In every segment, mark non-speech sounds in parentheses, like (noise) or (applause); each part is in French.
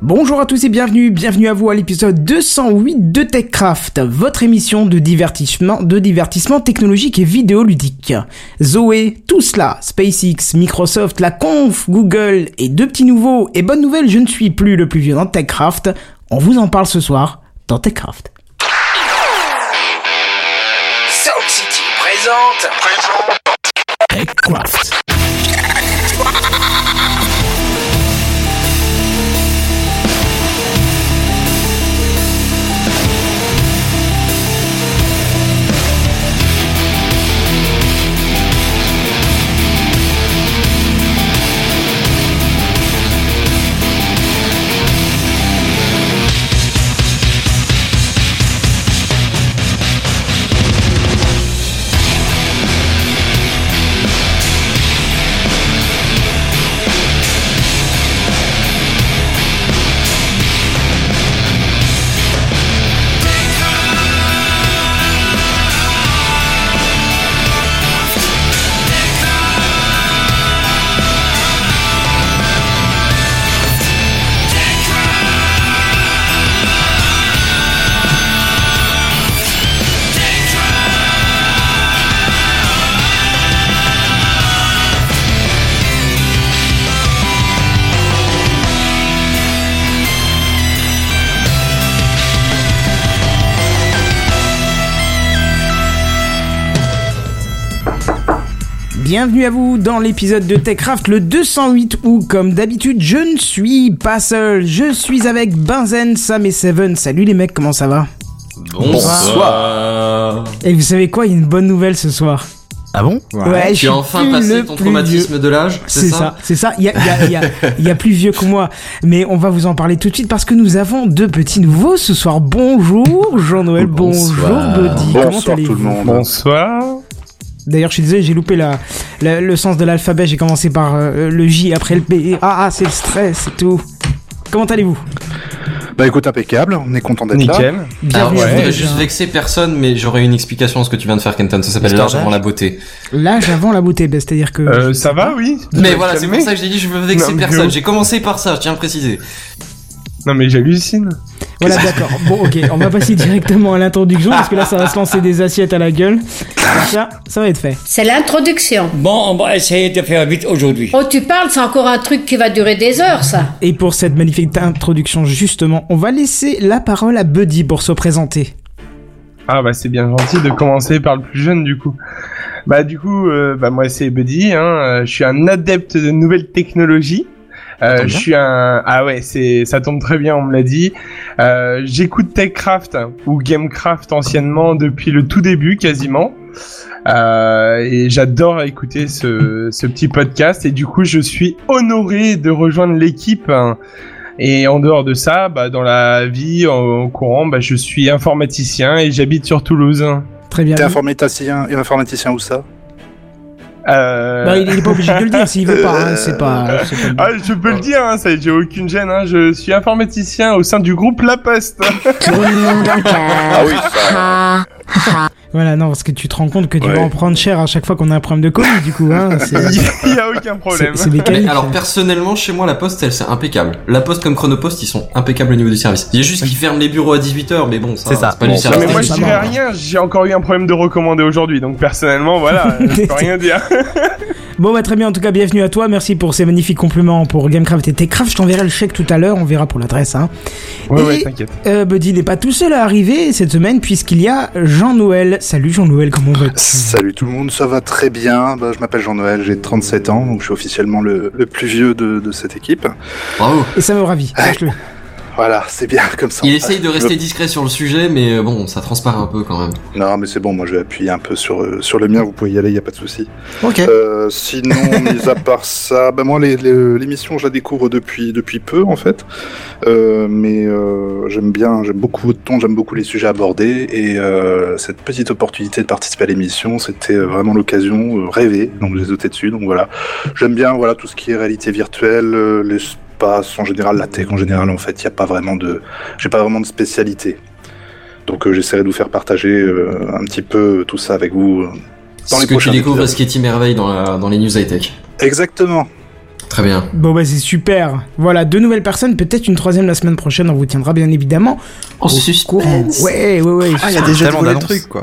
Bonjour à tous et bienvenue, bienvenue à vous à l'épisode 208 de TechCraft, votre émission de divertissement, de divertissement technologique et vidéoludique. Zoé, tout cela, SpaceX, Microsoft, la conf, Google et deux petits nouveaux, et bonne nouvelle, je ne suis plus le plus vieux dans TechCraft, on vous en parle ce soir dans TechCraft. Soul City présente. TechCraft. Bienvenue à vous dans l'épisode de TechCraft le 208 où comme d'habitude je ne suis pas seul, je suis avec Benzen, Sam et Seven. Salut les mecs, comment ça va Bonsoir. Et vous savez quoi, il y a une bonne nouvelle ce soir. Ah bon Ouais, je Tu suis as enfin plus passé le plus ton vieux. traumatisme de l'âge, C'est ça, c'est ça. Il y a, il y a- il y a- il y a plus vieux que moi, mais on va vous en parler tout de suite parce que nous avons deux petits nouveaux ce soir. Bonjour Jean-Noël, bonjour Bonsoir. Buddy, comment Bonsoir allez-vous tout le monde. Bonsoir. D'ailleurs, je suis désolé, j'ai loupé la, la- le sens de l'alphabet. J'ai commencé par euh, le J, après le P. Ah, ah, c'est le stress, c'est tout. Comment allez-vous Ah Bah écoute, impeccable, on est content d'être bah, là. Nickel. Ah Alors, Bienvenue je à vous, voudrais déjà. juste vexer personne, mais j'aurais une explication à ce que tu viens de faire, Kenton. Ça s'appelle Mr. l'argent avant Jack. la beauté. L'âge avant la beauté, ben, c'est-à-dire que. Euh, ça va, oui Mais voilà, c'est pour ça que j'ai dit je veux vexer Non, mais personne. que- J'ai commencé par ça, je tiens à préciser. Non, mais j'hallucine. Voilà, d'accord. Bon, ok, on va passer directement à l'introduction parce que là, ça va se lancer des assiettes à la gueule. Ça, ça va être fait. C'est l'introduction. Bon, on va essayer de faire vite aujourd'hui. Oh, tu parles, c'est encore un truc qui va durer des heures, ça. Et pour cette magnifique introduction, justement, on va laisser la parole à Buddy pour se présenter. Ah, bah, c'est bien gentil de commencer par le plus jeune, du coup. Bah, du coup, euh, bah, moi, c'est Buddy. Hein, euh, je suis un adepte de nouvelles technologies. Euh, je suis un ah ouais c'est ça tombe très bien on me l'a dit euh, j'écoute Techcraft hein, ou Gamecraft anciennement depuis le tout début quasiment euh, et j'adore écouter ce, ce petit podcast et du coup je suis honoré de rejoindre l'équipe hein, Et en dehors de ça, bah, dans la vie, en, en courant, bah, je suis informaticien et j'habite sur Toulouse. Très bien. T'es vu. informaticien, informaticien où ça Euh... Bah, il il est pas obligé de le dire s'il veut pas, hein, c'est pas. c'est pas- Ah, je peux le dire, hein, ça, j'ai aucune gêne. Hein, je suis informaticien au sein du groupe La Poste. (laughs) Ah oui, ça. Voilà, non, parce que tu te rends compte que tu Ouais. vas en prendre cher à chaque fois qu'on a un problème de colis, du coup, hein. c'est- Il n'y a aucun C'est problème. c'est Mais mécanique. alors, ça. personnellement, chez moi, la poste, elle, c'est impeccable. La poste comme Chronopost, ils sont impeccables au niveau du service. Il y a juste qu'ils ferment les bureaux à 18h, mais bon, ça, C'est ça. pas Bon, du Non, service. mais moi je Ça dirais marche. rien, j'ai encore eu un problème de recommandé aujourd'hui, donc personnellement (laughs) voilà, euh, je peux rien dire. Bon, bah, très bien, en tout cas, bienvenue à toi. Merci pour ces magnifiques compliments pour Gamecraft et Techcraft. Je t'enverrai le chèque tout à l'heure, on verra pour l'adresse, hein. Ouais Et- ouais t'inquiète. Euh, Buddy n'est pas tout seul à arriver cette semaine, puisqu'il y a Jean-Noël. Salut Jean-Noël, comment vas-tu Salut tout le monde, ça va très bien. Bah, je m'appelle Jean-Noël, j'ai 37 ans, donc je suis officiellement le, le plus vieux de, de cette équipe. Bravo. Et ça me ravit, sache-le. Voilà, c'est bien comme ça. Il essaye de rester discret sur le sujet, mais euh, bon, ça transparaît un peu quand même. Non, mais c'est bon, moi je vais appuyer un peu sur, euh, sur le mien, vous pouvez y aller, il n'y a pas de souci. Ok. Euh, sinon, (laughs) mis à part ça, bah moi les- les- l'émission, je la découvre depuis, depuis peu en fait. Euh, mais euh, j'aime bien, j'aime beaucoup votre ton, j'aime beaucoup les sujets abordés. Et euh, cette petite opportunité de participer à l'émission, c'était euh, vraiment l'occasion euh, rêvée. Donc je les sauté dessus. Donc voilà, j'aime bien voilà tout ce qui est réalité virtuelle, euh, l'espace en général, la tech en général. En fait, il n'y a pas vraiment de, j'ai pas vraiment de spécialité. Donc euh, j'essaierai de vous faire partager euh, un petit peu tout ça avec vous. euh, Dans ce les que tu prochains découvres, épisodes. ce qui est merveille dans, la- dans les news high-tech. Exactement. Très bien. Bon bah c'est super. Voilà, deux nouvelles personnes, peut-être une troisième la semaine prochaine, on vous tiendra bien évidemment. En courant. suspense. Ouais, ouais, ouais. Ah, il y a déjà Tellement des d'annonces. trucs, quoi.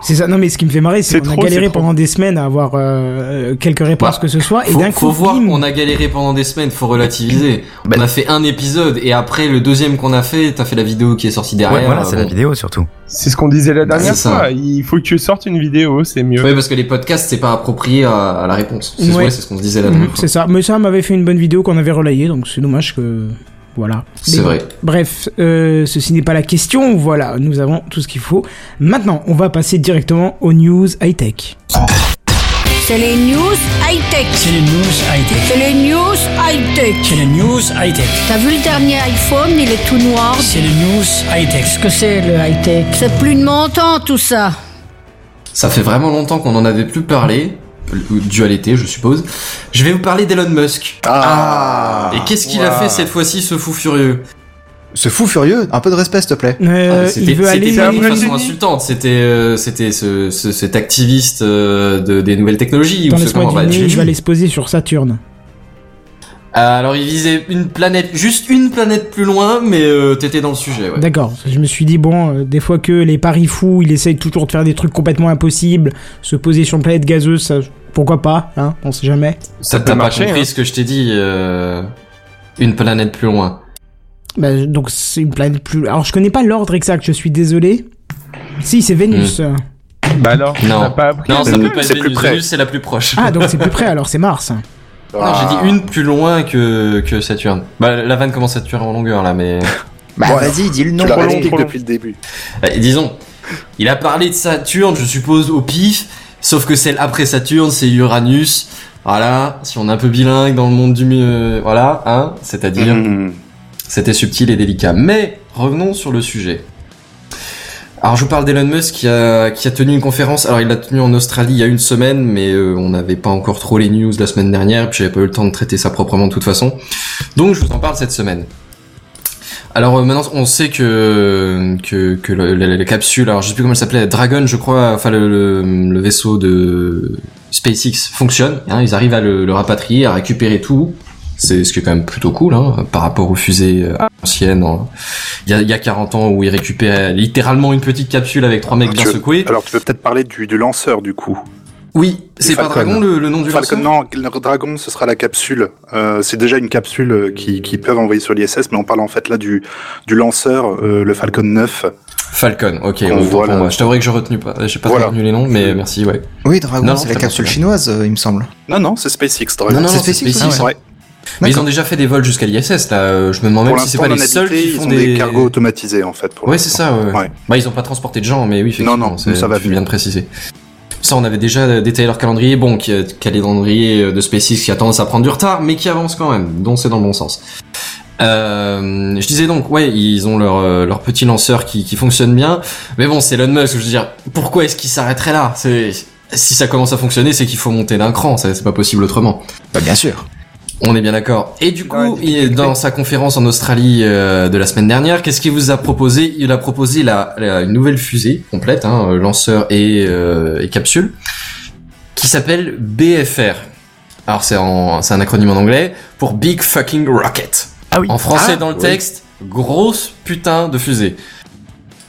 C'est ça. Non mais ce qui me fait marrer, c'est C'est qu'on a trop, galéré c'est trop. pendant des semaines à avoir euh, quelques réponses Bah, que ce soit et Faut, d'un faut coup voir, bim. on a galéré pendant des semaines, faut relativiser. Bah, on a fait un épisode et après le deuxième qu'on a fait, t'as fait la vidéo qui est sortie derrière. Ouais, voilà, euh, c'est bon. la vidéo surtout. C'est ce qu'on disait la Bah, dernière c'est ça. fois. Il faut que tu sortes une vidéo, c'est mieux. Oui, parce que les podcasts, c'est pas approprié à, à la réponse. C'est Ouais. ouais, Mmh, c'est ce qu'on se disait euh, la Mhm, dernière fois. c'est ça. Mais ça m'avait fait une bonne vidéo qu'on avait relayée, donc c'est dommage que voilà. C'est Mais vrai. Bref, euh, ceci n'est pas la question. Voilà, nous avons tout ce qu'il faut. Maintenant, on va passer directement aux news high tech. C'est les news high-tech. C'est les news high-tech. C'est les news high-tech. C'est les news high-tech. T'as vu le dernier iPhone, il est tout noir. C'est les news high-tech. Qu'est-ce que c'est le high-tech C'est plus de mon temps tout ça. Ça fait vraiment longtemps qu'on en avait plus parlé, ou dû à l'été, je suppose. Je vais vous parler d'Elon Musk. Ah et qu'est-ce qu'il a Ouah. fait cette fois-ci, ce fou furieux Ce fou furieux, un peu de respect, s'il te plaît. Euh, Ah, C'était il veut c'était aller. pas de Dans façon insultante. C'était euh, c'était ce, ce- cet activiste euh, de, des nouvelles technologies ou ce laisse-moi comment bah, deviner, tu il va dis. aller se poser sur Saturne. Euh, Alors il visait une planète, juste une planète plus loin, mais euh, t'étais dans le sujet. Ouais. D'accord. Je me suis dit bon, euh, des fois que les paris fous, il essaye toujours de faire des trucs complètement impossibles, se poser sur une planète gazeuse, ça, pourquoi pas hein On sait jamais. Ça peut t'a pas marcher, compris hein. ce que je t'ai dit. euh, une planète plus loin. Bah, donc c'est une planète plus. Alors je connais pas l'ordre exact, je suis désolé. Si c'est Vénus. Hmm. Bah alors, Non. t'as pas appris. Non, ça peut Vénus, pas être c'est plus Vénus. près. Vénus, c'est la plus proche. Ah donc c'est plus près alors c'est Mars. Non, Ah, j'ai dit une plus loin que, que Saturne. Bah, la vanne commence à tuer en longueur là, mais. Bah, Ouais. vas-y, dis le nom. Tu la Prolonge, réexpliques prolonge. depuis le début. Euh, disons, il a parlé de Saturne, je suppose, au pif, sauf que celle après Saturne, c'est Uranus. Voilà, si on est un peu bilingue dans le monde du mieux, voilà, hein, c'est-à-dire, Mhm. c'était subtil et délicat. Mais revenons sur le sujet. Alors je vous parle d'Elon Musk qui a, qui a tenu une conférence. Alors il l'a tenue en Australie il y a une semaine, mais euh, on n'avait pas encore trop les news la semaine dernière, puis j'avais pas eu le temps de traiter ça proprement de toute façon. Donc je vous en parle cette semaine. Alors euh, maintenant on sait que que, que le- la, la- la capsule, alors je sais plus comment elle s'appelait, Dragon je crois, enfin le, le- le vaisseau de SpaceX fonctionne. hein, ils arrivent à le, le rapatrier, à récupérer tout. C'est ce qui est quand même plutôt cool hein, par rapport aux fusées euh, anciennes. hein. Il y, a, il y a 40 ans où ils récupèrent littéralement une petite capsule avec trois mecs bien Ah, Tu veux- secoués. Alors, tu veux peut-être parler du, du lanceur, du coup. Oui, c'est pas Falcon. Dragon le, le nom du Falcon, lanceur non, le Dragon, ce sera la capsule. Euh, c'est déjà une capsule euh, qui, qui peuvent envoyer sur l'ISS, mais on parle en fait là du, du lanceur, euh, le Falcon 9. Falcon, ok. Qu'on autant voit pour là. moi. Je t'avouerai que je retenu pas, j'ai pas Voilà. retenu les noms, mais merci, ouais. Oui, Non, Dragon, non, c'est la ça capsule va. chinoise, euh, il me semble. Non, non, c'est SpaceX, Dragon. Non, non, c'est non, c'est SpaceX, SpaceX. hein. ah ouais. Mais ils ont déjà fait des vols jusqu'à l'ISS, là. euh, Je me demande Pour même si c'est l'instant, pas en les seuls habité, qui ils font ont des... des cargos automatisés, en fait. pour Ouais, c'est l'instant. ça, ouais. Ouais. Bah, ils ont pas transporté de gens, mais oui, effectivement. Non, non, c'est- ça va tu fais mieux. bien de préciser. Ça, on avait déjà détaillé leur calendrier. Bon, qui, euh, calendrier euh, de SpaceX qui a tendance à prendre du retard, mais qui avance quand même. Donc, c'est dans le bon sens. Euh, je disais donc, ouais, ils ont leur, euh, leur petit lanceur qui, qui fonctionne bien. Mais bon, c'est Elon Musk. Je veux dire, pourquoi est-ce qu'il s'arrêterait là C'est Si ça commence à fonctionner, c'est qu'il faut monter d'un cran. ça, C'est pas possible autrement. Bah, bien sûr. On est bien d'accord. Et du coup, Ouais, il est dans sa conférence en Australie euh, de la semaine dernière, qu'est-ce qu'il vous a proposé Il a proposé la, la- une nouvelle fusée complète, hein, euh, lanceur et, euh, et capsule, qui s'appelle BFR. Alors c'est en- c'est un acronyme en anglais pour Big Fucking Rocket. Ah oui. En français Ah, dans le oui. texte, grosse putain de fusée.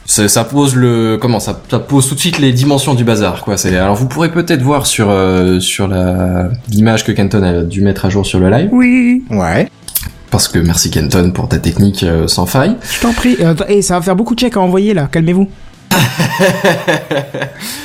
Ça, ça pose le comment ça, ça pose tout de suite les dimensions du bazar quoi. C'est alors vous pourrez peut-être voir sur euh, sur la l'image que Canton a dû mettre à jour sur le live Oui, Ouais. parce que merci Kenton pour ta technique euh, sans faille. je t'en prie. Euh, attends, eh, ça va faire beaucoup de chèques à envoyer là. Calmez-vous.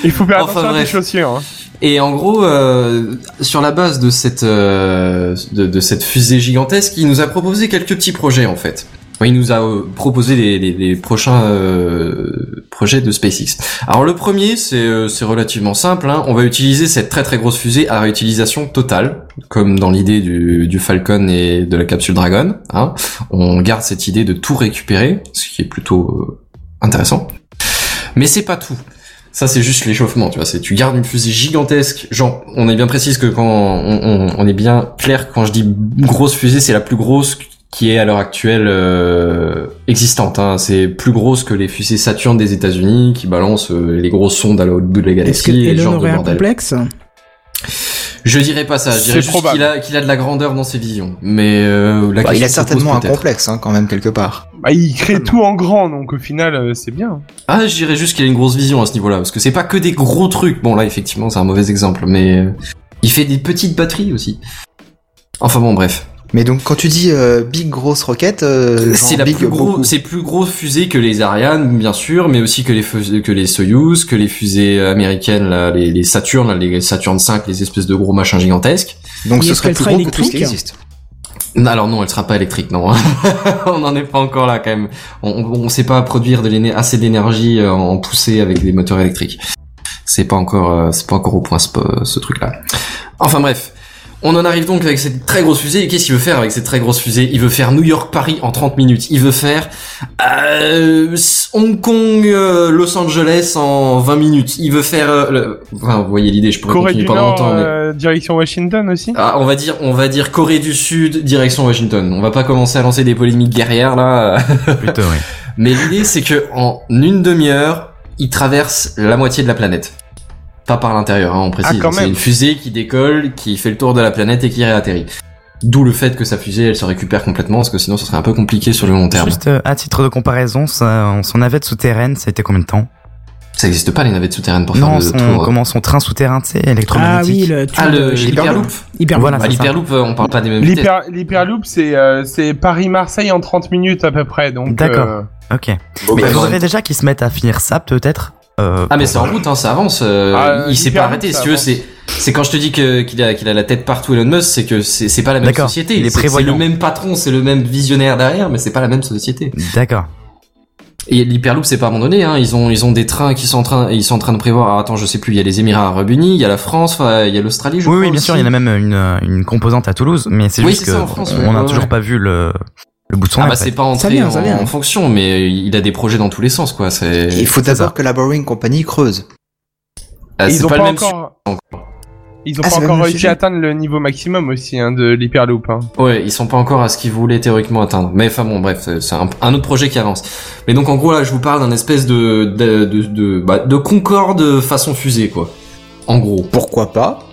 Il faut faire Enfin, attention à tes bref. chaussures. hein. Et en gros, euh, sur la base de cette euh, de, de cette fusée gigantesque, il nous a proposé quelques petits projets en fait. Ouais, Il nous a euh, proposé les, les- les prochains euh, projets de SpaceX. Alors le premier, c'est euh, c'est relativement simple. hein. On va utiliser cette très très grosse fusée à réutilisation totale, comme dans l'idée du, du Falcon et de la capsule Dragon. hein. On garde cette idée de tout récupérer, ce qui est plutôt euh, intéressant. Mais c'est pas tout. Ça, c'est juste l'échauffement, tu vois. C'est tu gardes une fusée gigantesque. Genre, on est bien précise que quand on, on- on est bien clair quand je dis grosse fusée, c'est la plus grosse qui est à l'heure actuelle euh, existante. hein. C'est plus grosse que les fusées Saturn des États-Unis qui balancent euh, les grosses sondes à l'autre bout de la Est-ce que galaxie et ce Elon genre de aurait un bordel. complexe Je dirais pas ça. Je C'est dirais juste probable. qu'il a, qu'il a de la grandeur dans ses visions. Mais euh, la Bah, question il a se pose certainement un peut-être. complexe, hein, quand même, quelque part. Bah, il crée tout en grand, donc au final, euh, c'est bien. Ah, je dirais juste qu'il a une grosse vision à ce niveau-là, parce que c'est pas que des gros trucs. Bon, là, effectivement, c'est un mauvais exemple, mais euh, il fait des petites batteries aussi. Enfin bon, bref. Mais donc, quand tu dis euh, big grosse roquette, euh, C'est genre la big plus beaucoup. grosse, c'est plus grosse fusée que les Ariane, bien sûr, mais aussi que les fus- que les Soyuz, que les fusées américaines, là, les, les Saturn, là, les Saturn 5, les espèces de gros machins gigantesques. Donc, Et ce est-ce serait qu'elle plus sera gros que tout ce qui hein. électrique existe. Alors non, elle sera pas électrique, non. (laughs) on n'en est pas encore là, quand même. On, on, on sait pas produire de l'éner- assez d'énergie euh, en poussée avec des moteurs électriques. C'est pas encore, euh, c'est pas encore au point ce, ce truc-là. Enfin bref. On en arrive donc avec cette très grosse fusée. Et qu'est-ce qu'il veut faire avec cette très grosse fusée Il veut faire New York-Paris en 30 minutes. Il veut faire euh, Hong Kong-Los Angeles en 20 minutes. Il veut faire... euh, le- Enfin, vous voyez l'idée, je pourrais Corée continuer du pendant Nord, longtemps. mais- euh, direction Washington aussi. ah, on va dire, on va dire Corée du Sud, direction Washington. On va pas commencer à lancer des polémiques guerrières là. (laughs) Plutôt, oui. Mais l'idée, c'est que en une demi-heure, il traverse la moitié de la planète. Pas par l'intérieur, hein, on précise. Ah, quand c'est même. une fusée qui décolle, qui fait le tour de la planète et qui réatterrit. D'où le fait que sa fusée, elle se récupère complètement, parce que sinon, ce serait un peu compliqué sur le long terme. Juste euh, à titre de comparaison, ça, on- son navette souterraine, ça a été combien de temps Ça existe pas les navettes souterraines pour Non, faire son, le tour. comment son train souterrain, tu sais, Ah oui, électromagnétique. le Ah, tu Ah, vois, le de- l'hyperloop. Hyper Voilà, Bah, c'est ça. l'hyperloop, euh, on parle pas des mêmes vitesses. L'hyper- L'hyperloop, c'est euh, c'est Paris-Marseille en 30 minutes à peu près. donc D'accord. euh, Ok. Bon, Mais bah, il ben, en même faudrait déjà qu'ils se mettent à finir ça, peut-être. Euh, Ah mais c'est en route, hein, ça avance. euh, Ah, il s'est hyper pas vite, arrêté. ça Si tu veux, avance. c'est c'est quand je te dis que qu'il a qu'il a la tête partout Elon Musk, c'est que c'est c'est pas la même D'accord, société. il est C'est- c'est prévoyant. le même patron, c'est le même visionnaire derrière, mais c'est pas la même société. D'accord. Et l'hyperloop, c'est pas abandonné. Hein. Ils ont ils ont des trains qui sont en train ils sont en train de prévoir. Alors, attends, je sais plus. Il y a les Émirats Arabes Unis, il y a la France, enfin, il y a l'Australie. je Oui, crois oui, bien aussi. sûr, il y en a même une, euh, une composante à Toulouse, mais c'est Oui, juste c'est que ça, en France, on ouais, n'a ouais, toujours ouais. pas vu le, le bout de son Ah nez, bah en fait. c'est pas entré vient, en, ça vient. en fonction, mais il a des projets dans tous les sens quoi. C'est Il faut C'est ça. d'abord que la Boring Company creuse. Ah, ils c'est ont pas, le même. encore. Ils ont Ah, pas c'est le encore même réussi sujet. à atteindre le niveau maximum aussi hein, de l'hyperloop. hein. Ouais, ils sont pas encore à ce qu'ils voulaient théoriquement atteindre. Mais enfin bon, bref, c'est c'est un, un autre projet qui avance. Mais donc en gros là, je vous parle d'un espèce de de de, de, bah, de Concorde façon fusée quoi. En gros. Pourquoi pas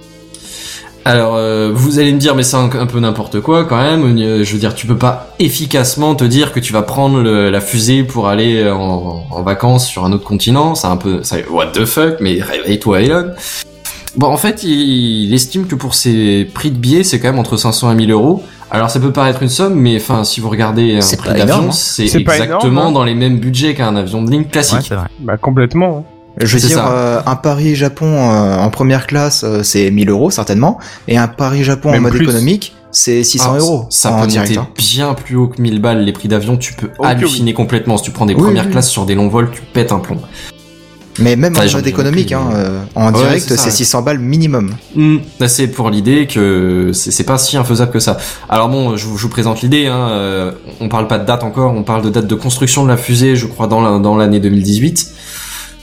Alors euh, vous allez me dire mais c'est un, un peu n'importe quoi quand même. Euh, Je veux dire, tu peux pas efficacement te dire que tu vas prendre le- la fusée pour aller euh, en, en vacances sur un autre continent. C'est un peu ça. What the fuck Mais réveille-toi Elon. Bon, en fait, il, il estime que pour ses prix de billets, c'est quand même entre 500 et 1000 euros. Alors, ça peut paraître une somme, mais enfin, si vous regardez un C'est prix pas énorme, d'avion, hein. c'est C'est pas énorme, exactement hein. dans les mêmes budgets qu'un avion de ligne Ouais, classique. c'est vrai. Bah complètement. hein. Je veux C'est dire, ça. euh, un Paris-Japon euh, en première classe, euh, c'est 1000 euros certainement, et un Paris-Japon en Même mode plus. économique, c'est 600 Ah, euros Ça en peut direct. monter hein. bien plus haut que 1000 balles les prix d'avion. Tu peux oui. halluciner complètement. Si tu prends des Oui, premières oui. classes sur des longs vols, tu pètes un plomb. Mais même Enfin, en j'en mode ai économique, aucune hein, idée. euh, en Ouais, direct, c'est ça, c'est ouais. 600 balles minimum. hein. Hmm, là, c'est pour l'idée que c'est c'est pas si infaisable que ça. Alors bon, je vous, je vous présente l'idée. Hein, euh, on parle pas de date encore. On parle de date de construction de la fusée, je crois, dans la- dans l'année 2018.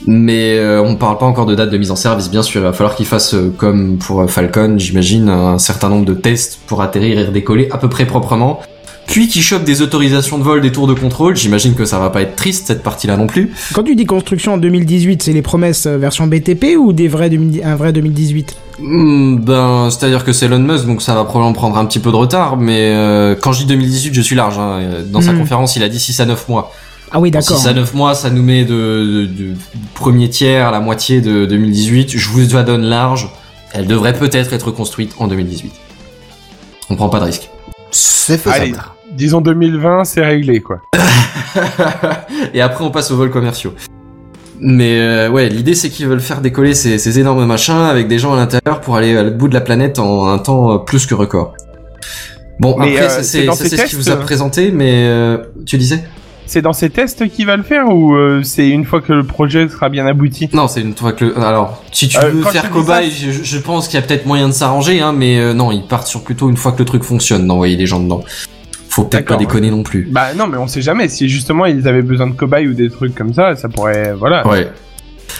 Mais euh, on parle pas encore de date de mise en service, bien sûr. Il va falloir qu'ils fassent euh, comme pour euh, Falcon, j'imagine, un certain nombre de tests pour atterrir et redécoller à peu près proprement. Puis qu'ils chopent des autorisations de vol, des tours de contrôle. J'imagine que ça va pas être triste cette partie-là non plus. Quand tu dis construction en 2018, c'est les promesses euh, version BTP ou des vrais 2000 un vrai 2018 Hmm, Ben, c'est-à-dire que c'est Elon Musk, donc ça va probablement prendre un petit peu de retard, mais euh, quand je dis 2018, je suis large. hein. Euh, Dans sa Hmm. conférence, il a dit 6 à 9 mois. Ah oui, Bon, d'accord. 6 à 9 mois, Bah, ça nous met de, de- du premier tiers à la moitié de 2018. Je vous la donne large. Elle devrait peut-être être construite en 2018. On prend pas de risque. C'est Allez, faisable. disons 2020, c'est réglé quoi. (laughs) Et après, on passe aux vols commerciaux. Mais euh, ouais, l'idée c'est qu'ils veulent faire décoller ces, ces énormes machins avec des gens à l'intérieur pour aller à l'autre bout de la planète en un temps euh, plus que record. Bon, Mais, après, euh, ça, c'est c'est dans ça, ces c'est ce qu'il vous a tests présenté, mais euh, tu disais C'est dans ces tests qu'il va le faire ou euh, c'est une fois que le projet sera bien abouti Non, c'est une fois que. le- Alors, si tu Euh, veux quand faire je te dis cobaye, je, je pense qu'il y a peut-être moyen de s'arranger, hein, mais euh, non, ils partent sur plutôt une fois que le truc fonctionne d'envoyer des gens dedans. Faut peut-être pas D'accord, déconner non plus. Bah non, mais on sait jamais. Si justement ils avaient besoin de cobayes ou des trucs comme ça, ça pourrait. Voilà. Ouais.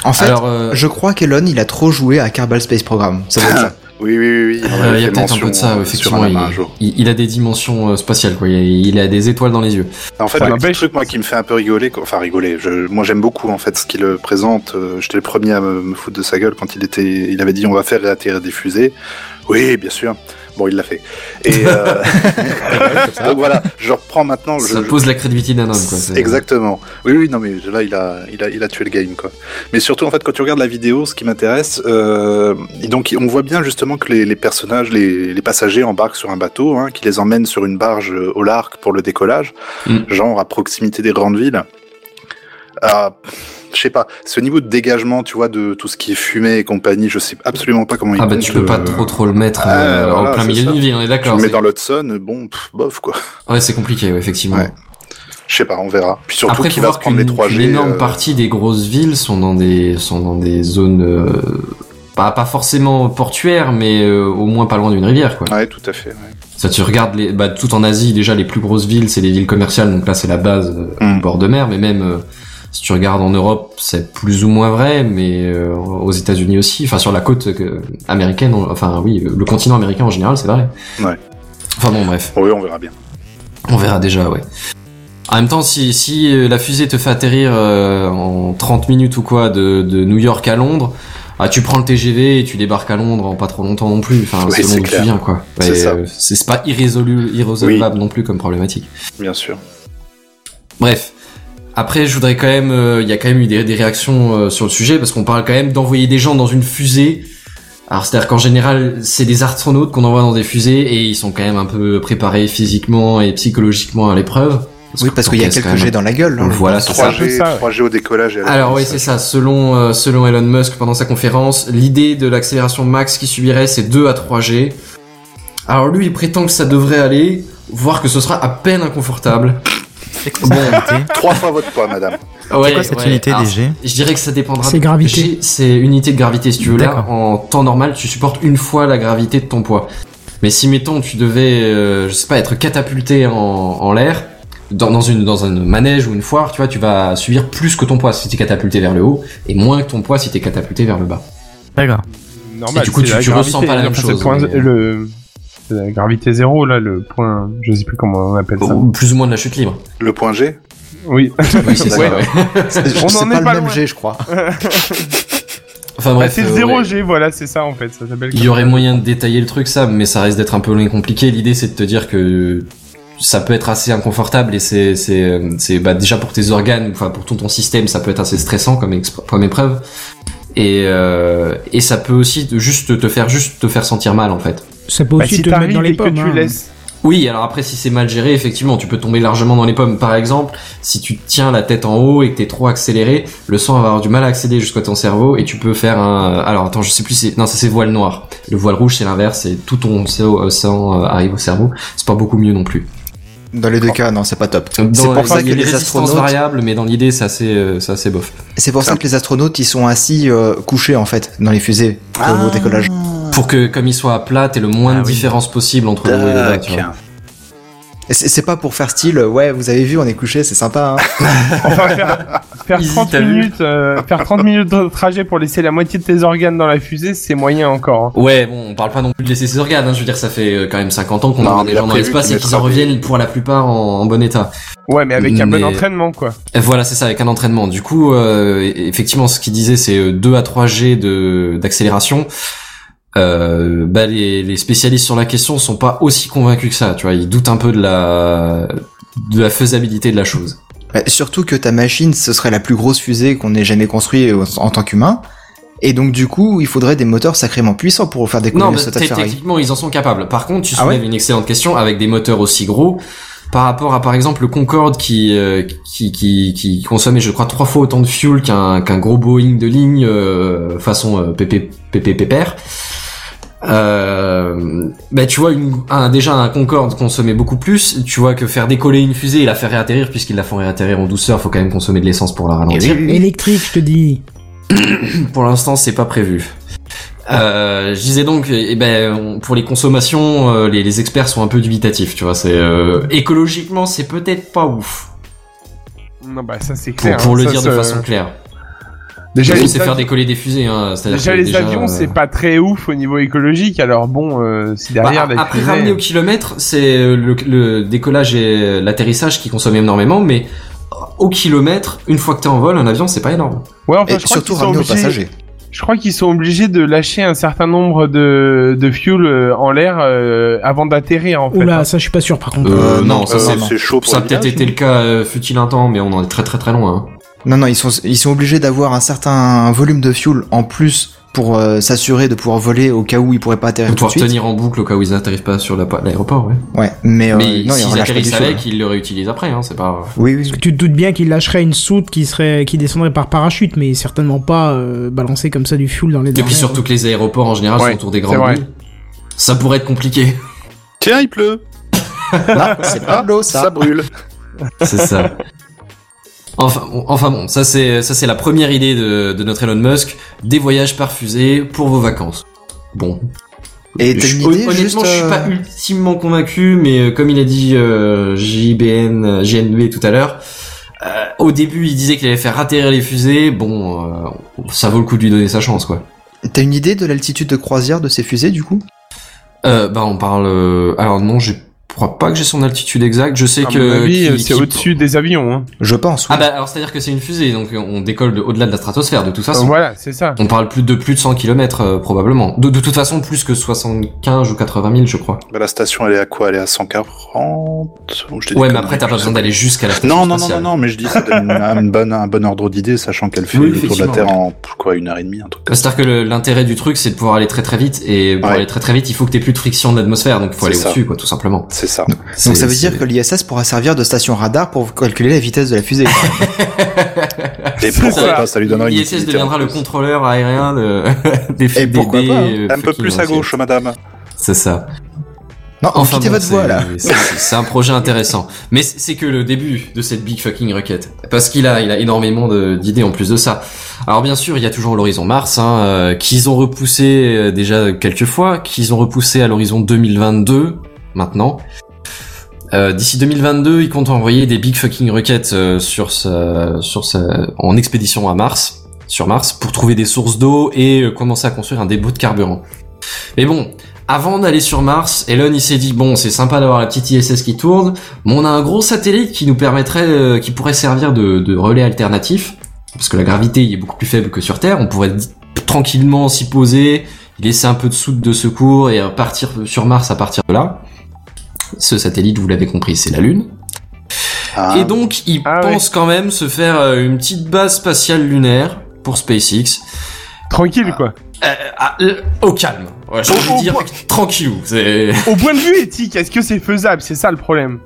En fait, Alors, euh, je crois qu'Elon, il a trop joué à Kerbal Space Program. (coughs) Ça doit être ça. oui, oui, oui, oui. on Euh, avait Il y Ah a fait peut-être un peu mention, de ça, euh, effectivement. Sur Il, un, un jour. il- il a des dimensions euh, spatiales, quoi. Il a, il a des étoiles dans les yeux. En fait, Ça le petit n'empêche- truc moi qui me fait un peu rigoler, quoi. enfin rigoler. Je, moi j'aime beaucoup en fait ce qu'il euh, présente. Euh, J'étais le premier à me, me foutre de sa gueule quand il était, il avait dit on va faire réatterrir des fusées. Oui, bien sûr. Bon, il l'a fait. Et euh, (laughs) donc voilà, je reprends maintenant. Ça je- pose la crédibilité d'un homme, quoi. c'est- Exactement. Oui, oui, non, mais là, il a, il a, il a tué le game, quoi. Mais surtout, en fait, quand tu regardes la vidéo, ce qui m'intéresse, euh, et donc, on voit bien justement que les, les personnages, les, les passagers embarquent sur un bateau, hein, qui les emmène sur une barge euh, au larc pour le décollage, Mm. genre à proximité des grandes villes. Ah, je sais pas, ce niveau de dégagement, tu vois, de tout ce qui est fumée et compagnie, je sais absolument pas comment il Ah bah tu peux pas trop trop le mettre Ah, euh, en voilà, plein c'est milieu ça. d'une ville, on est Tu d'accord. le mets c'est- dans l'Hudson, bon, pff, bof, quoi. (laughs) Ouais, c'est compliqué, ouais, effectivement. Ouais. Je sais pas, on verra. Puis surtout, Après, qui faut va se voir prendre qu'une les 3G. qu'une énorme euh, partie des grosses villes sont dans des sont dans des zones euh, pas pas forcément portuaires, mais euh, au moins pas loin d'une rivière, quoi. Ouais, tout à fait. ouais. Ça, tu regardes les, bah, tout en Asie, déjà, les plus grosses villes, c'est les villes commerciales, donc là, c'est la base, euh, Mm. au bord de mer, mais même, euh, si tu regardes en Europe, c'est plus ou moins vrai, mais euh, aux États-Unis aussi, enfin, sur la côte euh, américaine, en- enfin, oui, le continent américain en général, c'est vrai. Ouais. Enfin, bon, bref. Oui, on verra bien. On verra déjà, ouais. En même temps, si, si euh, la fusée te fait atterrir euh, en 30 minutes ou quoi de, de New York à Londres, ah, tu prends le TGV et tu débarques à Londres en pas trop longtemps non plus, enfin, Oui, selon c'est où clair. tu viens, quoi. C'est Et, ça. euh, C'est c'est pas irrésolu, irrésolvable non plus comme problématique. Bien sûr. Bref. Après, je voudrais quand même, euh, il y a quand même eu des, des réactions euh, sur le sujet parce qu'on parle quand même d'envoyer des gens dans une fusée. Alors, c'est-à-dire qu'en général, c'est des astronautes qu'on envoie dans des fusées et ils sont quand même un peu préparés physiquement et psychologiquement à l'épreuve. Oui, parce que qu'il y a t'encaisses quand quelques même jets dans la gueule. hein. voilà, c'est ça. 3G, ça, ouais. 3G au décollage et à la Alors oui, finisse. c'est ça. Selon euh, selon Elon Musk pendant sa conférence, l'idée de l'accélération max qu'il subirait c'est 2 à 3 G. Alors lui, il prétend que ça devrait aller, voire que ce sera à peine inconfortable. C'est quoi cette unité Trois fois votre poids, madame. Ouais, C'est quoi cette ouais. Ah. unité Alors, des G Je dirais que ça dépendra. C'est gravité. G, C'est unité de gravité si tu veux. Là, D'accord. en temps normal, tu supportes une fois la gravité de ton poids. Mais si mettons tu devais, euh, je sais pas, être catapulté en, en l'air dans, dans une dans un manège ou une foire, tu vois, tu vas subir plus que ton poids si t'es catapulté vers le haut et moins que ton poids si t'es catapulté vers le bas. D'accord. Normal. Et du coup, c'est tu- la tu ressens pas la même enfin, chose, c'est point- mais- le- c'est la gravité zéro, là, le point. Je sais plus comment on appelle ça. Ou plus ou moins de la chute libre. Le point G Oui. Oui, c'est ça. (laughs) Ouais. ouais. C'est On c'est en est pas pas le même loin. jet, je crois. Enfin Bah, bref. c'est le euh, 0 ouais. G, voilà, c'est ça en fait. Ça s'appelle. Il y aurait moyen de détailler le truc ça, mais ça risque d'être un peu long et compliqué. L'idée c'est de te dire que ça peut être assez inconfortable et c'est c'est euh, c'est bah déjà pour tes organes, enfin pour tout ton système, ça peut être assez stressant comme expr- comme épreuve. Et euh, et ça peut aussi te- juste te faire juste te faire sentir mal en fait. Ça peut Bah, aussi si te mettre t'arrives dans les et que pommes. tu hein. (laughs) laisses. Oui, alors après si c'est mal géré, effectivement, tu peux tomber largement dans les pommes. Par exemple, si tu tiens la tête en haut et que t'es trop accéléré, le sang va avoir du mal à accéder jusqu'à ton cerveau et tu peux faire un. Alors attends, je sais plus. c'est- Non, ça c'est voile noir. Le voile rouge c'est l'inverse, c'est tout ton cerveau- euh, sang euh, arrive au cerveau. C'est pas beaucoup mieux non plus. Dans les deux cas, non, c'est pas top. Dans- C'est pour enfin, ça il y que a des les résistances astronautes, variables, mais dans l'idée c'est assez, euh, c'est assez bof. c'est pour ça que les astronautes, ils sont assis euh, couchés en fait dans les fusées pour Ah. au décollage. Pour que comme il soit à plat, t'aies le moins Ah de oui. différence possible entre le haut et le bas. tu vois. Tac. Et C'est c'est pas pour faire style, euh, ouais, vous avez vu, on est couché, c'est sympa. (laughs) Hein. Enfin, faire, faire Easy, 30 t'as vu minutes, euh, faire 30 minutes de trajet pour laisser la moitié de tes organes dans la fusée, c'est moyen encore. hein. Ouais, bon, on parle pas non plus de laisser ses organes, hein. je veux dire, ça fait euh, quand même 50 ans qu'on Non, envoie mais des il a gens dans prévu l'espace qu'il et qu'ils mettra en des- reviennent pour la plupart en- en bon état. Ouais, mais avec un Mais- bon entraînement, quoi. Et Voilà, c'est ça, avec un entraînement. Du coup, euh, effectivement, ce qu'il disait, c'est euh, 2 à 3 G de d'accélération. Euh, bah, les, les spécialistes sur la question sont pas aussi convaincus que ça. Tu vois, ils doutent un peu de la de la faisabilité de la chose. Ouais, Surtout que ta machine, ce serait la plus grosse fusée qu'on ait jamais construite en en tant qu'humain. Et donc du coup, il faudrait des moteurs sacrément puissants pour faire décoller non, mais ce tas de t- ferraille. techniquement, ils en sont capables. Par contre, tu Ah ouais soulèves une excellente question avec des moteurs aussi gros par rapport à par exemple le Concorde qui euh, qui, qui qui consommait je crois trois fois autant de fuel qu'un qu'un gros Boeing de ligne euh, façon euh, PP PP pépère. Euh, bah tu vois une, un, déjà un Concorde consommait beaucoup plus. Tu vois que faire décoller une fusée, il la fait réatterrir puisqu'il la font réatterrir en douceur. Faut quand même consommer de l'essence pour la ralentir Électrique, je te dis. pour l'instant, c'est pas prévu. Euh, je disais donc, eh ben, on- pour les consommations, euh, les, les experts sont un peu dubitatifs, tu vois. C'est euh, écologiquement, c'est peut-être pas ouf Non, bah ça c'est pour, clair. pour hein, le ça, dire de ça- façon claire. Déjà, Nous, les c'est avions- faire décoller des fusées, hein. c'est-à-dire Déjà, que les avions, euh, c'est pas très ouf au niveau écologique. Alors bon, euh, si bah, derrière, la après fusée- ramener au kilomètre, c'est euh, le, le décollage et l'atterrissage qui consomment énormément, mais au kilomètre, une fois que t'es en vol, un avion, c'est pas énorme. Ouais, enfin, Et je crois surtout qu'ils sont ramener aux obligés- passagers. Je je crois qu'ils sont obligés de lâcher un certain nombre de, de fuel euh, en l'air euh, avant d'atterrir en fait. Oula, ça je suis pas sûr par contre. Euh, non, ça euh, c'est non, c'est chaud pour Ça a le peut-être village, été le cas euh, fut-il un temps, mais on en est très très très loin. hein. Non, non, ils sont, ils sont obligés d'avoir un certain volume de fuel en plus pour euh, s'assurer de pouvoir voler au cas où ils pourraient pas atterrir Pour tout de pouvoir suite. tenir en boucle au cas où ils n'atterrissent pas sur la pa- l'aéroport, ouais. Ouais, mais, euh, mais non, ils s'ils relâchent pas du atterrissent fuel. avec, ils le réutilisent après, hein, c'est pas... Oui, oui. Tu te doutes bien qu'il lâcherait une soute qui serait, qui descendrait par parachute, mais certainement pas euh, balancer comme ça du fuel dans les. Et puis surtout que les aéroports en général Ouais, sont autour des c'est grandes vrai. villes. Ça pourrait être compliqué. Tiens, il pleut. Ah, Non, Ah, c'est pas de l'eau, ça. Ça brûle. (laughs) C'est ça. Enfin, bon- enfin bon, ça c'est ça c'est la première idée de, de notre Elon Musk, des voyages par fusée pour vos vacances. Bon. Et t'as Je- une idée, honnêtement, juste, je suis euh, pas ultimement convaincu, mais euh, comme il a dit euh, JBN, euh, JNB tout à l'heure, euh, au début il disait qu'il allait faire atterrir les fusées. Bon, euh, ça vaut le coup de lui donner sa chance, quoi. euh, T'as une idée de l'altitude de croisière de ces fusées, du coup Euh, bah on parle. euh, alors non, je crois pas que j'ai son altitude exacte. Je sais À que mon avis, qu'il- euh, c'est qu'il- au-dessus des avions. Hein. Je pense. oui. Ah bah alors c'est à dire que c'est une fusée, donc euh, on décolle de- au-delà de la stratosphère de toute façon. Euh, Voilà, c'est ça. On parle plus de plus de 100 km probablement. De, de toute façon, plus que 75 ou 80 000, je crois. Bah, la station, elle est à quoi Elle est à 140 Ou je t'ai dit Ouais, mais conneries, après, t'as je pas sais besoin d'aller jusqu'à la station Non, non, non, non, spatiale. non, mais je dis ça donne une, un, bon, un bon ordre d'idée, sachant qu'elle fait le Oui, tour de la effectivement, Terre ouais. en quoi une heure et demie, un truc. C'est-à-dire que le- l'intérêt du truc, c'est de pouvoir aller très très vite, et pour Ouais. aller très très vite, il faut que t'aies plus de friction de l'atmosphère, donc il faut C'est aller ça. au-dessus, quoi, tout simplement. C'est ça. C'est- Donc ça veut c'est- dire que l'ISS pourra servir de station radar pour calculer la vitesse de la (laughs) fusée. Et C'est pourquoi ça. pas Ça lui donnera une. L'ISS utilité deviendra en le plus. contrôleur aérien de... (laughs) des Et pourquoi des- pas, hein. euh, Un peu fucking plus à entiers. gauche, madame. C'est ça. non, Enfin quittez bon, Oh, votre c'est- voie là. c'est- C'est c'est un projet intéressant. Mais c'est c'est que le début de cette big fucking requête. Parce qu'il a, il a énormément de- d'idées en plus de ça. Alors bien sûr, il y a toujours l'horizon Mars, hein, euh, qu'ils ont repoussé euh, déjà quelques fois, qu'ils ont repoussé à l'horizon 2022 maintenant. Euh, D'ici 2022, ils comptent envoyer des big fucking requêtes euh, sur sa, sur sa, en expédition à Mars, sur Mars, pour trouver des sources d'eau et euh, commencer à construire un dépôt de carburant. Mais bon, avant d'aller sur Mars, Elon il s'est dit bon c'est sympa d'avoir la petite ISS qui tourne, mais on a un gros satellite qui nous permettrait, euh, qui pourrait servir de, de relais alternatif, parce que la gravité il est beaucoup plus faible que sur Terre, on pourrait di- tranquillement s'y poser, y laisser un peu de soude de secours et euh, partir sur Mars à partir de là. Ce satellite, vous l'avez compris, c'est la Lune. Ah, Et donc, il Ah pense quand même se faire euh, une petite base spatiale lunaire pour SpaceX. Tranquille quoi. Euh, ah, euh, au calme. Ouais, j'ai Au- envie de au dire point- tranquillou. C'est... Au point de vue éthique, est-ce que c'est faisable C'est ça le problème.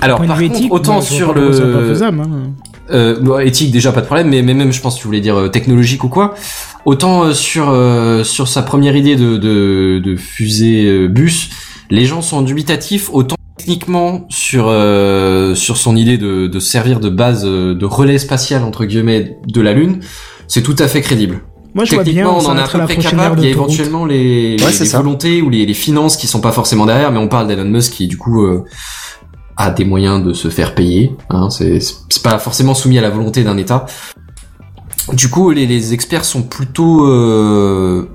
Alors, Point de par vue contre, éthique, autant moi, je vois sur pas pourquoi ça soit pas le faisable, hein. euh, bon, éthique déjà pas de problème, mais, mais même je pense que tu voulais dire euh, technologique ou quoi. Autant euh, sur euh, sur sa première idée de de, de fusée euh, bus, les gens sont dubitatifs. Autant techniquement sur euh, sur son idée de de servir de base euh, de relais spatial entre guillemets de la Lune, c'est tout à fait crédible. Moi je vois bien. Techniquement, on ça en est à mettra peu la près prochaine capable. ère Il y a d'autoroute. éventuellement les, Ouais, les- c'est les ça. volontés ou les, les finances qui sont pas forcément derrière, mais on parle d'Elon Musk qui, du coup, euh, a des moyens de se faire payer. Hein, c'est c'est pas forcément soumis à la volonté d'un État. Du coup, les, les experts sont plutôt euh,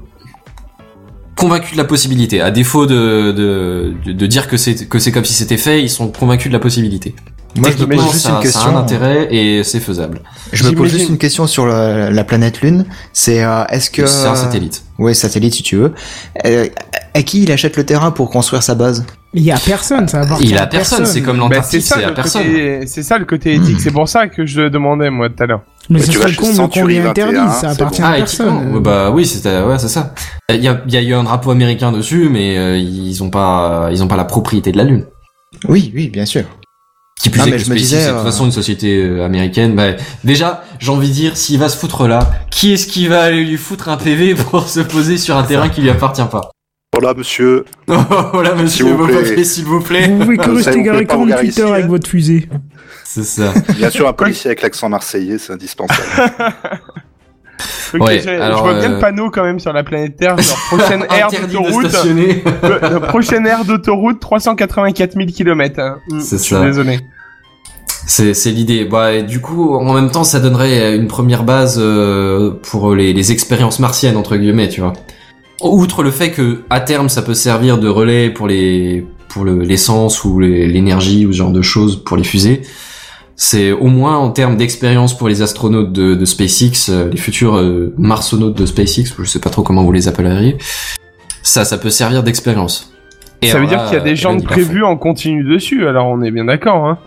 convaincus de la possibilité. À défaut de, de, de, de dire que c'est que c'est comme si c'était fait, ils sont convaincus de la possibilité. Moi, je me Techniquement, pose juste ça, une ça a un question. intérêt et c'est faisable. Je me pose J'imagine- juste une question sur la, la planète Lune. C'est euh, est-ce que C'est un satellite. Ouais, satellite si tu veux. Euh, à qui il achète le terrain pour construire sa base Il y a personne, ça va Il a personne. C'est comme Bah, l'Antarctique, c'est ça, c'est à le personne. côté- c'est ça le côté éthique. C'est pour ça que je demandais moi tout à l'heure. Mais Ouais, ce tu serait vas le chez comble qu'on Century lui 21, interdise, c'est ça appartient bon. à (laughs) Ah, éthiquement, ouais, personne. bah oui, c'était ouais, c'est ça. Il y a, il y a eu un drapeau américain dessus, mais euh, ils ont pas, ils ont pas la propriété de la Lune. Oui, oui, bien sûr. Qui plus Non, est mais que je me SpaceX est disais, de euh, toute façon une société euh, américaine. Bah, déjà, j'ai envie de dire, s'il va se foutre là, qui est-ce qui va aller lui foutre un PV pour se poser sur un terrain qui lui appartient pas (laughs) Voilà, monsieur. Oh là, monsieur S'il vous plaît. Bobafé, s'il vous plaît. Vous pouvez Ça, vous corriger pouvez pas Gary vous garer Twitter ici, avec hein. votre fusée. C'est ça. Bien sûr, un policier avec l'accent marseillais, c'est indispensable. Ok, Ouais, je- je, alors, vois bien euh, le panneau quand même sur la planète Terre. genre, (laughs) prochaine aire Interdit de d'autoroute. stationner. Le- la prochaine aire d'autoroute, 384 000 km. Hein. Mm, C'est je suis ça. Désolé. C'est, c'est l'idée. Bah, et du coup, en même temps, ça donnerait une première base euh, pour les, les expériences martiennes entre guillemets, tu vois. Outre le fait que à terme, ça peut servir de relais pour les pour le- l'essence ou les- l'énergie ou ce genre de choses pour les fusées, C'est au moins en termes d'expérience pour les astronautes de, de SpaceX, euh, les futurs euh, marsonautes de SpaceX, je sais pas trop comment vous les appelleriez. Ça, ça peut servir d'expérience. Et ça veut alors euh, dire là, qu'il y a des gens Elon, de il en prévus en continu dessus, alors on est bien d'accord. Hein.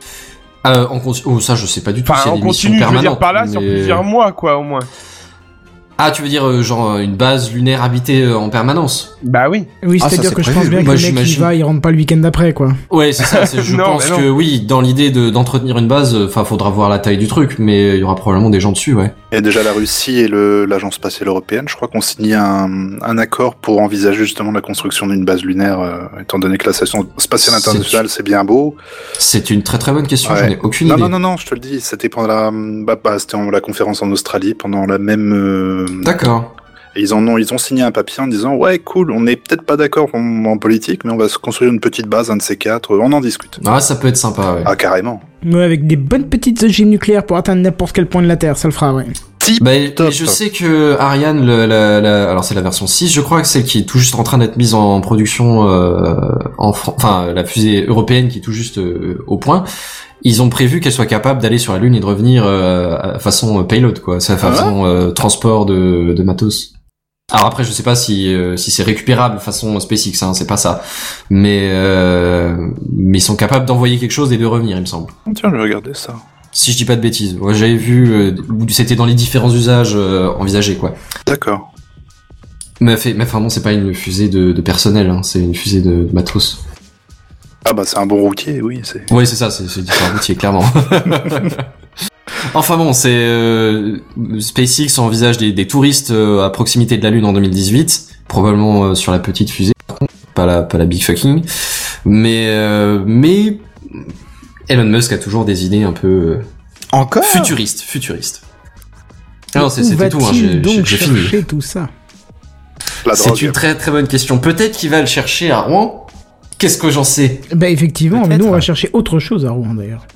fait. Euh, en continu- oh, ça, je sais pas du tout. Enfin, c'est en des missions continu, je veux dire permanentes, par là, sur mais- plusieurs mois, quoi, au moins. Ah, tu veux dire euh, genre une base lunaire habitée euh, en permanence Bah oui. Oui, Ah, c'est-à-dire que je pense bien que Moi, le mec qui j'imagine- va, il rentre pas le week-end d'après, quoi. Ouais, c'est (laughs) ça. c'est- Je Non, pense mais non. que oui, dans l'idée de- d'entretenir une base, euh, enfin, faudra voir la taille du truc, mais il y aura probablement des gens dessus, ouais. Et déjà la Russie et le- l'Agence spatiale européenne, je crois qu'on signe un, un accord pour envisager justement la construction d'une base lunaire, euh, étant donné que la station spatiale C'est- internationale c'est bien beau. C'est une très très bonne question. Ouais. J'en ai aucune Non, idée. non, non, non, je te le dis, c'était pendant la, bah, bah, c'était en- la conférence en Australie, pendant la même... euh, D'accord. et ils, en ont, ils ont signé un papier en disant, ouais, cool, on n'est peut-être pas d'accord en, en politique, mais on va se construire une petite base, un de ces quatre, on en discute. Ah, ça peut être sympa. Ouais. Ah, carrément. Ouais, avec des bonnes petites ogives nucléaires pour atteindre n'importe quel point de la Terre, ça le fera, ouais. Tip Bah, et- top. et je sais que Ariane, le- la, la- alors c'est la version 6, je crois que celle qui est tout juste en train d'être mise en production euh, en Fran- enfin la fusée européenne qui est tout juste euh, au point. Ils ont prévu qu'elle soit capable d'aller sur la Lune et de revenir euh, à- façon euh, payload, quoi, ça, Ah ouais façon euh, transport de, de matos. Alors après, je sais pas si euh, si c'est récupérable façon SpaceX, hein, c'est pas ça, mais euh, mais ils sont capables d'envoyer quelque chose et de revenir, il me semble. Bah, Tiens, je vais regarder ça. Si je dis pas de bêtises, ouais, j'avais vu, euh, où c'était dans les différents usages euh, envisagés, quoi. D'accord. Mais, fait, mais enfin bon, c'est pas une fusée de, de personnel, hein, c'est une fusée de, de matos. Ah bah c'est un bon routier, oui, c'est... Ouais, c'est ça, c'est c'est différent routier, clairement. (laughs) enfin bon, c'est euh, SpaceX envisage des, des touristes euh, à proximité de la Lune en 2018, probablement euh, sur la petite fusée, par contre, pas la, pas la big fucking. Mais euh, mais Elon Musk a toujours des idées un peu euh, Encore futuristes, futuristes. Ah non, c'est- Où c'était tout, hein, va-t-il j'ai- j'ai donc j'ai fini. chercher tout ça La drogue. C'est une très très bonne question. Peut-être qu'il va le chercher à Rouen. Qu'est-ce que j'en sais Bah, effectivement, mais Peut-être, nous, on va ouais. chercher autre chose à Rouen, d'ailleurs.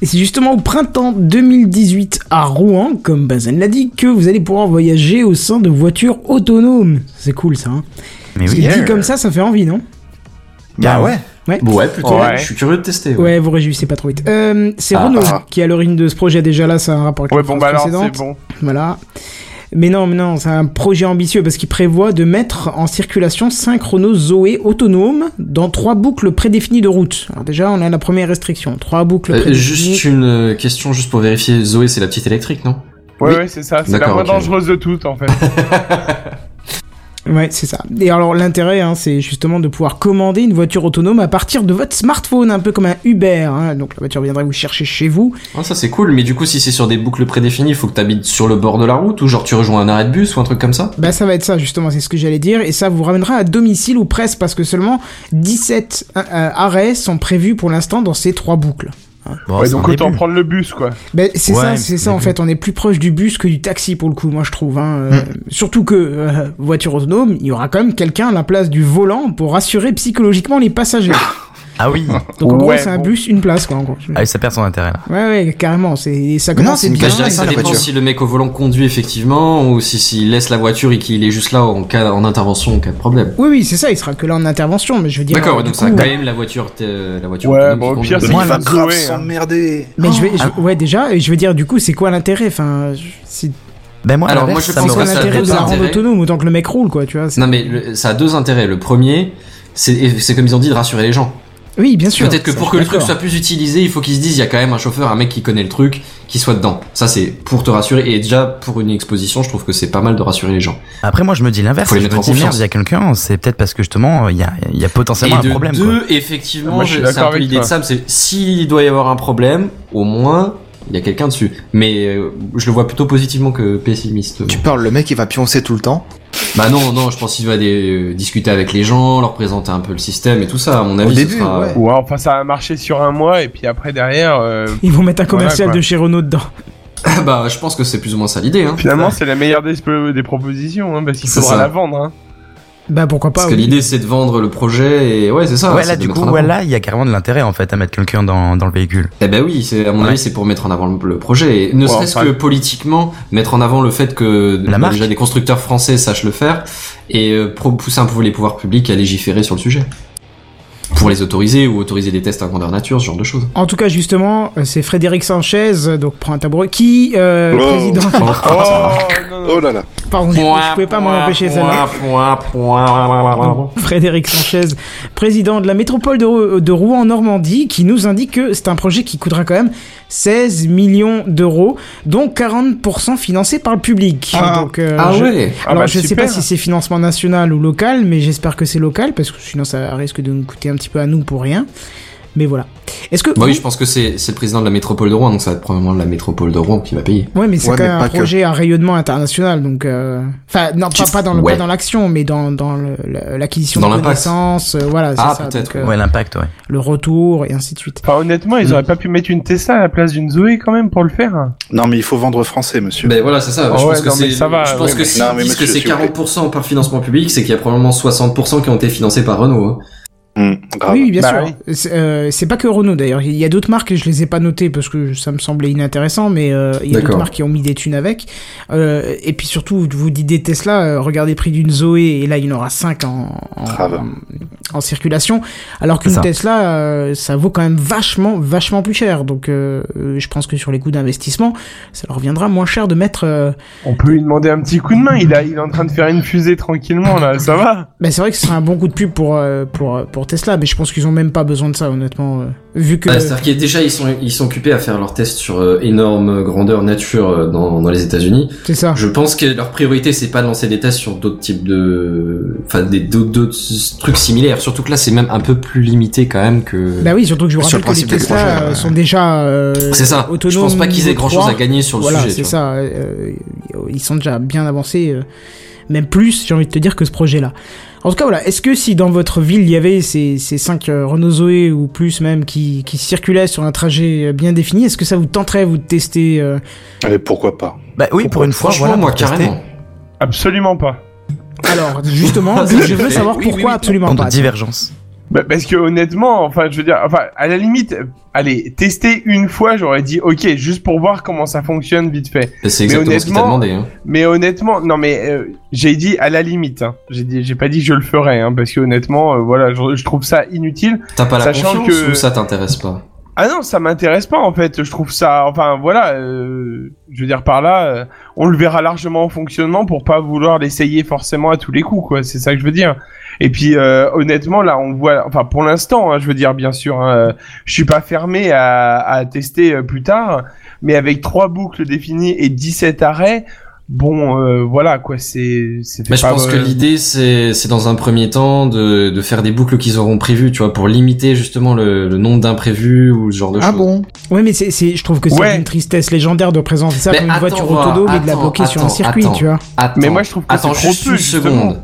Et c'est justement au printemps 2018 à Rouen, comme Bazin l'a dit, que vous allez pouvoir voyager au sein de voitures autonomes. C'est cool ça. Hein. Mais Parce que oui. dit comme ça, ça fait envie, non Bah ouais. Ouais. Ouais, plutôt. Ouais. Je suis curieux de tester. ouais. Ouais, vous réjouissez pas trop vite. Euh, c'est Ah, Renault ah. qui est à l'origine de ce projet déjà là, ça a un rapport avec Ouais, la phrase bon, bah alors, précédente. c'est bon. Voilà. Mais non, mais non, c'est un projet ambitieux parce qu'il prévoit de mettre en circulation 5 Renault Zoé autonomes dans trois boucles prédéfinies de route. Alors déjà, on a la première restriction, trois boucles Euh, prédéfinies. juste une euh, question, juste pour vérifier. Zoé, c'est la petite électrique, non Ouais, Oui. ouais, c'est ça. C'est la D'accord, moins ok. dangereuse de (laughs) toutes, en fait. Ouais, c'est ça. Et alors l'intérêt, hein, c'est justement de pouvoir commander une voiture autonome à partir de votre smartphone, un peu comme un Uber. hein. Donc la voiture viendra vous chercher chez vous. Ah, ça c'est cool. Mais du coup, si c'est sur des boucles prédéfinies, faut que t'habites sur le bord de la route ou genre tu rejoins un arrêt de bus ou un truc comme ça. Bah ça va être ça justement, c'est ce que j'allais dire. Et ça vous ramènera à domicile ou presque parce que seulement 17 euh, euh, arrêts sont prévus pour l'instant dans ces trois boucles. Bon, ouais, c'est donc un autant début. prendre le bus, quoi. Ben, c'est Ouais, ça, mais c'est au ça en début. fait. On est plus proche du bus que du taxi pour le coup, moi je trouve. Hein. Euh, Mm. Surtout que euh, voiture autonome, il y aura quand même quelqu'un à la place du volant pour rassurer psychologiquement les passagers. Ah oui. Donc en gros, Ouais, c'est un bon. bus, une place quoi. En gros. Ah oui, ça perd son intérêt là. Ouais, ouais, carrément. C'est et ça Mais non, commence. c'est une bien, Bah, Ah, je dirais que ouais, ça la dépend voiture. si le mec au volant conduit effectivement ou si s'il laisse la voiture et qu'il est juste là en cas en intervention en cas de problème. Oui, oui, c'est ça. Il sera que là en intervention, mais je veux dire. D'accord. euh, ouais, Donc du ça a coup, quand même la voiture, euh, la voiture. Ouais, autonome bon, qui au conduit. pire, c'est- Moi, Il il va va grave Zoé, hein. s'emmerder. Mais je vais, je- Ah. ouais, déjà, et je veux dire, du coup, c'est quoi l'intérêt Enfin, je- c'est Ben moi, à Alors, l'inverse, moi, je ça pense c'est quoi m'aurait que ça fait l'intérêt de deux la bizarre. rendre intérêts. autonome autant que le mec roule, quoi, tu vois c'est- Non mais le- ça a deux intérêts. Le premier, c'est et c'est comme ils ont dit de rassurer les gens. Oui, bien sûr. Peut-être que ça, pour je que le suis truc d'accord. soit plus utilisé, il faut qu'ils se disent il y a quand même un chauffeur, un mec qui connaît le truc, qui soit dedans. Ça c'est pour te rassurer et déjà pour une exposition, je trouve que c'est pas mal de rassurer les gens. Après, moi, je me dis l'inverse. Faut Je les me mettre en dis merde, confiance. il y a quelqu'un. C'est peut-être parce que justement, il y a, il y a potentiellement et de un problème. deux, quoi. effectivement, Moi, je suis c'est d'accord un peu avec l'idée de toi. Sam, c'est s'il doit y avoir un problème, au moins il y a quelqu'un dessus. Mais euh, je le vois plutôt positivement que pessimiste. Tu parles, le mec il va pioncer tout le temps. Bah non, non, je pense qu'il va des- euh, discuter avec les gens, leur présenter un peu le système et tout ça. À mon avis, ce début, sera- ouais. Ouais, enfin, ça a marché sur un mois, et puis après, derrière, euh, Ils vont mettre un Voilà, commercial quoi. de chez Renault dedans. (laughs) bah je pense que c'est plus ou moins ça l'idée. Hein. finalement, c'est la meilleure des, des propositions, hein, parce qu'il C'est faudra ça. la vendre, hein. Bah pourquoi pas Parce que oui. l'idée c'est de vendre le projet et ouais c'est ça. ouais, c'est là, de du mettre coup, en avant. ouais, là, il y a carrément de l'intérêt en fait à mettre quelqu'un dans, dans le véhicule. Eh ben oui, c'est à mon Ouais. avis c'est pour mettre en avant le, le projet. Et ne Ouais, serait-ce enfin- que politiquement, mettre en avant le fait que La bah, marque. déjà des constructeurs français sachent le faire et euh, pro- pousser un peu les pouvoirs publics à légiférer sur le sujet. pour les autoriser ou autoriser des tests à grandeur nature, ce genre de (laughs) choses. En tout cas, justement, euh, c'est Frédéric Sanchez, euh, donc prends un tabouret, qui euh, Oh. président. Ah, Oh là là. Pardon, je, je pouvais pas m'en empêcher celle-là. Frédéric Sanchez, président de la métropole de, de Rouen en Normandie, qui nous indique que c'est un projet qui coûtera quand même 16 millions d'euros, dont 40% financé par le public. Ah. Donc, euh, Ah je- ouais Ah Alors bah, je sais super. pas si c'est financement national ou local, mais j'espère que c'est local parce que sinon ça risque de nous coûter un petit peu à nous pour rien. Mais voilà. Est-ce que Bah oui, je pense que c'est c'est le président de la métropole de Rouen, donc ça va être probablement la métropole de Rouen qui va payer. Ouais, mais c'est Ouais, quand mais même pas un que. projet à rayonnement international, donc. euh, Enfin, non, pas, Tu- pas dans le- ouais. pas dans l'action, mais dans dans le- le- l'acquisition Dans de l'impact. connaissances, euh, voilà, c'est Ah, ça. peut-être, donc, euh, Ouais, l'impact, ouais. Le retour et ainsi de suite. Enfin, honnêtement, Mm. ils auraient pas pu mettre une Tesla à la place d'une Zoé quand même pour le faire. Non, mais il faut vendre français, monsieur. Ben voilà, c'est ça. Ah je ouais, pense que non, mais c'est. ça va, je pense ouais, que mais- si Non, ils mais disent que monsieur, c'est s'il vous plaît. 40% par financement public, c'est qu'il y a probablement 60% qui ont été financés par Renault. hein. Hum, grave. Oui, oui, bien Bah sûr. C'est euh, c'est pas que Renault d'ailleurs. Il y a d'autres marques, je les ai pas notées parce que ça me semblait inintéressant, mais euh, il y a d'autres D'accord. marques qui ont mis des thunes avec. Euh, et puis surtout, vous- vous dites des Tesla, euh, regardez le prix d'une Zoé, et là il y en aura 5 en, en, Grave. en- en circulation, alors C'est qu'une ça. Tesla, euh, ça vaut quand même vachement, vachement plus cher. Donc euh, euh, je pense que sur les coûts d'investissement, ça leur reviendra moins cher de mettre... euh, On peut lui demander un petit coup de main. Il, a, il est en train de faire une fusée tranquillement là. Ça va. Ben, c'est vrai que ce serait un bon coup de pub pour, euh, pour, euh, pour Tesla, mais je pense qu'ils ont même pas besoin de ça, honnêtement, euh, vu que... Ah, C'est-à-dire qu'ils déjà ils sont ils sont occupés à faire leurs tests sur euh, énorme grandeur nature euh, dans, dans les États-Unis. c'est ça. Je pense que leur priorité c'est pas de lancer des tests sur d'autres types de, enfin des d'autres- d'autres trucs similaires. Surtout que là c'est même un peu plus limité quand même que. Bah oui, surtout que je vous Euh, Sur rappelle le que les principe des Tesla projets, euh, ouais. sont déjà euh, c'est ça. autonomes. je pense pas qu'ils aient niveau grand chose 3. à gagner sur le Voilà, sujet. c'est tu vois. ça. euh, ils sont déjà bien avancés, euh, même plus, j'ai envie de te dire, que ce projet-là. En tout cas, voilà, est-ce que si dans votre ville il y avait ces, ces 5 Renault Zoé ou plus même qui, qui circulaient sur un trajet euh, bien défini, est-ce que ça vous tenterait vous de tester euh, Et pourquoi pas Bah oui, pour une fois, Franchement, voilà, moi pour tester. carrément. Absolument pas. (laughs) Alors, justement, je veux savoir pourquoi absolument Point de pas. divergence. Bah, parce que honnêtement, enfin, je veux dire, enfin, à la limite, euh, allez, tester une fois, j'aurais dit, ok, juste pour voir comment ça fonctionne vite fait. Et C'est exactement ce qu'il t'a honnêtement, demandé. hein. Mais honnêtement, non, mais euh, j'ai dit à la limite. Hein. J'ai dit, j'ai pas dit je le ferais, hein, parce que honnêtement, euh, voilà, je, je trouve ça inutile. T'as pas la sachant confiance que- ou ça t'intéresse pas Ah non, ça m'intéresse pas en fait. Je trouve ça, enfin voilà, euh, je veux dire par là, euh, on le verra largement en fonctionnement pour pas vouloir l'essayer forcément à tous les coups, quoi. C'est ça que je veux dire. Et puis euh, honnêtement, là, on voit, enfin pour l'instant, hein, je veux dire bien sûr, hein, euh, je suis pas fermé à, à tester euh, plus tard, mais avec trois boucles définies et 17 arrêts, bon, euh, voilà quoi, c'est, c'est Mais je pense que l'idée, c'est, c'est dans un premier temps de, de faire des boucles qu'ils auront prévues, tu vois, pour limiter justement le, le nombre d'imprévus ou ce genre de choses. bon Ouais, mais c'est, c'est, je trouve que c'est Ouais. une tristesse légendaire de présenter ça Mais comme une attends voiture voir, autonome et de la attends, bloquer sur un attends, circuit, attends. tu vois. Attends, Mais moi, je trouve que attends c'est trop juste peu, une justement. seconde.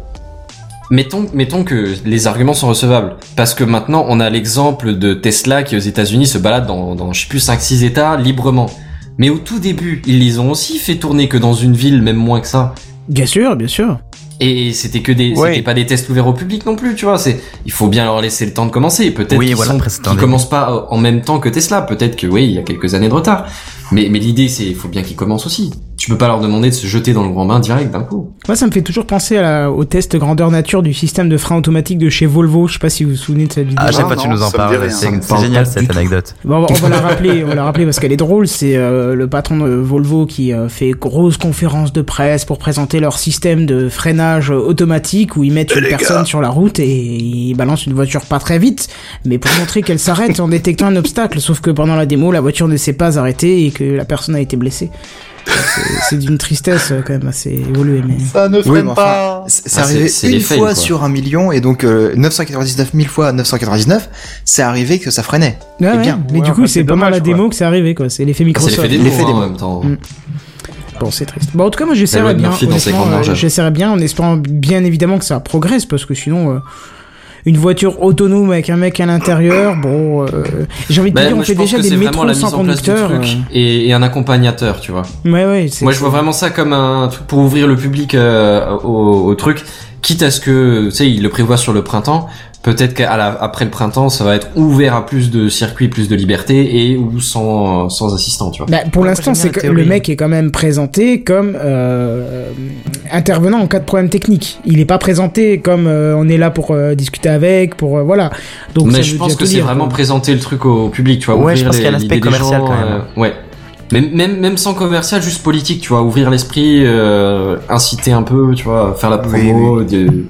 Mettons, mettons que les arguments sont recevables. Parce que maintenant, on a l'exemple de Tesla qui, aux États-Unis, se balade dans, dans je sais plus, 5-6 États librement. Mais au tout début, ils les ont aussi fait tourner que dans une ville, même moins que ça. Bien sûr, bien sûr. Et c'était que des, Ouais. c'était pas des tests ouverts au public non plus, tu vois. C'est, il faut bien leur laisser le temps de commencer. Peut-être Oui, qu'ils voilà, sont- après, c'est un qu'ils début. commencent pas euh, en même temps que Tesla. Peut-être que oui, il y a quelques années de retard. Mais, mais l'idée, c'est, il faut bien qu'ils commencent aussi. Tu peux pas leur demander de se jeter dans le grand bain direct d'un coup. Moi, ça me fait toujours penser à la- au test grandeur nature du système de frein automatique de chez Volvo. Je sais pas si vous vous souvenez de cette vidéo. À chaque Ah fois, tu non, nous en ça me dit parles. rien. Ça C'est me c'est parle génial pas cette du tout. anecdote. Bon, on va- on va la rappeler, on va la rappeler parce qu'elle est drôle. C'est euh, le patron de Volvo qui euh, fait grosse conférence de presse pour présenter leur système de freinage euh, automatique où ils mettent une personne sur la route et ils balancent une voiture pas très vite, mais pour montrer qu'elle s'arrête en détectant un obstacle. Sauf que pendant la démo, la voiture ne s'est pas arrêtée et que la personne a été blessée. Donc, c'est- C'est d'une tristesse euh, quand même assez évoluée, mais. Ça ne Oui, mais enfin, c'est c'est Ah, arrivé c'est- c'est une les fails, fois quoi. sur un million et donc euh, 999 000 fois 999, c'est arrivé que ça freinait. Ouais, Eh ouais, bien, Mais ouais, du bah, coup, enfin, c'est c'est pendant dommage, la quoi. démo que c'est arrivé, quoi. C'est l'effet Microsoft. C'est l'effet des L'effet mots, hein, des en même temps. Mm. Bon, c'est triste. Bon, en tout cas, moi, La j'essaierai loi de bien. Murphy dans ses honnêtement, grandes euh, marges. J'essaierai bien en espérant bien évidemment que ça progresse parce que sinon, euh, une voiture autonome avec un mec à l'intérieur, bon, euh, j'ai envie de Ben, dire, on moi, je fait pense déjà que des c'est vraiment métros la mise sans en place du conducteur. truc et, et un accompagnateur, tu vois. euh, Ouais, ouais, c'est. Moi, je vois vraiment ça comme un truc pour ouvrir le public euh, au, au truc, quitte à ce que, tu sais, ils le prévoient sur le printemps, Peut-être qu'après le printemps, ça va être ouvert à plus de circuits, plus de liberté et ou sans, sans assistant, tu vois. Bah, pour l'instant, c'est que le mec est quand même présenté comme euh, intervenant en cas de problème technique. Il n'est pas présenté comme euh, on est là pour euh, discuter avec, pour euh, voilà. Donc ça mais je veut pense déjà que tout c'est dire, vraiment quoi. présenter le truc au public, tu vois. Ouais, je ouvrir pense qu'il y a les- l'aspect l'idée des commercial, gens, quand même. euh, ouais. Même, même, même sans commercial, juste politique, tu vois, ouvrir l'esprit, euh, inciter un peu, tu vois, faire la promo, de-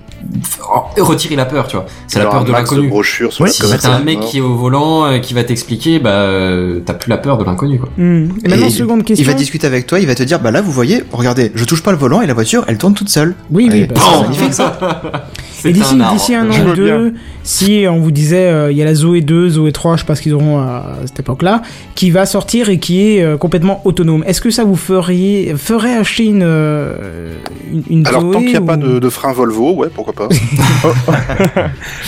f- retirer la peur, tu vois. C'est la Genre peur un de max l'inconnu. brochure sur Oui, la Si commerce t'as un mec mort. qui est au volant euh, qui va t'expliquer, bah euh, t'as plus la peur de l'inconnu quoi. Hmm. Et maintenant, Et seconde Il question. va discuter avec toi, il va te dire bah là vous voyez, regardez, je touche pas le volant et la voiture elle tourne toute seule. Oui, oui. Et- bah, Oh, Bam ça, C'est magnifique, (laughs) Et C'est d'ici un art. d'ici un Je an vois ou deux, si on vous disait euh, il y a la Zoé 2, Zoé 3, je sais pas ce qu'ils auront à cette époque-là, qui va sortir et qui est euh, complètement autonome, est-ce que ça vous feriez, ferait acheter une, euh, une, une Alors, Zoé tant qu'il n'y a ou- pas de, de frein Volvo, ouais, pourquoi pas. Non,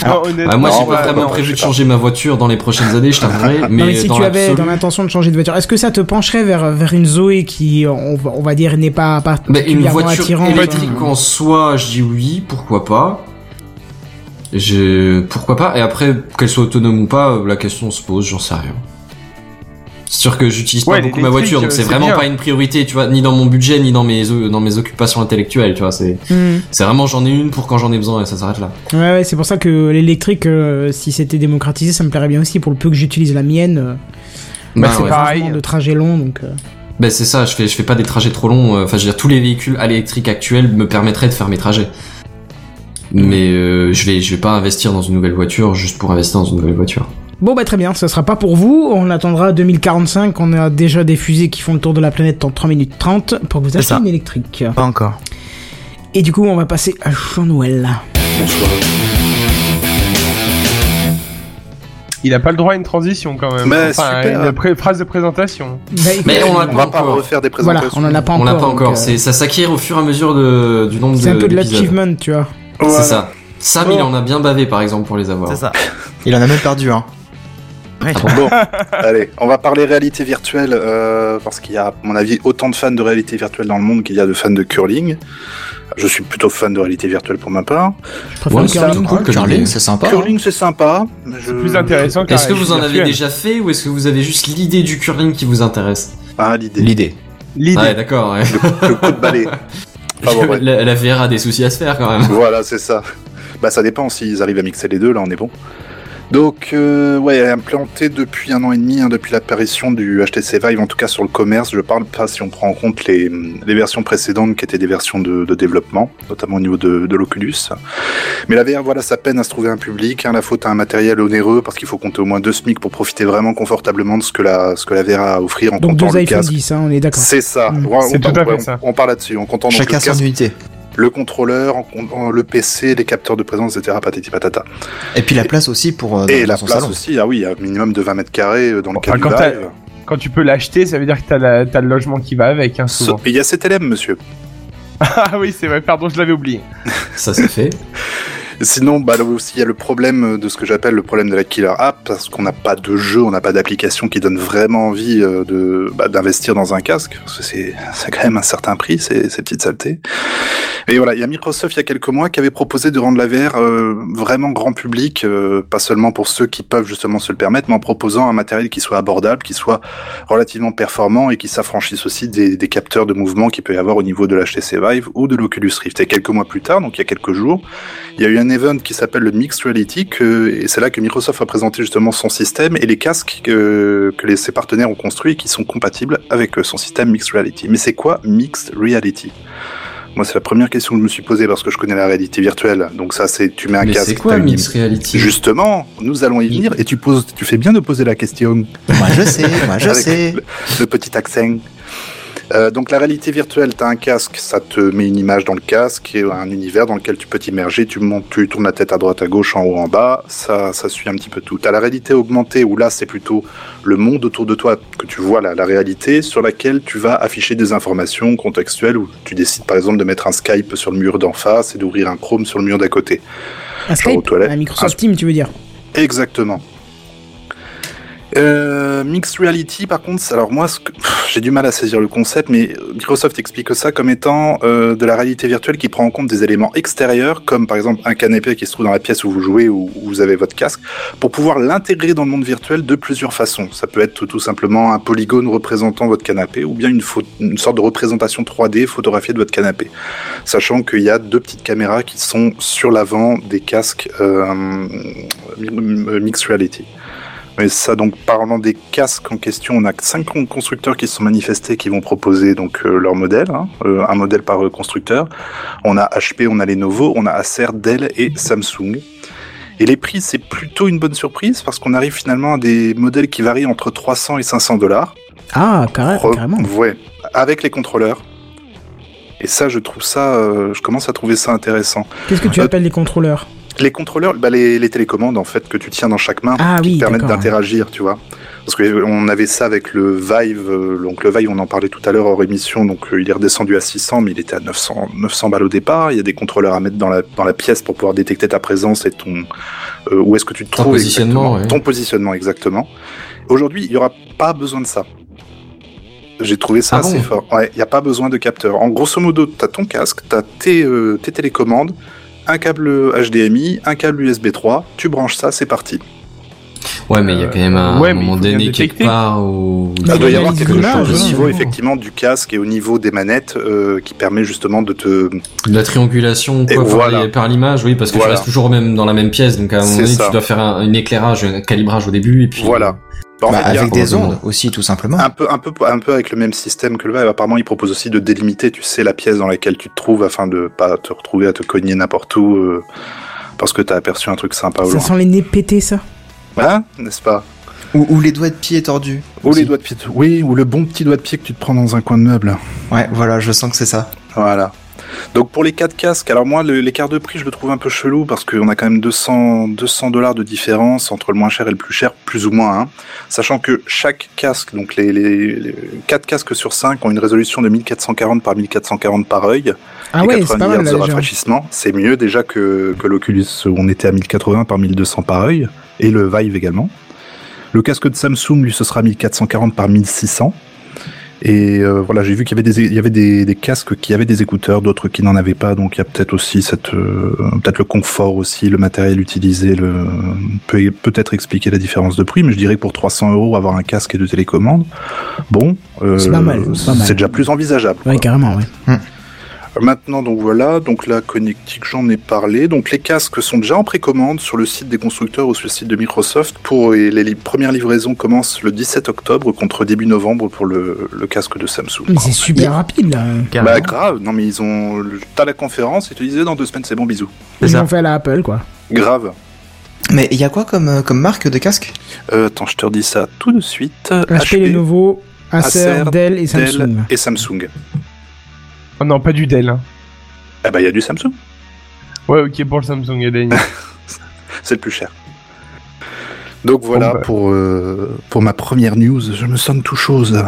Ah, honnêtement, Bah, moi, j'ai Non, pas bah, vraiment non, prévu je de sais pas. changer ma voiture dans les prochaines années, je t'avouerai. Mais, Non, mais si dans tu avais l'absolu- dans l'intention de changer de voiture, est-ce que ça te pencherait vers, vers une Zoé qui, on va, on va dire, n'est pas Bah, une particulièrement voiture attirante hein électrique en soi, je dis oui, pourquoi pas. Je... Pourquoi pas Et après, qu'elle soit autonome ou pas, euh, la question se pose, j'en sais rien. C'est sûr que j'utilise pas Ouais, beaucoup ma l'électrique, voiture, donc euh, c'est c'est vraiment bien. pas une priorité, tu vois, ni dans mon budget, ni dans mes, euh, dans mes occupations intellectuelles, tu vois. C'est Hmm. c'est vraiment j'en ai une pour quand j'en ai besoin et ça s'arrête là. Ouais, ouais, c'est pour ça que l'électrique, euh, si c'était démocratisé, ça me plairait bien aussi pour le peu que j'utilise la mienne. euh, Bah, Ben c'est ouais. changement pas- Pareil. de trajet long, donc. euh, Ben c'est ça, je fais, je fais pas des trajets trop longs. euh, Enfin, je veux dire, tous les véhicules à l'électrique actuels me permettraient de faire mes trajets. Mm. Mais euh, je vais, je vais pas investir dans une nouvelle voiture juste pour investir dans une nouvelle voiture. Bon bah très bien, ça sera pas pour vous, on attendra 2045, on a déjà des fusées qui font le tour de la planète en 3 minutes 30 pour que vous C'est achetiez ça. une électrique. Pas encore. Et du coup on va passer à Jean-Noël. Il a pas le droit à une transition quand même. Mais enfin, super. une pré- phrase de présentation. Bah, écoute, Mais on l'a On va pas pas encore. refaire des voilà, présentations. on en a pas On encore. l'a pas donc, encore. euh, C'est ça s'acquiert au fur et à mesure de, du nombre de. c'est un peu de d'épisodes. l'achievement, Oh. tu vois. Voilà. C'est ça. Sam, il en a bien bavé par exemple pour les avoir. C'est ça. Il en a même perdu un. Ouais. Bon, allez, on va parler réalité virtuelle euh, parce qu'il y a, à mon avis, autant de fans de réalité virtuelle dans le monde qu'il y a de fans de curling. Je suis plutôt fan de réalité virtuelle pour ma part. Je préfère Ouais, le c'est curling. tout cool, Ouais, que Ah, curling, l'on c'est sympa. hein. curling, c'est sympa. mais je- Plus intéressant que la Est-ce que vous en réalité avez déjà virtuelle. fait ou est-ce que vous avez juste l'idée du curling qui vous intéresse Ah Ah, l'idée. L'idée. L'idée. Ouais, d'accord. ouais. Le coup de (laughs) balai. Pas vrai. la, la VR a des soucis à se faire quand même. (laughs) voilà, c'est ça. Bah, ça dépend s'ils arrivent à mixer les deux, là, on est bon. Donc, euh, ouais, elle est implantée depuis un an et demi, hein, depuis l'apparition du HTC Vive, en tout cas sur le commerce. Je parle pas si on prend en compte les, les versions précédentes qui étaient des versions de, de développement, notamment au niveau de, de l'Oculus. Mais la VR, voilà, ça peine à se trouver un public. hein. la faute à un matériel onéreux, parce qu'il faut compter au moins deux SMIC pour profiter vraiment confortablement de ce que la, ce que la VR a à offrir en Donc comptant deux le iPhone casque. 10, hein, on est d'accord. C'est ça. Mm. On- C'est on- tout à fait on- ça. On parle là-dessus. On compte en donc Chacun le son casque unité. le contrôleur, en com- en- le PC, les capteurs de présence, etc. Patati patata. Et puis la place aussi pour euh, dans, Et dans la son place salon. aussi, ah oui, un minimum de 20 mètres carrés euh, dans le Enfin, cas du quand t'as- live. Quand tu peux l'acheter, ça veut dire que t'as, la- t'as le logement qui va avec, hein, So- souvent. Et il y a CTLM, monsieur. (laughs) ah oui, c'est vrai, pardon, je l'avais oublié. Ça c'est fait. Sinon, bah, là aussi, il y a le problème de ce que j'appelle le problème de la killer app, parce qu'on n'a pas de jeu, on n'a pas d'application qui donne vraiment envie euh, de bah, d'investir dans un casque. Parce que c'est c'est quand même un certain prix, ces, ces petites saletés. Et voilà, il y a Microsoft, il y a quelques mois, qui avait proposé de rendre la VR euh, vraiment grand public, euh, pas seulement pour ceux qui peuvent justement se le permettre, mais en proposant un matériel qui soit abordable, qui soit relativement performant et qui s'affranchissent aussi des, des capteurs de mouvement qu'il peut y avoir au niveau de l'HTC Vive ou de l'Oculus Rift. Et quelques mois plus tard, donc il y a quelques jours, il y a eu un event qui s'appelle le Mixed Reality, que, et c'est là que Microsoft a présenté justement son système et les casques que, que les- ses partenaires ont construits et qui sont compatibles avec euh, son système Mixed Reality. Mais c'est quoi Mixed Reality Moi, c'est la première question que je me suis posée parce que je connais la réalité virtuelle. Donc ça, c'est tu mets un Mais casque. c'est quoi t'as une- Mixed Reality Justement, nous allons y venir et tu poses, tu fais bien de poser la question Moi je sais, moi je Avec sais. Le, le petit accent. Euh, donc la réalité virtuelle, t'as un casque, ça te met une image dans le casque, et un univers dans lequel tu peux t'immerger, tu montes, tu tournes la tête à droite, à gauche, en haut, en bas, ça, ça suit un petit peu tout. T'as la réalité augmentée où là c'est plutôt le monde autour de toi que tu vois là, la réalité sur laquelle tu vas afficher des informations contextuelles où tu décides par exemple de mettre un Skype sur le mur d'en face et d'ouvrir un Chrome sur le mur d'à côté. Un aux Skype, toilettes, Ah. un un- Microsoft Team, tu veux dire Exactement. Euh, Euh, mixed reality, par contre, c'est- alors moi, ce que- pff, j'ai du mal à saisir le concept, mais Microsoft explique ça comme étant euh, de la réalité virtuelle qui prend en compte des éléments extérieurs, comme par exemple un canapé qui se trouve dans la pièce où vous jouez ou où vous avez votre casque, pour pouvoir l'intégrer dans le monde virtuel de plusieurs façons. Ça peut être tout simplement un polygone représentant votre canapé, ou bien une, pho- une sorte de représentation 3D photographiée de votre canapé, sachant qu'il y a deux petites caméras qui sont sur l'avant des casques euh, mi- mi- mixed reality. Mais ça, donc, parlant des casques en question, on a cinq con- constructeurs qui se sont manifestés, qui vont proposer donc euh, leur modèle, hein, euh, un modèle par euh, constructeur. On a HP, on a Lenovo, on a Acer, Dell et Samsung. Et les prix, c'est plutôt une bonne surprise parce qu'on arrive finalement à des modèles qui varient entre 300 et 500 dollars. Ah, carré- Re- carrément. Ouais, avec les contrôleurs. Et ça, je trouve ça, euh, je commence à trouver ça intéressant. Qu'est-ce que tu Euh, appelles les contrôleurs les contrôleurs, bah, les, les télécommandes en fait que tu tiens dans chaque main Ah qui oui, te permettent d'accord. d'interagir, tu vois. Parce que euh, on avait ça avec le Vive, euh, donc le Vive, on en parlait tout à l'heure hors émission, donc euh, il est redescendu à 600, mais il était à 900, 900 balles au départ. Il y a des contrôleurs à mettre dans la, dans la pièce pour pouvoir détecter ta présence et ton euh, où est-ce que tu te Ton trouves positionnement, exactement. ouais. ton positionnement exactement. Aujourd'hui, il y aura pas besoin de ça. J'ai trouvé ça Ah assez bon fort. Ouais, il n'y a pas besoin de capteur. En grosso modo, tu as ton casque, tu as tes, euh, tes télécommandes, un câble HDMI, un câble USB 3, tu branches ça, c'est parti. Ouais, mais il y a euh, quand même un ouais, mais il moment faut bien donné détecter. quelque part où Il doit y mais avoir les quelque images, chose au hein, niveau vraiment. effectivement du casque et au niveau des manettes euh, qui permet justement de te. de la triangulation Et quoi, par voilà. les- par l'image, oui, parce que Voilà. tu restes toujours même dans la même pièce, donc à un moment C'est donné, ça. tu dois faire un, un éclairage, un calibrage au début, et puis Voilà. En Bah, fait, il y a- Ah. avec des probablement. ondes aussi, tout simplement. Un peu, un, peu, un peu avec le même système que le Vive. Apparemment, il propose aussi de délimiter, tu sais, la pièce dans laquelle tu te trouves afin de pas te retrouver à te cogner n'importe où euh, parce que t'as aperçu un truc sympa au Ça loin. sent les nez pétés, ça Hein N'est-ce pas Ou, ou les doigts de pied tordus. Ou aussi. les doigts de pied. Oui, ou le bon petit doigt de pied que tu te prends dans un coin de meuble. Ouais, voilà, je sens que c'est ça. Voilà. Donc pour les quatre casques, alors moi le- l'écart de prix je le trouve un peu chelou parce qu'on a quand même 200 200 dollars de différence entre le moins cher et le plus cher, plus ou moins. hein. Sachant que chaque casque, donc les, les, les quatre casques sur 5 ont une résolution de 1440 par 1440 par œil. Ah et ouais, c'est 90 pas mal, Hz là, de déjà. rafraîchissement. C'est mieux déjà que, que l'Oculus où on était à 1080 par 1200 par œil et le Vive également. Le casque de Samsung, lui, ce sera 1440 par 1600. Et euh, voilà, j'ai vu qu'il y avait, des, il y avait des, des casques qui avaient des écouteurs, d'autres qui n'en avaient pas. Donc il y a peut-être aussi cette, euh, peut-être le confort aussi, le matériel utilisé, le, peut peut-être expliquer la différence de prix. Mais je dirais que pour 300 euros, avoir un casque et deux télécommandes, bon, euh, C'est pas mal, c'est pas mal. c'est déjà plus envisageable. Ouais, carrément, ouais. Maintenant, donc voilà, donc la connectique, j'en ai parlé. Donc les casques sont déjà en précommande sur le site des constructeurs ou sur le site de Microsoft. Pour et les li- premières livraisons commencent le 17 octobre contre début novembre pour le, le casque de Samsung. Mais c'est super rapide, là. carrément. Bah grave, non mais ils ont, le- t'as la conférence, ils te disaient dans deux semaines c'est bon bisous. C'est Ils ça. l'ont fait à la Apple, quoi. Grave. Mais il y a quoi comme, euh, comme marque de casque Euh, attends, je te redis ça tout de suite. HP, Lenovo, Acer, Acer, Dell et Dell Samsung. et Samsung. Oh non, pas du Dell. hein. Ah bah il y a du Samsung, Ouais, ok, pour le Samsung et (laughs) Dell. c'est le plus cher. Donc voilà Bon, bah. pour, euh, pour ma première news, je me sonne tout chose.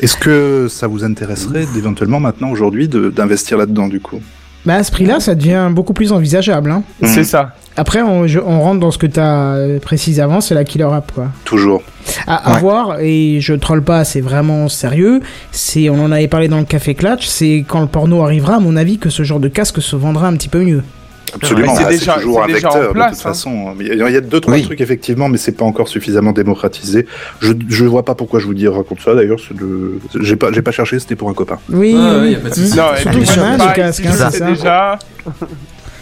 Est-ce que ça vous intéresserait éventuellement maintenant aujourd'hui de- d'investir là-dedans du coup Bah, à ce prix-là, ça devient beaucoup plus envisageable, hein. C'est ça. Après, on, je- on rentre dans ce que t'as euh, précisé avant, c'est la killer app, quoi. Toujours. À, à Ouais. voir, et je troll pas, c'est vraiment sérieux. C'est, on en avait parlé dans le Café Clutch, c'est quand le porno arrivera, à mon avis, que ce genre de casque se vendra un petit peu mieux. Absolument, Mais c'est Ah, déjà- toujours c'est un déjà en vecteur de place, toute hein. façon. Il y a il y a deux trois Oui. trucs effectivement, mais c'est pas encore suffisamment démocratisé. Je je vois pas pourquoi je vous dis raconte ça d'ailleurs. c'est de- J'ai pas j'ai pas cherché, c'était pour un copain. Oui, Ah, oui, ouais, oui. y a pas de souci. Mmh. Non, et Surtout puis, que bah, t'en as un, pareil, le casque, si hein, je c'est sais ça. déjà.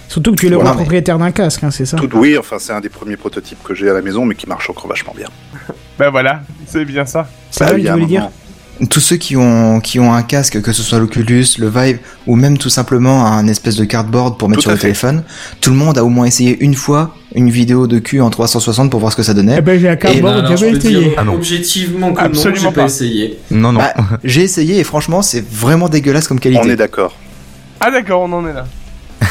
Surtout que tu es le Voilà, propriétaire d'un casque, hein, c'est ça. Tout, oui, enfin c'est un des premiers prototypes que j'ai à la maison, mais qui marche encore vachement bien. Bah voilà, c'est bien ça. C'est Bah, vrai il y que tu a un voulais dire. moment. Tous ceux qui ont, qui ont un casque, que ce soit l'Oculus, le Vive, ou même tout simplement un espèce de cardboard pour mettre Tout sur à le fait. téléphone, tout le monde a au moins essayé une fois une vidéo de cul en 360 pour voir ce que ça Eh donnait. ben, j'ai un Et cardboard, Non, non, j'ai je peux jamais te dire essayé. Ah non. Objectivement, que non, Absolument j'ai pas. pas essayé. ben, Non, non. Bah, j'ai essayé et franchement, c'est vraiment dégueulasse comme On est qualité. d'accord. Ah d'accord, on en est là.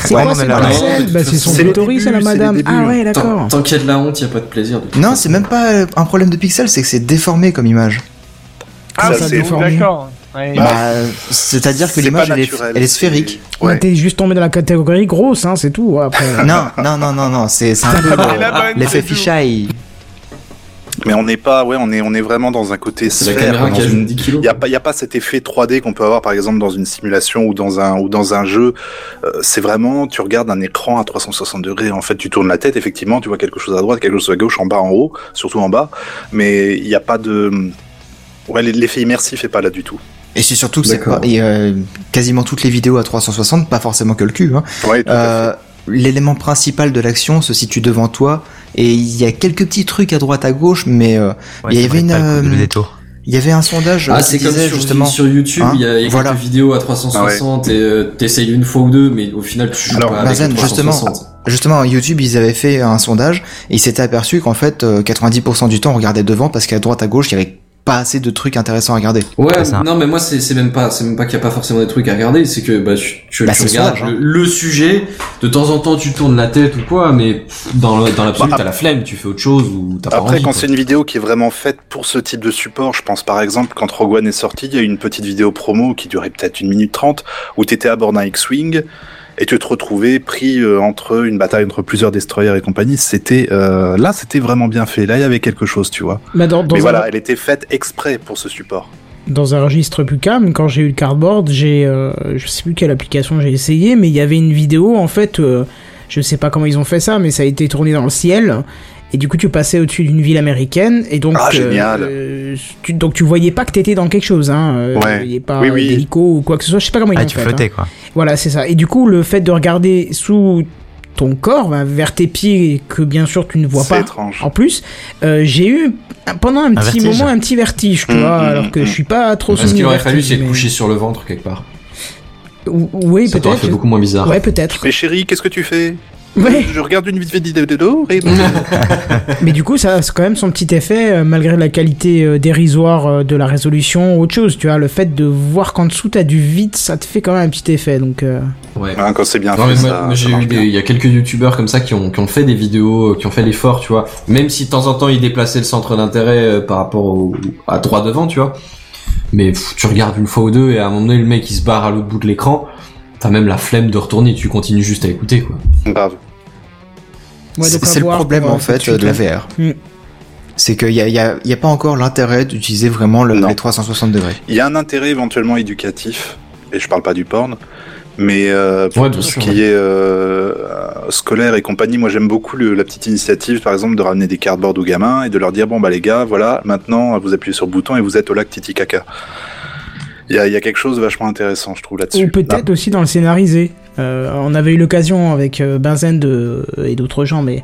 C'est Ouais, quoi on cette est là. Non, parcelle mais Bah, tu- c'est son c'est les autorise, débuts, la c'est les madame. débuts. Ah ouais, Tant d'accord. tant qu'il y a de la honte, il n'y a pas de plaisir. de toute Non, façon. c'est même pas euh, un problème de pixels, c'est que c'est déformé comme image. Ah, Ça, oui, c'est donc, formé. d'accord. Ouais. Bah, c'est-à-dire que C'est l'image, pas elle, est- naturel, elle est c'est- sphérique. Bah, Ouais. T'es juste tombé dans la catégorie grosse, hein, c'est (laughs) tout. Après. Non, non, non, non, non, c'est c'est un peu la le- bonne, l'effet c'est tout. fisheye. Mais on n'est pas, ouais, on est, on est vraiment dans un côté C'est la sphère. caméra dans qui a une- 10 kilos. Il n'y a, pas- y a pas cet effet 3D qu'on peut avoir par exemple dans une simulation ou dans un, ou dans un jeu. Euh, c'est vraiment, tu regardes un écran à 360 degrés, en fait tu tournes la tête, effectivement, tu vois quelque chose à droite, quelque chose à gauche, en bas, en haut, surtout en bas, mais il n'y a pas de... Ouais, l'effet immersif n'est pas là du tout. Et c'est surtout que c'est D'accord. pas- et, euh, quasiment toutes les vidéos à 360, pas forcément que le cul. hein. Ouais, tout à Euh, L'élément principal de l'action se situe devant toi et il y a quelques petits trucs à droite à gauche, mais euh, Ouais, il y ça avait valait une, pas le coup de euh, le détour. il y avait un sondage euh, Ah, qui c'est comme disait sur, justement. sur YouTube, Hein il y a, il y a Voilà. quelques vidéos à 360 et euh, t'essayes une fois ou deux, mais au final tu joues Alors, pas avec Bazen, le 360. Justement, YouTube, ils avaient fait un sondage et ils s'étaient aperçus qu'en fait, euh, 90% du temps, on regardait devant parce qu'à droite à gauche, il y avait pas assez de trucs intéressants à regarder. Ouais, C'est ça. non mais moi c'est c'est même pas c'est même pas qu'il y a pas forcément des trucs à regarder, c'est que bah tu, tu, Bah, tu c'est le regardes sondage, hein. le, le sujet, de temps en temps tu tournes la tête ou quoi, mais pff, dans le- dans l'absolu Bah, t'as la flemme, tu fais autre chose ou t'as pas Après, envie. quand quoi. c'est une vidéo qui est vraiment faite pour ce type de support, je pense par exemple quand Rogue One est sorti, il y a eu une petite vidéo promo qui durait peut-être une minute trente, où tu étais à bord d'un X-Wing et tu te retrouvais pris euh, entre une bataille entre plusieurs destroyers et compagnie. C'était euh, Là, c'était vraiment bien fait. Là, il y avait quelque chose, tu vois. Bah, dans, dans un- Mais voilà, elle était faite exprès pour ce support. dans un registre plus calme, quand j'ai eu le cardboard, j'ai, euh, je sais plus quelle application j'ai essayé, mais il y avait une vidéo en fait, euh, je sais pas comment ils ont fait ça, mais ça a été tourné dans le ciel. Et du coup, tu passais au-dessus d'une ville américaine, et donc Ah, génial. euh, tu, donc tu voyais pas que t'étais dans quelque chose, hein. euh, Ouais. Il y a pas Oui, oui. d'hélico ou quoi que ce soit. Je sais pas comment ils Ah, ont tu fait. hein. flottais, quoi. Voilà, c'est ça. Et du coup, le fait de regarder sous ton corps, bah, vers tes pieds, que bien sûr tu ne vois C'est pas, étrange. en plus, euh, j'ai eu un- pendant un, Un petit vertige. moment un petit vertige, tu Mm, vois, mm, alors que mm. je suis pas trop Parce qu'il soumis au aurait fallu vertige, c'est mais- coucher sur le ventre quelque part. Ou- Oui, Ça t'aurait fait peut-être. beaucoup moins bizarre. Ouais, peut-être. Mais chérie, qu'est-ce que tu fais Ouais. Je regarde une vidéo de dos (laughs) et... Mais du coup, ça a quand même son petit effet, euh, malgré la qualité euh, dérisoire euh, de la résolution ou autre chose, tu vois. Le fait de voir qu'en dessous t'as du vide, ça te fait quand même un petit effet, donc. euh, Ouais. Ouais, Hein, quand c'est bien Non, mais fait, moi- ça, moi, ça j'ai marche eu des- bien. il y a quelques youtubeurs comme ça qui ont, qui ont fait des vidéos, euh, qui ont fait l'effort, tu vois. Même si de temps en temps ils déplaçaient le centre d'intérêt euh, par rapport au, à droit devant, tu vois. Mais pff, tu regardes une fois ou deux et à un moment donné le mec il se barre à l'autre bout de l'écran. T'as même la flemme de retourner, tu continues juste à écouter, quoi. Grave. ouais, donc c'est à c'est le voir problème pour, euh, en tout de fait suite, de la ouais. VR. Mm. C'est qu'il n'y a, il y a- il y a pas encore l'intérêt d'utiliser vraiment le, Non. les 360 degrés. Il y a un intérêt éventuellement éducatif, et je parle pas du porn, mais euh, pour Ouais, tout bien ce sûr, qui ouais. est euh, scolaire et compagnie, moi j'aime beaucoup le- la petite initiative, par exemple, de ramener des cardboards aux gamins et de leur dire bon bah les gars, voilà, maintenant vous appuyez sur le bouton et vous êtes au lac Titicaca. Il y a, il y a quelque chose de vachement intéressant, je trouve, là-dessus. Ou peut-être aussi dans le scénarisé. Euh, on avait eu l'occasion avec euh, Benzen de, et d'autres gens, mais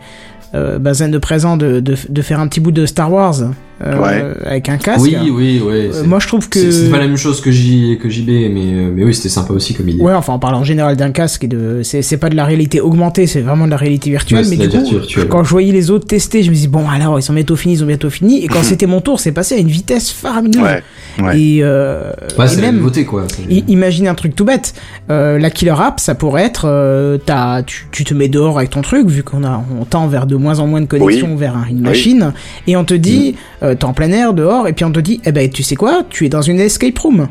euh, Benzen de présent, de, de, de faire un petit bout de Star Wars euh, Ouais. avec un casque. Oui, oui, ouais. Euh, c'est- moi je trouve que. c'est- C'est pas la même chose que, J, que JB, mais, euh, mais oui, c'était sympa aussi comme idée. Ouais, enfin on parle en général d'un casque et de. C'est c'est pas de la réalité augmentée, c'est vraiment de la réalité virtuelle. Ouais, mais c'est du de la coup, virtu- virtuelle. quand je voyais les autres tester, je me dis bon alors ils sont bientôt finis, ils ont bientôt fini. Et quand c'était mon tour, c'est passé à une vitesse faramineuse. Mhm. Ouais, ouais. Et, euh, Ouais, et c'est la même. nouveauté, quoi. C'est- I- imagine un truc tout bête. Euh, la killer app, ça pourrait être, euh, t'as- tu, tu te mets dehors avec ton truc, vu qu'on a, on tend vers de moins en moins de connexion vers un- une machine, et on te dit, Mm. euh, t'es en plein air dehors, et puis on te dit, eh ben tu sais quoi, tu es dans une escape room.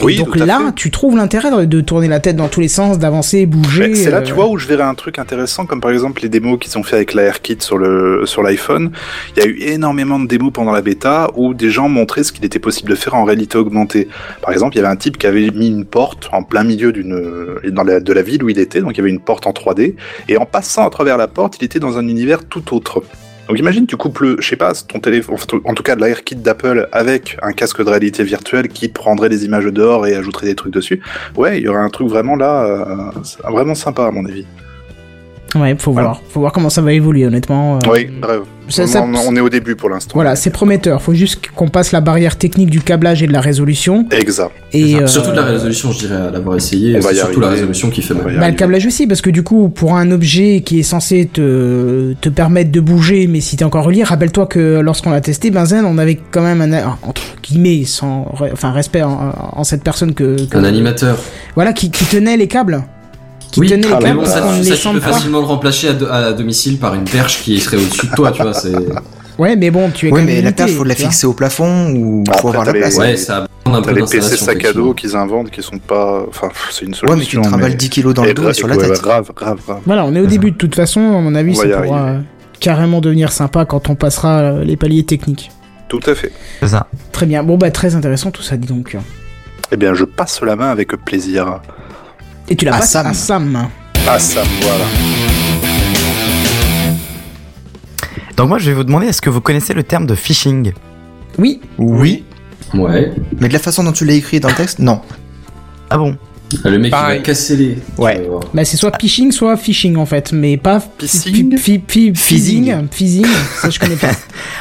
Et Oui, donc tout à là, fait. tu trouves l'intérêt de, de tourner la tête dans tous les sens, d'avancer, bouger. Mais C'est là, tu euh, vois, où je verrais un truc intéressant, comme par exemple les démos qui sont faites avec l'AirKit sur le sur l'iPhone. Il y a eu énormément de démos pendant la bêta où des gens montraient ce qu'il était possible de faire en réalité augmentée. Par exemple, il y avait un type qui avait mis une porte en plein milieu d'une dans la, de la ville où il était, donc il y avait une porte en 3D, et en passant à travers la porte, il était dans un univers tout autre. Donc imagine, tu coupes le, je sais pas, ton téléphone, en tout cas de l'AirKit d'Apple avec un casque de réalité virtuelle qui prendrait des images de dehors et ajouterait des trucs dessus. Ouais, il y aurait un truc vraiment là, euh, c'est vraiment sympa à mon avis. Ouais, faut Voilà. voir, faut voir comment ça va évoluer, honnêtement. euh, Ah, Oui, Mm. bref. ça- on, ça- on- on est au début pour l'instant. voilà, c'est prometteur. Faut juste qu'on passe la barrière technique du câblage et de la résolution. Exact. Ah, Et euh, Surtout de la résolution, je dirais, à l'avoir essayé. On va C'est y surtout la arriver. résolution qui fait On va mal. y Bah, le arriver. câblage aussi, parce que du coup, pour un objet qui est censé te, te permettre de bouger, mais si t'es encore relié, rappelle-toi que lorsqu'on l'a testé, Benzen, on avait quand même un, a- entre guillemets, sans, re- enfin, respect en, en cette personne que, que- Un animateur. voilà, qui, qui tenait les câbles. Qui oui, tenait les ah, mais câbles bon, parce ça, qu'on ne les tu peux sent pas. facilement le remplacer à, do- à domicile par une perche qui serait au-dessus de toi, tu vois. (laughs) C'est Ouais, mais bon, tu es quand Oui, même mais la limité, perche, faut la tu vois. fixer au plafond ou Après, faut avoir la t'as les- place. ouais, ça demande un T'as peu les PC d'installation. sac à effectivement. dos qu'ils inventent, qui sont pas. Enfin, pff, c'est une solution. Eh Ouais, mais tu te trimbales 10 kilos dans Et le dos gra- et sur la ouais, tête. ouais, grave, grave, grave. Voilà, on est au début de toute façon, à mon avis, On va c'est y pour, euh, arriver. carrément devenir sympa quand on passera euh, les paliers techniques. Tout à fait. C'est ça. Très bien. Bon, bah, très intéressant tout ça, dis donc. Eh bien, je passe la main avec plaisir. Et tu la À passes Sam. à Sam. Ah, ça, voilà. Donc moi, je vais vous demander, est-ce que vous connaissez le terme de phishing Oui. Oui. Ouais. Mais de la façon dont tu l'as écrit dans le texte, non. Ah bon Le mec, il Pareil. va casser les. Ouais. Bah, c'est soit phishing, soit phishing en fait, mais pas Phishing phi- phi- phishing. Phishing, ça je connais (laughs) pas.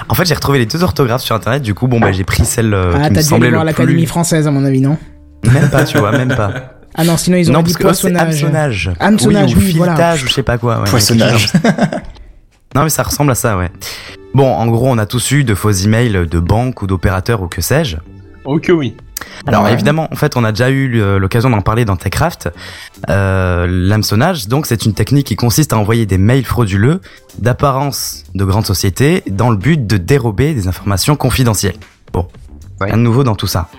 En fait, j'ai retrouvé les deux orthographes sur internet. Du coup, bon, bah, j'ai pris celle euh, Ah, qui me t'as dû aller semblait voir le l'Académie plus. française à mon avis, non Même pas, tu vois, même pas. Ah non, sinon ils ont non, dit parce que eux, c'est poissonnage. hameçonnage. Hameçonnage, ou oui, voilà. filetage, ou je sais pas quoi. ouais. Poissonnage. Non, mais ça ressemble à ça, ouais. Bon, en gros, on a tous eu de faux emails de banque ou d'opérateur ou que sais-je. Ok, oui. Alors Ouais. évidemment, en fait, on a déjà eu euh, l'occasion d'en parler dans Techcraft. Euh, L'hameçonnage, donc, c'est une technique qui consiste à envoyer des mails frauduleux d'apparence de grandes sociétés dans le but de dérober des informations confidentielles. Bon, rien de nouveau dans tout ça.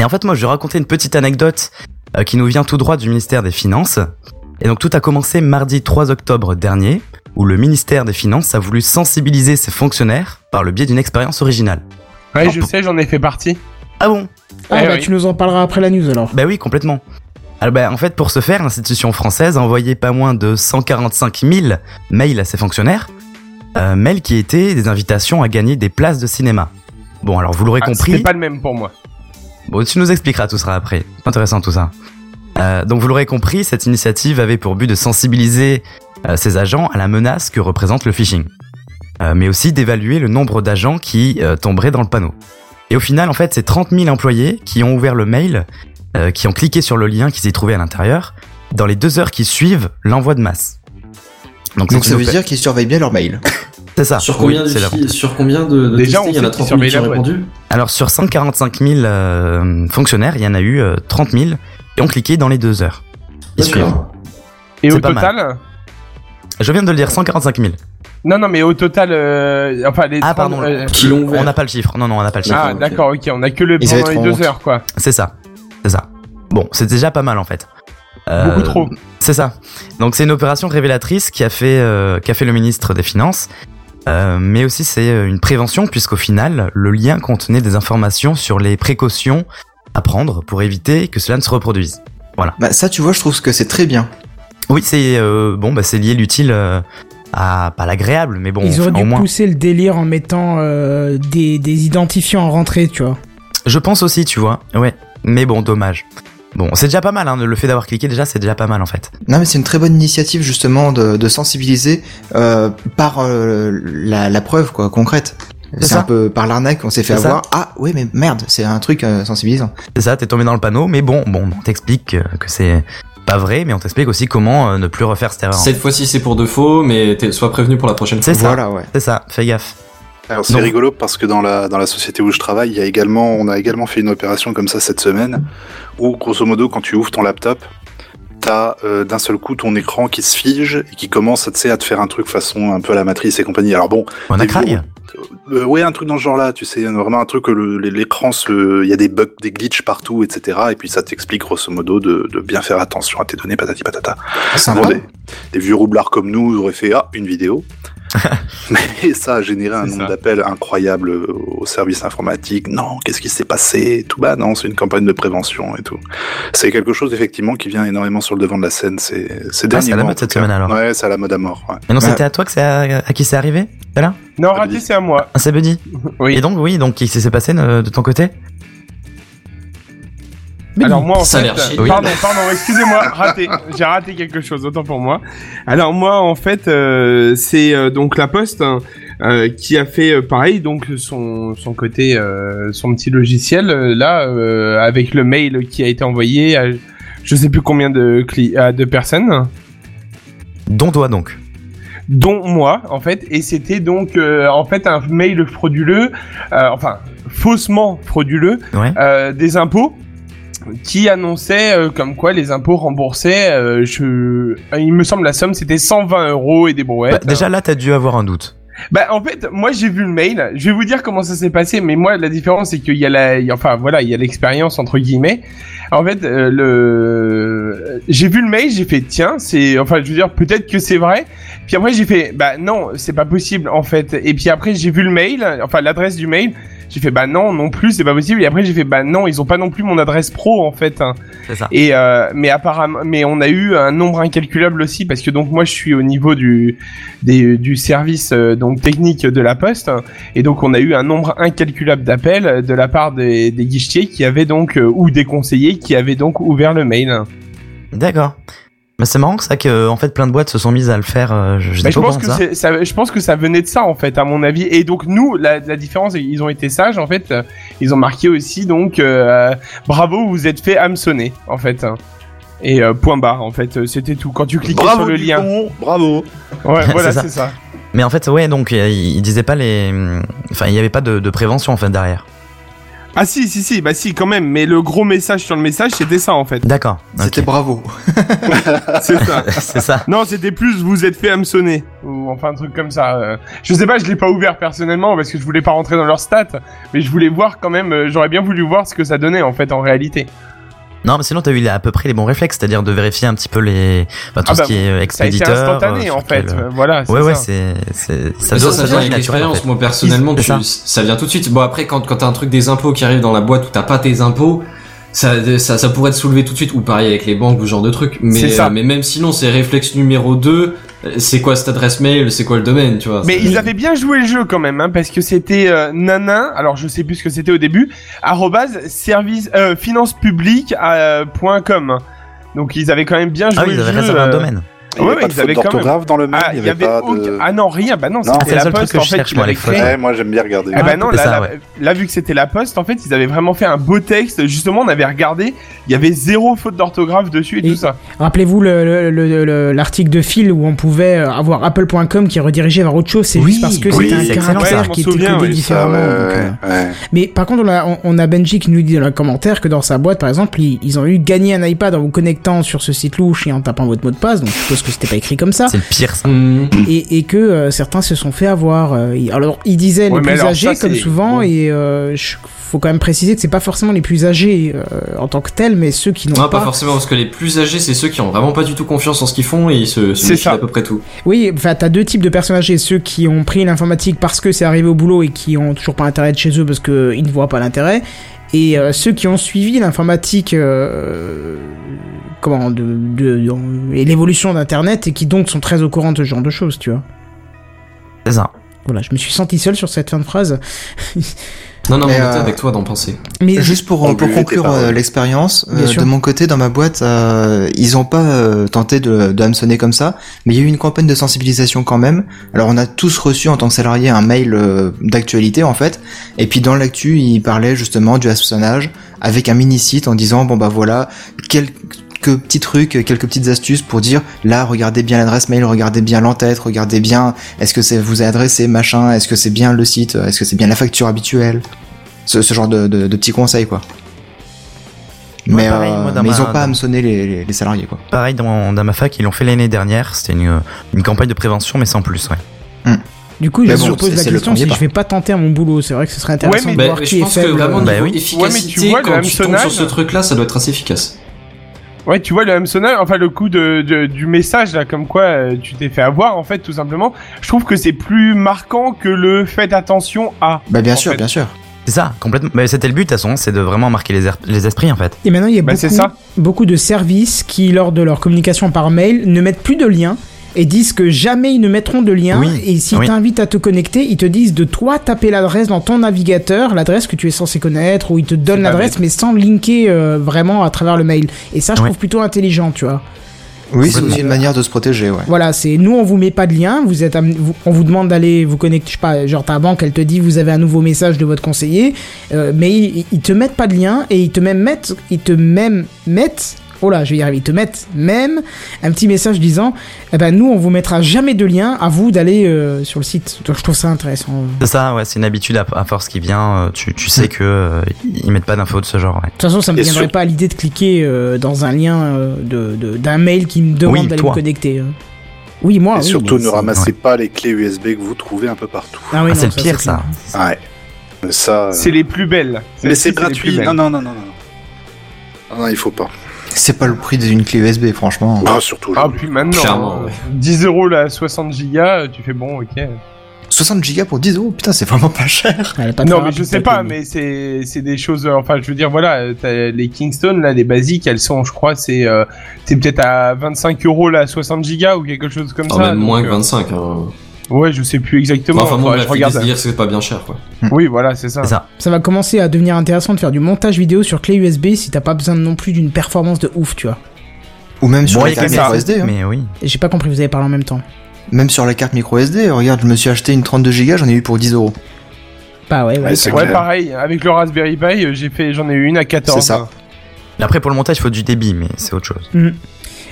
Et en fait, moi, je vais raconter une petite anecdote euh, qui nous vient tout droit du ministère des Finances. Et donc, tout a commencé mardi 3 octobre dernier, où le ministère des Finances a voulu sensibiliser ses fonctionnaires par le biais d'une expérience originale. Ouais, je sais, j'en ai fait partie. Ah bon Ah Eh bah oui. tu nous en parleras après la news alors. Bah oui, complètement. Alors bah, en fait, pour ce faire, l'institution française a envoyé pas moins de 145 000 mails à ses fonctionnaires, euh, mails qui étaient des invitations à gagner des places de cinéma. Bon, alors vous l'aurez Ah, compris. C'était pas le même pour moi. Bon, tu nous expliqueras tout ça après. Intéressant tout ça. Euh, donc vous l'aurez compris, cette initiative avait pour but de sensibiliser euh, ses agents à la menace que représente le phishing, Euh, mais aussi d'évaluer le nombre d'agents qui euh, tomberaient dans le panneau. Et au final, en fait, c'est 30 000 employés qui ont ouvert le mail, euh, qui ont cliqué sur le lien qui s'y trouvait à l'intérieur, dans les deux heures qui suivent l'envoi de masse. Donc c'est ça une veut opé- dire qu'ils surveillent bien leur mail. c'est ça. Sur Ah, Oui, combien, de c'est la- filles- sur combien de, de Déjà, testés, on il y en a sait qui 30 000 qui ont surveille la boîte. répondu Alors sur 145 000 euh, fonctionnaires, il y en a eu euh, 30 000 qui ont cliqué dans les deux heures. Ils suivent. D'accord. Et C'est au pas mal. total euh, Je viens de le dire, 145 000. Non, non, mais au total, euh, enfin, les Ah 30, pardon, euh, Qui l'ont on ouvert. n'a pas le chiffre. Non, non, on n'a pas le chiffre. ah, ok. d'accord, ok, on a que le Ils pendant avaient les trop deux honte. heures, quoi. C'est ça, c'est ça. Bon, c'est déjà pas mal en fait. Euh, Beaucoup trop. C'est ça. Donc c'est une opération révélatrice qui a fait, euh, qu'a fait le ministre des Finances, Euh, mais aussi c'est euh, une prévention puisqu'au final le lien contenait des informations sur les précautions à prendre pour éviter que cela ne se reproduise. Bah ça, tu vois, je trouve que c'est très bien. Oui, c'est euh, bon, bah, c'est lié l'utile euh, à pas l'agréable, mais bon, Ils auraient enfin, dû au moins. pousser le délire en mettant euh, des, des identifiants en rentrée, tu vois. Je pense aussi, tu vois. Ouais. Mais bon, dommage. Bon, c'est déjà pas mal, hein, le fait d'avoir cliqué déjà, c'est déjà pas mal en fait. Non, mais c'est une très bonne initiative justement de, de sensibiliser euh, par euh, la, la preuve quoi concrète. C'est C'est ça. un peu par l'arnaque, on s'est fait C'est ça. avoir. Ah ouais, mais merde, c'est un truc euh, sensibilisant. C'est ça, t'es tombé dans le panneau, mais bon, bon, on t'explique euh, que c'est pas vrai, mais on t'explique aussi comment euh, ne plus refaire cette erreur. Cette fois-ci, c'est pour de faux, mais t'es- sois prévenu pour la prochaine fois. C'est ça, Voilà, ouais. c'est ça, fais gaffe. Alors c'est Donc- rigolo parce que dans la dans la société où je travaille, il y a également on a également fait une opération comme ça cette semaine où grosso modo quand tu ouvres ton laptop, t'as euh, d'un seul coup ton écran qui se fige et qui commence tu sais, à te faire un truc façon un peu à la matrice et compagnie. Alors bon, On a Des craille bureaux. euh, ouais un truc dans ce genre-là, tu sais vraiment un truc que le- l'écran se, il y a des bugs, des glitches partout, etc. Et puis ça t'explique grosso modo de, de bien faire attention à tes données, patati patata. Bon, Ah, Sympa. des, des vieux roublards comme nous auraient fait ah, une (laughs) vidéo. Mais ça a généré un C'est ça. nombre d'appels incroyable au service informatique. Non, qu'est-ce qui s'est passé Tout bas, non, c'est une campagne de prévention et tout. C'est quelque chose effectivement qui vient énormément sur le devant de la scène ces, ces derniers Ah, c'est mois, à la mode en tout cette cas. semaine, alors. Ouais, c'est à la mode à mort. ouais. Mais non, Ouais. c'était à toi que c'est à, à qui c'est arrivé C'est là Non, Ah, raté, oui. c'est à moi. Ah, c'est Buddy Et Oui. donc, oui, donc, qu'est-ce qui s'est passé euh, de ton côté Alors moi, en Ça a fait, euh, l'air chier. Oui. pardon, pardon, (laughs) excusez-moi, raté. J'ai raté quelque chose, autant pour moi. Alors moi, en fait, euh, c'est euh, donc la Poste hein, euh, qui a fait euh, pareil, donc son son côté, euh, son petit logiciel euh, là, euh, avec le mail qui a été envoyé à je sais plus combien de cli à de personnes, Don toi donc. dont moi en fait, et c'était donc euh, en fait un mail frauduleux, euh, enfin faussement frauduleux Ouais. euh, des impôts qui annonçait euh, comme quoi les impôts remboursaient, euh, je... il me semble la somme c'était 120 euros et des Bah, brouettes. déjà là, t'as dû avoir un doute. Bah en fait, moi j'ai vu le mail. Je vais vous dire comment ça s'est passé, mais moi la différence c'est qu'il y a la, il y a- enfin voilà, il y a l'expérience entre guillemets. En fait, euh, le, j'ai vu le mail, j'ai fait tiens, c'est, enfin je veux dire peut-être que c'est vrai. Puis après, j'ai fait, bah non, c'est pas possible en fait. Et puis après, j'ai vu le mail, enfin l'adresse du mail. J'ai fait, bah non, non plus, c'est pas possible. Et après, j'ai fait, bah non, ils ont pas non plus mon adresse pro en fait. hein. C'est ça. Et euh, mais apparemment, mais on a eu un nombre incalculable aussi parce que donc moi je suis au niveau du des- du service euh, donc technique de la Poste et donc on a eu un nombre incalculable d'appels euh, de la part des, des guichetiers qui avaient donc euh, ou des conseillers qui avaient donc ouvert le mail. D'accord. Mais c'est marrant que ça que en fait plein de boîtes se sont mises à le faire. euh, Je, je Bah, n'ai je pas au pense courant que de c'est- ça. ça, je pense que ça venait de ça en fait à mon avis et donc nous la, la différence ils ont été sages en fait euh, ils ont marqué aussi donc euh, bravo vous êtes fait hameçonner en fait et euh, point barre en fait euh, c'était tout quand tu cliquais sur Bravo, le lien Dupont, bravo. (laughs) ouais voilà ça. c'est ça Mais en fait, ouais, donc euh, ils disaient pas les. Enfin, il n'y avait pas de, de prévention en fait derrière. ah si si si bah si quand même mais le gros message sur le message c'était ça en fait D'accord. C'était ok. bravo. c'est ça (laughs) c'est ça. non c'était plus vous êtes fait hameçonner ou enfin un truc comme ça euh. je sais pas je l'ai pas ouvert personnellement parce que je voulais pas rentrer dans leurs stats mais je voulais voir quand même euh, j'aurais bien voulu voir ce que ça donnait en fait en réalité Non, mais sinon, t'as eu à peu près les bons réflexes, c'est-à-dire de vérifier un petit peu les. Enfin, tout Ah bah, ce qui est Ça euh, a été expéditeur. instantané euh, en sur quel, fait. euh, euh, Voilà. c'est Ouais, ouais, ça. c'est. c'est- Ça, Mais doit- ça, ça doit vient avec être naturel, en l'expérience. fait. Moi, personnellement, C'est tu- ça. ça. vient tout de suite. Bon, après, quand, quand t'as un truc des impôts qui arrive dans la boîte où t'as pas tes impôts, ça, ça, ça pourrait te soulever tout de suite. Ou pareil avec les banques ou ce genre de truc. C'est Mais, ça. euh, mais même sinon, c'est réflexe numéro 2. C'est quoi cette adresse mail C'est quoi le domaine Tu vois Mais c'est- ils avaient bien joué le jeu quand même, hein, parce que c'était euh, nanin. Alors je sais plus ce que c'était au début. Arrobase service euh, finance publique euh, point com. Donc ils avaient quand même bien joué Ah oui, ils le avaient jeu. réservé un euh, domaine. Il y Ouais, avait pas ouais, de ils avaient faute quand même. d'orthographe dans le mail, Ah, il il n'y avait pas aucun- de. ah non rien. Bah non, Non, c'était c'est le la seul poste truc que en je fait. cherche, qui moi, l'avait les fautes. créé. Ouais, moi j'aime bien regarder. Ah bah Ah, non, c'était là, ça, là- ouais. là, vu que c'était la poste, en fait, ils avaient vraiment fait un beau texte. Justement, on avait regardé, il y avait zéro faute d'orthographe dessus et, Et- tout ça. Rappelez-vous le- le- le- le- l'article de Phil où on pouvait euh, avoir apple.com qui redirigeait vers autre chose, c'est Oui, juste parce que oui, c'était c'est un excellent, caractère ça. Ouais, qui était je m'en souviens, codé oui, ça, Ça, différemment. ouais, donc, euh, ouais, ouais. Mais par contre, on a, on- on a Benji qui nous dit dans le commentaire que dans sa boîte, par exemple, ils, ils ont eu gagné un iPad en vous connectant sur ce site louche et en tapant votre mot de passe, donc je suppose que c'était pas écrit comme ça, C'est le pire, ça. Hmm. et, et que euh, certains se sont fait avoir. euh, ils- alors, ils disaient Ouais, les mais plus alors âgés, ça, comme c'est- souvent, bon. et euh, je- faut quand même préciser que c'est pas forcément les plus âgés euh, en tant que tels, mais ceux qui n'ont Non, pas forcément, parce que les plus âgés, c'est ceux qui ont vraiment pas du tout confiance en ce qu'ils font et ils se, se C'est méfient ça. à peu près tout. Oui, enfin, t'as deux types de personnes âgées. Ceux qui ont pris l'informatique parce que c'est arrivé au boulot et qui ont toujours pas intérêt de chez eux parce que euh, ils ne voient pas l'intérêt. Et euh, ceux qui ont suivi l'informatique, euh, comment, de, de- de- et l'évolution d'Internet et qui donc sont très au courant de ce genre de choses, tu vois. C'est ça. Voilà, je me suis senti seul sur cette fin de phrase. Non, non, Mais, mais euh, avec toi d'en penser. Mais Juste pour, on pour buvait tes conclure paroles. euh, l'expérience, Bien euh, sûr. de mon côté, dans ma boîte, euh, ils ont pas euh, tenté de, de hameçonner comme ça, mais il y a eu une campagne de sensibilisation quand même. Alors on a tous reçu en tant que salarié un mail euh, d'actualité en fait, et puis dans l'actu, ils parlaient justement du hameçonnage avec un mini-site en disant, bon bah voilà, quelques petits trucs, quelques petites astuces pour dire là regardez bien l'adresse mail, regardez bien l'entête, regardez bien est-ce que c'est vous est adressé machin, est-ce que c'est bien le site, est-ce que c'est bien la facture habituelle, ce, ce genre de, de, de petits conseils quoi. Ouais, Mais, pareil, euh, moi, dans mais ma- ils ont pas dans- hameçonné les, les, les salariés quoi. Pareil, dans, dans ma fac, ils l'ont fait l'année dernière. C'était une, une campagne de prévention, mais sans plus, ouais. du coup, je Mais me bon, pose c'est- la c'est le question premier si pas. je vais pas tenter à mon boulot. C'est vrai que ce serait intéressant Ouais, mais- de Bah, voir qui je est pense que faible. vraiment, Bah niveau oui. efficacité, Ouais, mais tu vois, quand le tu tombes sur hameçonnage- ce truc-là, ça doit être assez efficace. Ouais, tu vois le hameçonnage, enfin le coup de, de- du message là, comme quoi euh, tu t'es fait avoir en fait, tout simplement. Je trouve que c'est plus marquant que le faites attention à. Bah bien En sûr, fait. bien sûr. C'est ça, complètement. Mais c'était le but, de toute façon, c'est de vraiment marquer les, er- les esprits, en fait. Et maintenant, il y a Bah, beaucoup, c'est ça. beaucoup de services qui, lors de leur communication par mail, ne mettent plus de lien et disent que jamais ils ne mettront de lien. Oui. Et s'ils Oui. t'invitent à te connecter, ils te disent de toi taper l'adresse dans ton navigateur, l'adresse que tu es censé connaître, ou ils te donnent C'est pas l'adresse, mais sans linker euh, vraiment à travers le mail. Et ça, je Oui. trouve plutôt intelligent, tu vois. Oui, c'est Complètement. aussi une manière de se protéger, ouais. Voilà, c'est nous, on vous met pas de lien, vous êtes, amené- vous- on vous demande d'aller vous connecter, je sais pas, genre ta banque, elle te dit vous avez un nouveau message de votre conseiller, euh, mais ils, ils te mettent pas de lien et ils te même mettent, ils te même mettent, oh là, je vais y arriver, ils te mettent même un petit message disant, eh ben nous, on vous mettra jamais de lien, à vous d'aller euh, sur le site. Donc, je trouve ça intéressant. De C'est ça, ouais, c'est une habitude à, à force qui vient. euh, Tu, tu sais que euh, ils mettent pas d'infos de ce genre, ouais. toute façon, ça me Et viendrait sur- pas à l'idée de cliquer euh, dans un lien euh, de- de- d'un mail qui me demande Oui, d'aller me toi. connecter. euh. Oui, moi. Et oui, surtout, mais ne c'est- ramassez pas les clés USB que vous trouvez un peu partout. Ah oui, non, Ah, c'est le pire, c'est clair. ça. Ouais. Mais ça. euh, C'est les plus belles. Mais Celles-ci, c'est les plus gratuit. belles. Non, non, non, non, non. Ah Non, il faut pas. C'est pas le prix d'une clé USB, franchement. Ah, surtout. Ah, puis maintenant, Clairement, euh, ouais. 10 euros la 60 gigas, tu fais bon, ok. 60 gigas pour 10 euros, putain, c'est vraiment pas cher. Elle a pas fait Non, mais rapide, je sais ta pas, clé. mais c'est c'est des choses. euh, Enfin, je veux dire, voilà, euh, t'as les Kingston, là, les basiques, elles sont, je crois, c'est euh, t'es peut-être à 25 euros la 60 gigas ou quelque chose comme Enfin, ça. Oh, même donc, moins que euh, 25. Hein. Ouais, je sais plus exactement. enfin, bon, faudrait que bref, je il faut se regarde. dire que c'est pas bien cher, quoi. Oui, voilà, c'est ça. C'est ça. Ça va commencer à devenir intéressant de faire du montage vidéo sur clé USB si t'as pas besoin non plus d'une performance de ouf, tu vois. Ou même sur Bon, la et carte comme ça. micro SD. hein. Mais oui. Et J'ai pas compris, vous avez parlé en même temps. Même sur la carte micro SD, regarde, je me suis acheté une 32 gigas, j'en ai eu pour 10 euros. Bah ouais, ouais. c'est Ouais, clair. pareil, avec le Raspberry Pi, euh, j'ai fait, j'en ai eu une à 14. C'est ça. Après, pour le montage, il faut du débit, mais c'est autre chose.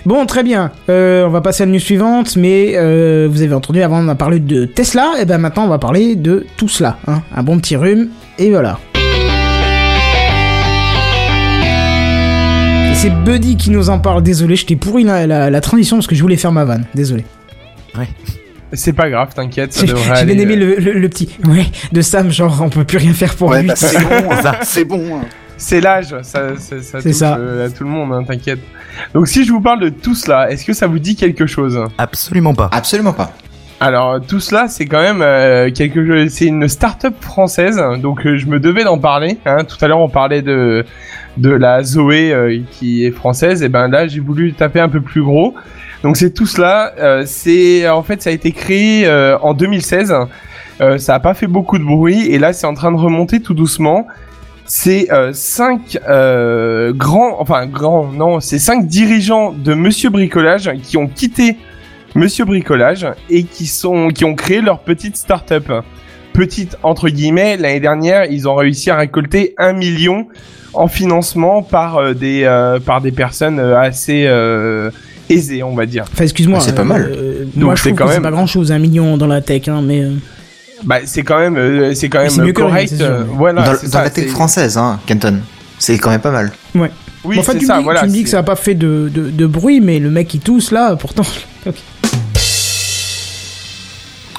Bon, très bien. Euh, on va passer à la news suivante, mais euh, vous avez entendu, avant on a parlé de Tesla, et ben maintenant on va parler de tout cela. hein. Un bon petit rhume, et voilà. Et C'est Buddy qui nous en parle, désolé, je t'ai pourri la, la- la transition parce que je voulais faire ma vanne, désolé. C'est pas grave, t'inquiète, ça J'ai (laughs) devrait j'ai bien aller, aimé euh, le, le- le petit ouais de Sam, genre on peut plus rien faire pour Ouais, lui. bah, c'est bon. hein. Ça. C'est bon. hein. C'est l'âge, ça, ça, ça C'est touche ça. euh, à tout le monde, hein, t'inquiète. Donc si je vous parle de tout cela, est-ce que ça vous dit quelque chose Absolument pas. Absolument pas. Alors tout cela, c'est quand même euh, quelque chose. C'est une start-up française, hein, donc euh, je me devais d'en parler. hein. Tout à l'heure, on parlait de de la Zoé euh, qui est française. Et ben là, j'ai voulu taper un peu plus gros. Donc c'est tout cela. euh, c'est en fait, ça a été créé euh, en 2016. Euh, ça a pas fait beaucoup de bruit et là, c'est en train de remonter tout doucement. C'est euh, cinq euh, grands, enfin grands, non, c'est cinq dirigeants de Monsieur Bricolage qui ont quitté Monsieur Bricolage et qui sont qui ont créé leur petite start-up. Petite entre guillemets, l'année dernière, ils ont réussi à récolter un million en financement par euh, des euh, par des personnes euh, assez euh, aisées, on va dire. Enfin, excuse-moi. Ah, C'est pas euh, mal. euh, Donc, moi, je c'est trouve quand que c'est même- pas grand-chose, un million dans la tech, hein, mais. euh, Bah, c'est quand même euh, c'est quand Mais c'est même mieux que rien, correct. c'est sûr. euh, voilà, dans c'est dans ça, la tech c'est- française, hein, Kenton. C'est quand même pas mal. Oui, Bon, enfin, c'est tu, ça, me dis, voilà. tu me dis que c'est- ça a pas fait de, de- de bruit, mais le mec qui tousse là, pourtant.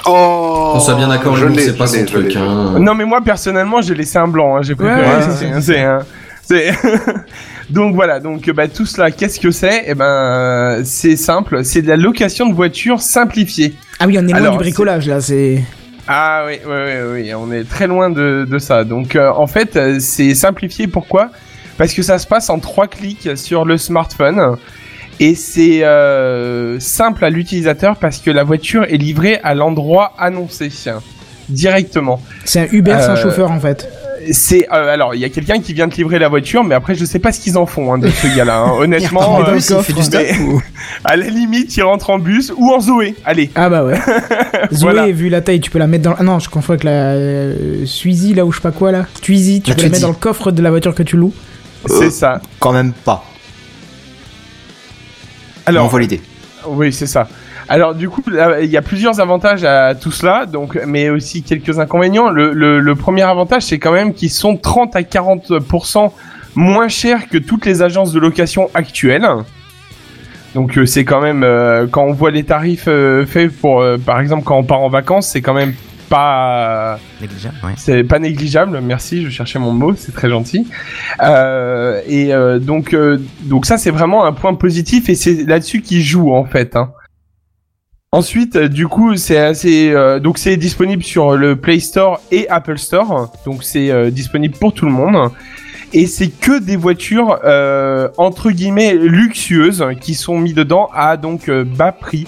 Oh. On soit bien d'accord, je Lou, l'ai, c'est pas je l'ai, son je l'ai. truc. Hein. Non, mais moi personnellement, j'ai laissé un blanc. hein, J'ai préféré. ouais, c'est- c'est un- hein. c'est- (laughs) donc voilà. Donc bah, tout cela, qu'est-ce que c'est Eh ben, c'est simple. C'est de la location de voitures simplifiée. Ah oui, on est loin Alors, du bricolage là, c'est. Ah oui, oui, oui, oui, on est très loin de, de ça. Donc euh, en fait, euh, c'est simplifié. Pourquoi Parce que ça se passe en trois clics sur le smartphone. Et c'est euh, simple à l'utilisateur parce que la voiture est livrée à l'endroit annoncé directement. C'est un Uber sans Euh, chauffeur en fait. C'est euh, alors il y a quelqu'un qui vient de livrer la voiture, mais après je sais pas ce qu'ils en font hein, de ce gars-là. (laughs) hein. Honnêtement, Mais euh, en plus, il fait (laughs) du mais- stuff ou- à la limite, il rentre en bus ou en Zoé. Allez, Ah bah (laughs) ouais. Zoé, Voilà. vu la taille, tu peux la mettre dans. Ah non, je confonds avec la euh, Suizy là ou je sais pas quoi là. Suizy, tu La peux la mettre Twizy. dans le coffre de la voiture que tu loues. c'est ça. Quand même pas. Alors on voit l'idée. Oui, c'est ça. Alors du coup, là, il y a plusieurs avantages à tout cela, donc, mais aussi quelques inconvénients. Le, le- le premier avantage, c'est quand même qu'ils sont 30 à 40% moins chers que toutes les agences de location actuelles. Donc euh, c'est quand même, euh, quand on voit les tarifs euh, faits pour, euh, par exemple, quand on part en vacances, c'est quand même pas... Ah, Négligeable, ouais. C'est pas négligeable, merci, je cherchais mon mot, c'est très gentil. Euh, et euh, donc, euh, donc ça c'est vraiment un point positif et c'est là-dessus qu'ils jouent en fait. hein. Ensuite, euh, du coup, c'est assez, euh, donc c'est disponible sur le Play Store et Apple Store, donc c'est euh, disponible pour tout le monde. Et c'est que des voitures euh, entre guillemets luxueuses qui sont mis dedans à donc euh, bas prix.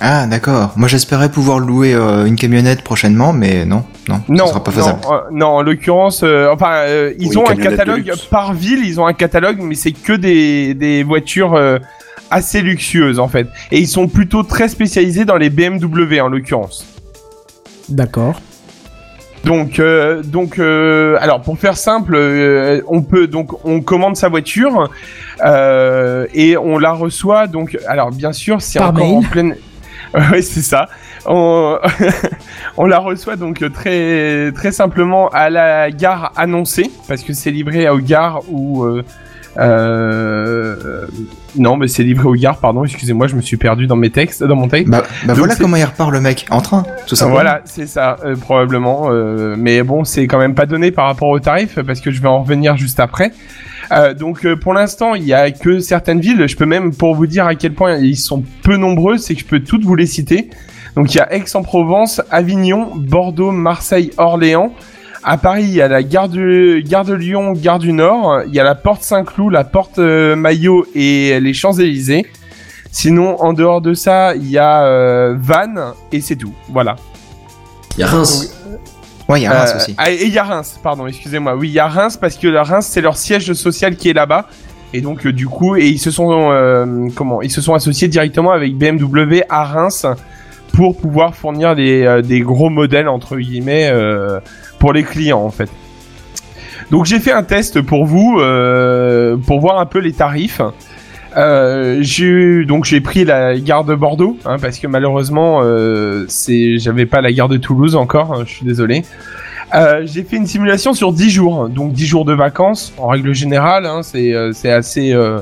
Ah, d'accord. Moi, j'espérais pouvoir louer euh, une camionnette prochainement, mais non, non, Non, ce sera pas faisable. non, euh, non, en l'occurrence, euh, enfin, euh, ils Oui, ont un camionnette de catalogue luxe. par ville, ils ont un catalogue, mais c'est que des, des voitures euh, assez luxueuses en fait. Et ils sont plutôt très spécialisés dans les BMW en l'occurrence. D'accord. Donc, euh, donc, euh, alors pour faire simple, euh, on peut donc on commande sa voiture euh, et on la reçoit. Donc, alors bien sûr, c'est Par encore mail. en pleine. (laughs) oui, c'est ça. On, (laughs) on la reçoit donc très très simplement à la gare annoncée parce que c'est livré aux gares ou euh, Euh, non, mais c'est livré aux gares, pardon, excusez-moi, je me suis perdu dans mes textes, dans mon texte. Bah, bah Donc voilà c'est- comment il repart le mec, en train, tout simplement. Voilà, c'est ça, euh, probablement. euh, mais bon, c'est quand même pas donné par rapport au tarif, parce que je vais en revenir juste après. Euh, donc euh, pour l'instant, il y a que certaines villes. Je peux même, pour vous dire à quel point ils sont peu nombreux, c'est que je peux toutes vous les citer. Donc il y a Aix-en-Provence, Avignon, Bordeaux, Marseille, Orléans. À Paris, il y a la gare de, gare de Lyon, gare du Nord. Il y a la porte Saint-Cloud, la porte euh, Maillot et les Champs-Élysées. Sinon, en dehors de ça, il y a euh, Vannes et c'est tout. Voilà. Il y a Reims. Ouais, il y a Reims Euh, aussi. ah, et il y a Reims, pardon, excusez-moi. Oui, il y a Reims parce que la Reims, c'est leur siège social qui est là-bas. Et donc, euh, du coup, et ils se sont, euh, comment, ils se sont associés directement avec BMW à Reims pour pouvoir fournir des, euh, des gros modèles, entre guillemets, euh, pour les clients, en fait. Donc, j'ai fait un test pour vous, euh, pour voir un peu les tarifs. Euh, j'ai eu- donc j'ai pris la gare de Bordeaux hein, parce que malheureusement euh, c'est j'avais pas la gare de Toulouse encore hein, je suis désolé euh, j'ai fait une simulation sur 10 jours, hein. donc 10 jours de vacances en règle générale. hein, c'est euh, c'est assez, euh,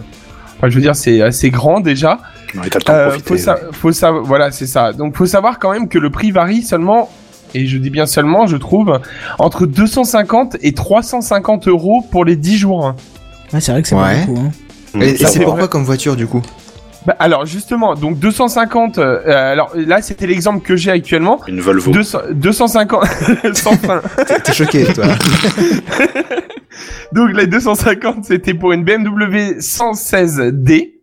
enfin, je veux dire, c'est assez grand déjà. eh, Ouais, t'as le temps de Euh, profiter. faut, sa- faut sa- voilà, c'est ça. Donc faut savoir quand même que le prix varie seulement, et je dis bien seulement, je trouve, entre 250 et 350 euros pour les 10 jours. hein. Ouais, c'est vrai que c'est Ouais. pas beaucoup. Hein. Et, et Ça, c'est c'est pourquoi comme voiture, du coup Bah, alors justement, donc 250. euh, alors là, c'était l'exemple que j'ai actuellement. Une Volvo. 200 250 (laughs) sans frein. T'es choqué, (laughs) toi. Donc les 250, c'était pour une BMW 116D.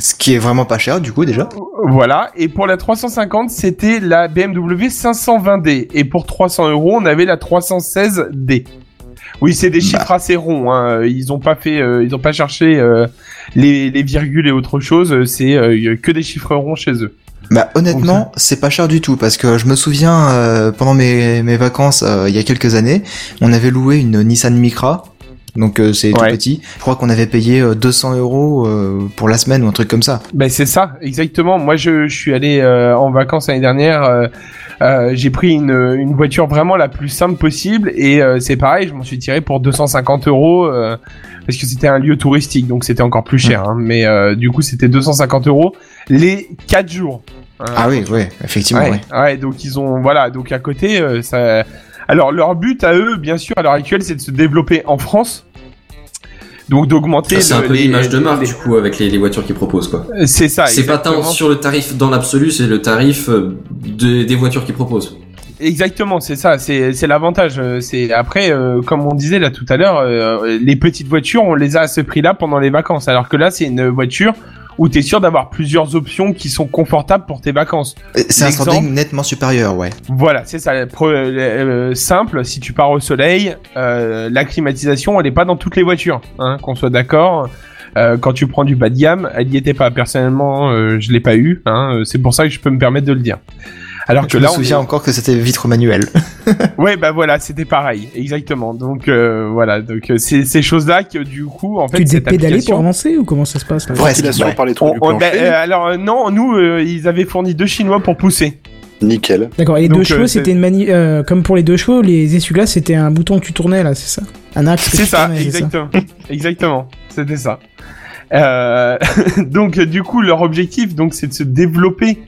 Ce qui est vraiment pas cher, du coup, déjà. Oh, Voilà. Et pour la 350, c'était la BMW 520D. Et pour 300 euros, on avait la 316D. Oui, c'est des Bah. chiffres assez ronds. hein. Ils ont pas fait, euh, ils ont pas cherché euh, les, les virgules et autre chose. C'est euh, que des chiffres ronds chez eux. Bah honnêtement, Oh, c'est pas cher du tout parce que je me souviens euh, pendant mes, mes vacances euh, il y a quelques années, on avait loué une Nissan Micra. Donc euh, c'est Ouais. tout petit. Je crois qu'on avait payé euh, 200 euros euh, pour la semaine ou un truc comme ça. Ben c'est ça, exactement. Moi, je, je suis allé euh, en vacances l'année dernière. euh, euh, j'ai pris une, une voiture vraiment la plus simple possible et euh, c'est pareil. Je m'en suis tiré pour 250 euros euh, parce que c'était un lieu touristique, donc c'était encore plus cher. hein. mais euh, du coup, c'était 250 euros les 4 jours. hein. Ah oui, oui, effectivement. Ouais, oui. ouais, donc ils ont voilà, donc à côté euh, ça alors leur but à eux bien sûr à l'heure actuelle, c'est de se développer en France. Donc d'augmenter Ah, C'est un le- peu les- l'image de les- marque du coup avec les, les voitures qu'ils proposent quoi. les- C'est ça. C'est pas tant exactement. sur le tarif dans l'absolu, c'est le tarif euh, des- des voitures qu'ils proposent. Exactement, c'est ça, c'est c'est l'avantage. euh, C'est après, euh, comme on disait là tout à l'heure, euh, les petites voitures, on les a à ce prix-là pendant les vacances, alors que là, c'est une voiture où t'es sûr d'avoir plusieurs options qui sont confortables pour tes vacances. Et C'est un L'exemple- standing nettement supérieur, ouais. Voilà, c'est ça. pro- euh, simple, si tu pars au soleil, euh, la climatisation, elle est pas dans toutes les voitures, hein, qu'on soit d'accord. Euh, quand tu prends du bas de gamme, elle y était pas. Personnellement, euh, je l'ai pas eu. Hein, euh, c'est pour ça que je peux me permettre de le dire. Alors Je que là, me on est- souviens encore que c'était vitre manuel. Ouais, bah voilà, c'était pareil, exactement. Donc euh, voilà, donc euh, c'est ces choses-là que du coup, en fait, tu t'es cette pédalé pour application- avancer ou comment ça se passe là Presque, Ventilation ouais. par les trous On- du on- bah, plancher. euh, alors euh, non, nous, euh, ils avaient fourni deux Chinois pour pousser. Nickel. D'accord, et les Donc, deux euh, chevaux, c'est- c'était une manie. euh, comme pour les deux chevaux, les essuie-glaces, c'était un bouton que tu tournais là, c'est ça Un axe que C'est tu ça, tournais, exactement, exactement, c'était ça. Euh, (laughs) donc euh, du coup, leur objectif, donc, c'est de se développer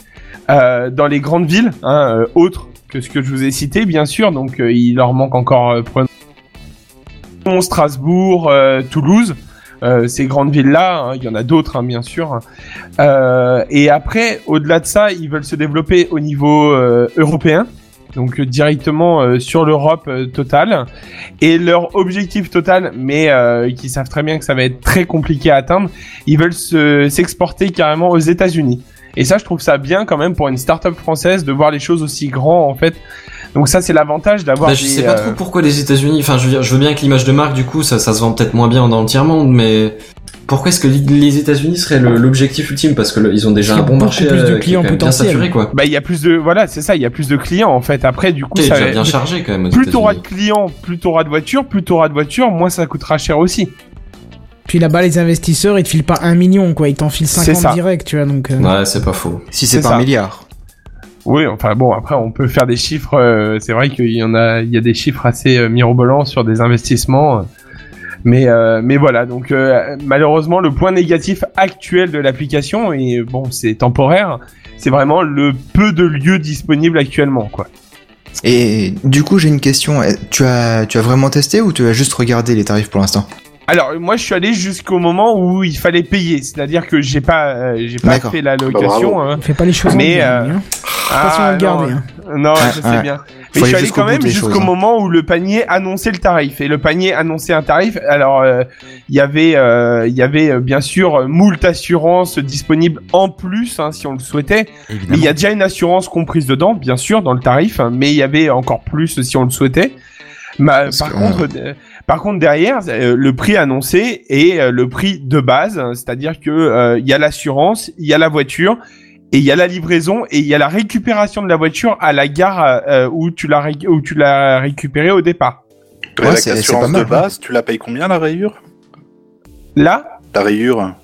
euh, dans les grandes villes, hein, euh, autres que ce que je vous ai cité, bien sûr. Donc euh, il leur manque encore euh, Pre- Lyon, Strasbourg, euh, Toulouse, euh, ces grandes villes-là. hein, Il y en a d'autres, hein, bien sûr. Euh, et après, au-delà de ça, ils veulent se développer au niveau euh, européen, donc euh, directement euh, sur l'Europe euh, totale. Et leur objectif total, mais euh, qui savent très bien que ça va être très compliqué à atteindre, ils veulent se- s'exporter carrément aux États-Unis. Et ça, je trouve ça bien quand même pour une start-up française de voir les choses aussi grand en fait. Donc ça, c'est l'avantage d'avoir. Bah, je des, sais pas euh, trop pourquoi les États-Unis. Enfin, je veux, dire, je veux bien que l'image de marque, du coup, ça, ça se vend peut-être moins bien dans le tiers monde, mais pourquoi est-ce que li- les États-Unis seraient le- l'objectif ultime Parce que le- ils ont déjà Il y un a bon beaucoup marché plus de euh, qui est clients quand même bien potentiels. saturé, quoi. Bah, il y a plus de. Voilà, c'est ça, il y a plus de clients en fait. Après, du coup, T'es ça déjà bien chargé quand même. Aux plus t'auras de États-Unis. clients, plus t'auras de voitures, plus t'auras de voitures, moins ça coûtera cher aussi. Puis là-bas, les investisseurs, ils te filent pas un million, quoi. Ils t'en filent C'est ça. 50 direct, tu vois. Donc, euh, Ouais, c'est pas faux. Si C'est c'est pas ça. un milliard. Oui, enfin bon, après on peut faire des chiffres. euh, c'est vrai qu'il y en a, il y a des chiffres assez euh, mirobolants sur des investissements. Mais, euh, mais voilà, donc euh, malheureusement, le point négatif actuel de l'application, et bon, c'est temporaire, c'est vraiment le peu de lieux disponibles actuellement, quoi. Et du coup, j'ai une question. Eh, Tu as, tu as vraiment testé ou tu as juste regardé les tarifs pour l'instant Alors moi je suis allé jusqu'au moment où il fallait payer, c'est-à-dire que j'ai pas euh, j'ai pas D'accord. fait la location. hein. On fait pas les choses en Mais, dernier, euh, hein. Attention à le garder, non, hein. non, je Ouais, sais ouais. bien. Faut Mais je suis allé aller jusqu'au quand bout même des jusqu'au choses, hein. moment où le panier annonçait le tarif et le panier annonçait un tarif. Alors euh, il y avait euh, il y avait euh, bien sûr euh, moult assurances disponibles en plus hein, si on le souhaitait. Mais Évidemment. il y a déjà une assurance comprise dedans, bien sûr, dans le tarif, hein, mais il y avait encore plus si on le souhaitait. Ma- Parce par, que- contre, euh, par contre, derrière, euh, le prix annoncé est euh, le prix de base, hein, c'est-à-dire que euh, il y a l'assurance, il y a la voiture, et il y a la livraison, et il y a la récupération de la voiture à la gare euh, où tu l'as ré- où tu l'as récupérée au départ. Ouais, avec c'est- c'est l'assurance pas mal, de base, tu la payes combien la rayure Là, La rayure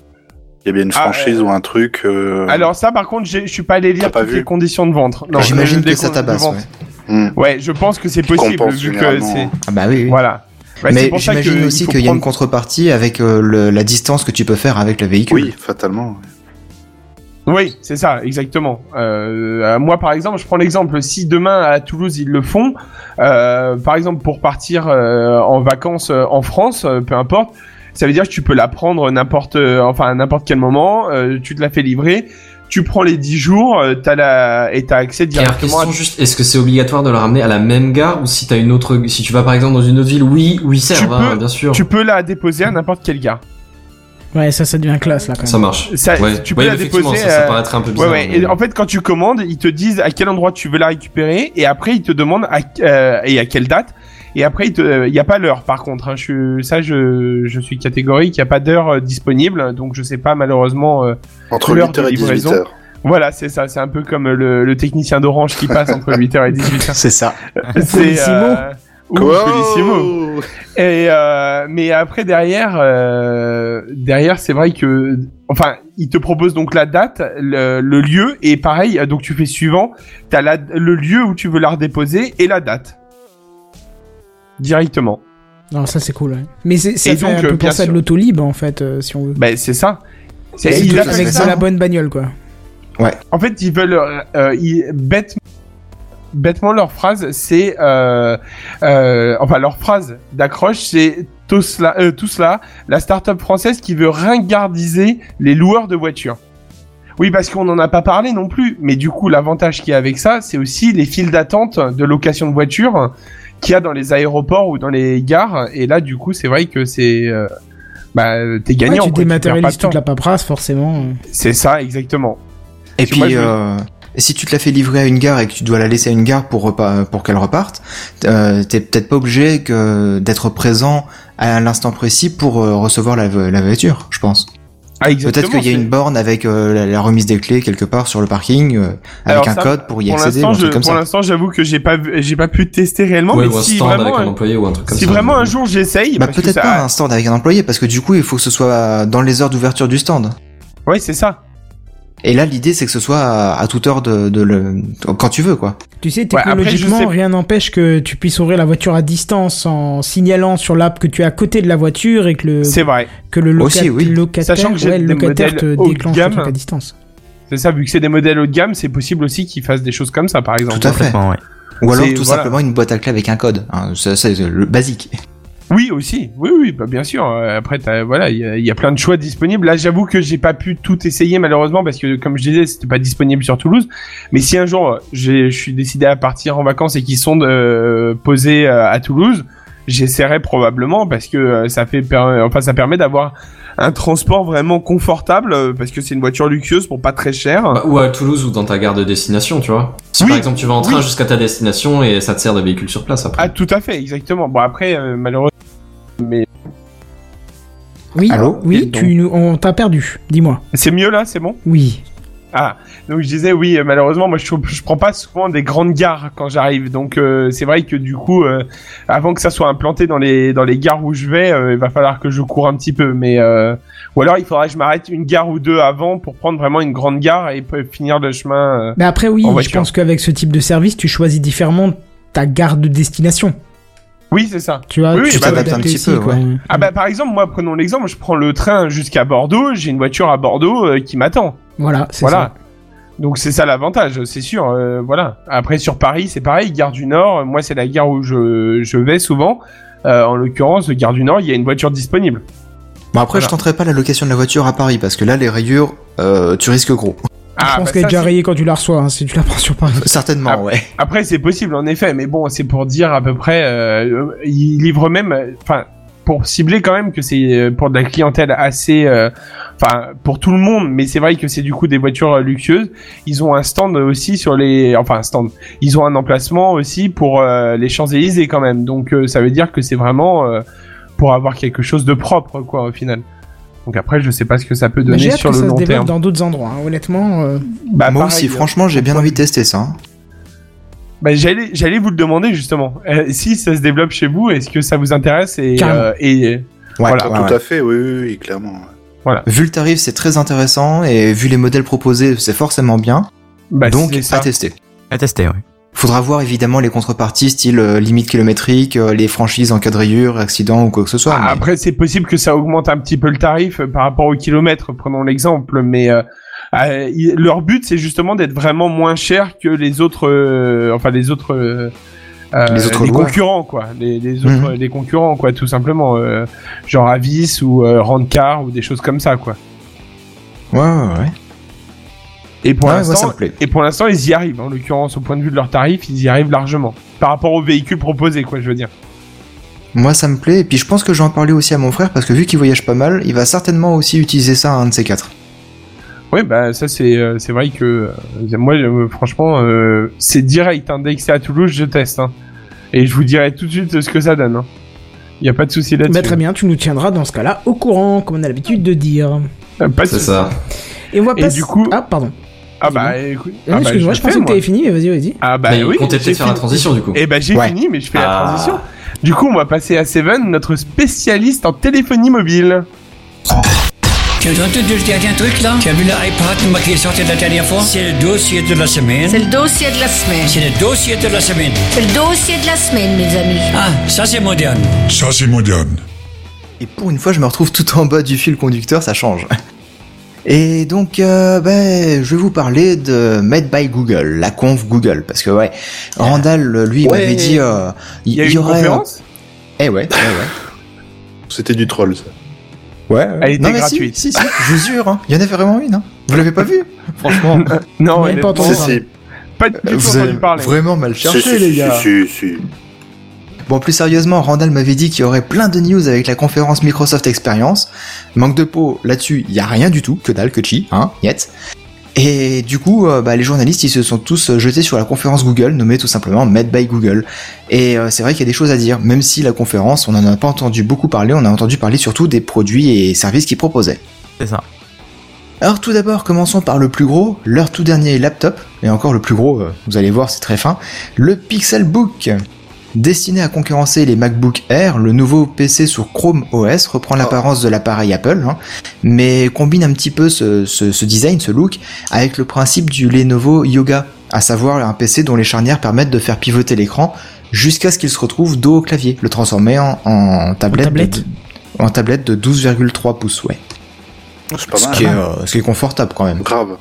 Il y a bien une Ah, franchise euh, ou un truc euh, alors ça, par contre, j'ai- je suis pas allé lire T'as pas toutes vu les conditions de vente. Non, J'imagine les- les que ça conditions de tabasse. vente. ouais. hmm, Ouais, je pense que c'est qui possible compense vu que généralement. hein. c'est Ah bah oui. oui. voilà. Ouais, c'est Mais pour ça que j'imagine aussi il faut qu'il y a une prendre- contrepartie avec euh, le- la distance que tu peux faire avec le véhicule. Oui, fatalement. Oui, c'est ça, exactement. Euh, euh, moi, par exemple, je prends l'exemple. Si demain à Toulouse ils le font, euh, par exemple pour partir euh, en vacances euh, en France, euh, peu importe, ça veut dire que tu peux la prendre n'importe, euh, enfin à n'importe quel moment. euh, tu te la fais livrer, tu prends les 10 jours, euh, t'as la et t'as accès Et alors, directement. à- question juste, est-ce que c'est obligatoire de le ramener à la même gare ou si t'as une autre, si tu vas par exemple dans une autre ville, oui, oui, Tu serve, peux- bien sûr. Tu peux la déposer à n'importe quel gars. Ouais, ça, ça devient classe là quand Ça même. marche. Ça- ouais. tu peux Ouais, la effectivement, déposer, Ça, ça euh, paraîtrait un peu Ouais, bizarre. ouais. mais- Et en fait, quand tu commandes, ils te disent à quel endroit tu veux la récupérer, et après ils te demandent à, euh, et à quelle date. Et après, euh, il n'y a pas l'heure, par contre. hein. Je, suis- ça, je, je suis catégorique. Il n'y a pas d'heure euh, disponible, donc je sais pas malheureusement. euh, Entre L'heure 8h de et livraison. 18h. Voilà, c'est ça. C'est un peu comme le, le technicien d'Orange qui (laughs) passe entre 8h et 18h. C'est ça. C'est euh, ouh, Colissimo. Quoi Et euh, mais après derrière, euh, derrière c'est vrai que, enfin, il te propose donc la date, le, le lieu et pareil, euh, donc tu fais suivant, t'as la, le lieu où tu veux la redéposer et la date directement. Non, ça c'est cool. ouais. Mais c'est, ça Et fait donc, un peu euh, bien penser à de sûr. l'autolib en fait, euh, si on veut. Ben c'est ça. C'est, C'est il tout a à Avec fait fait de ça. ça. la bonne bagnole quoi. En fait, ils veulent euh, euh, ils- bête- bêtement leur phrase, c'est euh, euh, enfin leur phrase d'accroche, c'est tout cela, euh, tout cela, la start-up française qui veut ringardiser les loueurs de voitures. Oui, parce qu'on n'en a pas parlé non plus, mais du coup, l'avantage qu'il y a avec ça, c'est aussi les files d'attente de location de voitures qu'il y a dans les aéroports ou dans les gares. Et là, du coup, c'est vrai que c'est euh, bah, t'es Ouais, gagnant. tu quoi, perds pas de dématérialises temps. toute la paperasse forcément. C'est ça, exactement. Et Parce que moi, puis, je- euh, si tu te la fais livrer à une gare et que tu dois la laisser à une gare pour, repa- pour qu'elle reparte, euh, t'es peut-être pas obligé que d'être présent à l'instant précis pour euh, recevoir la, vo- la voiture, je pense. Ah, Peut-être exactement, qu'il y a c'est- une borne avec euh, la, la remise des clés quelque part sur le parking, euh, avec Alors un ça, code pour y pour accéder, ou l'instant, un je- truc comme pour ça. l'instant, j'avoue que j'ai pas, vu- j'ai pas pu tester réellement. Ouais, mais ou un si stand avec vraiment, un un- employé ou un truc comme si ça. vraiment un jour j'essaye, Bah parce que peut-être ça- pas un stand avec un employé parce que du coup il faut que ce soit dans les heures d'ouverture du stand. Ouais, c'est ça. Et là l'idée c'est que ce soit à, à toute heure de, de le quand tu veux quoi. Tu sais, Ouais, après, je technologiquement, sais- rien n'empêche que tu puisses ouvrir la voiture à distance en signalant sur l'app que tu es à côté de la voiture et que Euh. le, C'est vrai. que le loca- Aussi, oui. locataire, Sachant que j'ai ouais, le des locataire te modèles haut de déclenche le gamme. truc à distance. C'est ça. Vu que c'est des modèles haut de gamme, c'est possible aussi qu'ils fassent des choses comme ça, par exemple. Tout à fait. Complètement, ouais. Ou alors C'est- tout voilà. simplement une boîte à clés avec un code. hein. Ça, c'est le basique. Oui, aussi. Oui, oui, bah, bien sûr. Euh, Après, t'as- voilà, il y, a- il y a plein de choix disponibles. Là, j'avoue que j'ai pas pu tout essayer malheureusement parce que, comme je disais, c'était pas disponible sur Toulouse. Mais si un jour euh, j'ai- je suis décidé à partir en vacances et qu'ils sont euh, posés euh, à Toulouse, j'essaierai probablement parce que euh, ça fait, per- enfin, ça permet d'avoir un transport vraiment confortable euh, parce que c'est une voiture luxueuse pour pas très cher. Bah, ou à Toulouse ou dans ta gare de destination, tu vois. Si Oui, par exemple tu vas en train oui. jusqu'à ta destination et ça te sert de véhicule sur place après. Ah, tout à fait, exactement. Bon, après, euh, malheureusement, Oui, Allô oui, Quel tu nous, on t'a perdu. Dis-moi. c'est mieux là, c'est bon. Oui. Ah, donc je disais oui, euh, malheureusement, moi je, trouve- je prends pas souvent des grandes gares quand j'arrive, donc euh, c'est vrai que du coup, euh, avant que ça soit implanté dans les dans les gares où je vais, euh, il va falloir que je cours un petit peu, mais euh, ou alors il faudra que je m'arrête une gare ou deux avant pour prendre vraiment une grande gare et p- finir le chemin. euh. Mais après, oui, En je voiture. pense qu'avec ce type de service, tu choisis différemment ta gare de destination. Oui, c'est ça. Tu vois, Oui, oui, tu bah, t'adaptes oui. un petit aussi, peu. quoi. ouais. Ah bah par exemple, moi prenons l'exemple, je prends le train jusqu'à Bordeaux, j'ai une voiture à Bordeaux euh, qui m'attend. Voilà, c'est Voilà. Donc c'est ça l'avantage, c'est sûr. euh, voilà. Après sur Paris, c'est pareil, gare du Nord, euh, moi c'est la gare où je, je vais souvent. Euh, en l'occurrence, gare du Nord, il y a une voiture disponible. Bon, après, Voilà. je tenterai pas la location de la voiture à Paris parce que là, les rayures, euh, tu risques gros. (laughs) ça. Je pense bah, qu'elle est ça, déjà c'est- rayée quand tu la reçois, hein, si tu la prends sur (laughs) Paris. Certainement, Ah. ouais. Après, c'est possible en effet, mais bon, c'est pour dire à peu près. euh, euh, ils livrent même. euh, Enfin, pour cibler quand même que c'est euh, pour de la clientèle assez. euh, Enfin, pour tout le monde, mais c'est vrai que c'est du coup des voitures euh, luxueuses. Ils ont un stand aussi sur les. Enfin, un stand. Ils ont un emplacement aussi pour euh, les Champs-Élysées quand même. Donc, euh, ça veut dire que c'est vraiment euh, pour avoir quelque chose de propre, quoi, au final. Donc après, je sais pas ce que ça peut Mais donner Bah, J'ai hâte sur que le ça se long développe terme. dans d'autres endroits, hein, honnêtement. euh, Bah, Moi pareil, aussi, euh, franchement, j'ai bien envie de tester ça. hein. Bah, j'allais, j'allais vous le demander justement. Euh, si ça se développe chez vous, est-ce que ça vous intéresse et, Carrément. euh, et Ouais, Voilà, ouais, Ah, Tout ouais. à fait, oui, oui, oui, clairement. Vu le tarif, c'est très intéressant et vu les modèles proposés, c'est forcément bien. bah, Donc, c'est ça. à tester. À tester, oui. Faudra voir évidemment les contreparties, style euh, limite kilométrique, euh, les franchises en cas de rayure, accident ou quoi que ce soit. Ah, mais- Après, c'est possible que ça augmente un petit peu le tarif euh, par rapport au kilomètre. Prenons l'exemple, mais euh, euh, il- leur but c'est justement d'être vraiment moins cher que les autres, euh, enfin les autres, euh, euh, Les autres lois. Mhm. concurrents quoi, les, les autres, les concurrents quoi, tout simplement, euh, genre Avis ou euh, Randcar ou des choses comme ça quoi. Ouais, ouais, ouais. Et pour Ouais, moi, ça l'instant, me plaît. Et pour l'instant, ils y arrivent. En l'occurrence, au point de vue de leur tarif, ils y arrivent largement. Par rapport aux véhicules proposés, quoi, je veux dire. Moi, ça me plaît. Et puis, je pense que je vais en parler aussi à mon frère parce que vu qu'il voyage pas mal, il va certainement aussi utiliser ça à un de ces quatre. Oui, bah ça, c'est euh, c'est vrai que euh, moi, euh, franchement, euh, c'est direct. Hein. Dès que c'est à Toulouse, je teste. hein. Et je vous dirai tout de suite ce que ça donne. Il hein. n'y a pas de souci là-dessus. Bah, très bien, tu nous tiendras dans ce cas-là au courant, comme on a l'habitude de dire. Euh, pas de C'est souci. ça. Et on va Et passer- du coup- Ah, pardon. Ah bah écoute. Ah, ah, bah, Excuse-moi, le je, fais, pensais que moi. t'avais fini, mais vas-y, vas-y. Ah bah Mais oui. il comptait j'ai peut-être faire la fini. transition du coup. Eh ben j'ai Ouais. fini, mais je fais Ah. la transition. Du coup, on va passer à Seven, notre spécialiste en téléphonie mobile. Tu as entendu le dernier truc là Tu as vu le iPad moi, qui est sorti la dernière fois C'est le dossier de la semaine. C'est le dossier de la semaine. C'est le dossier de la semaine. C'est le dossier de la semaine, mes amis. Ah, ça c'est moderne. Ça, c'est moderne. Et pour une fois, je me retrouve tout en bas du fil conducteur, ça change. (laughs) Et donc, euh, ben, je vais vous parler de Made by Google, la conf Google, parce que ouais, Randall, lui, Ouais. m'avait dit, euh, Ah. Il y a eu une conférence Eh ouais, eh ouais. C'était du troll, ça. Ouais, Elle était mais si, gratuite. Si, si, je vous jure, hein, il y en a vraiment une. Hein. Vous l'avez pas vu Franchement, (laughs) Non, Vous n'avez pas honnêtement, entendu Si, si. pas du tout vous avez entendu parler. vraiment mal Si, si, cherché, les si, gars. si, si. Bon, plus sérieusement, Randall m'avait dit qu'il y aurait plein de news avec la conférence Microsoft Experience. Manque de peau, là-dessus, il y a rien du tout, que dalle, que chi, hein, yet. Et du coup, euh, bah, les journalistes, ils se sont tous euh, jetés sur la conférence Google, nommée tout simplement Made by Google. Et euh, c'est vrai qu'il y a des choses à dire, même si la conférence, on n'en a pas entendu beaucoup parler, on a entendu parler surtout des produits et services qu'ils proposaient. C'est ça. Alors tout d'abord, commençons par le plus gros, leur tout dernier laptop, et encore le plus gros, euh, vous allez voir, c'est très fin, le Pixelbook. Destiné à concurrencer les MacBook Air, le nouveau PC sur Chrome OS reprend l'apparence de l'appareil Apple, hein, mais combine un petit peu ce, ce- ce design, ce look, avec le principe du Lenovo Yoga, à savoir un PC dont les charnières permettent de faire pivoter l'écran jusqu'à ce qu'il se retrouve dos au clavier, le transformer en, en tablette, tablette de, en tablette de 12,3 pouces, ouais. C'est pas Ce mal. hein. qui est, euh, ce qui est confortable quand même. Grave.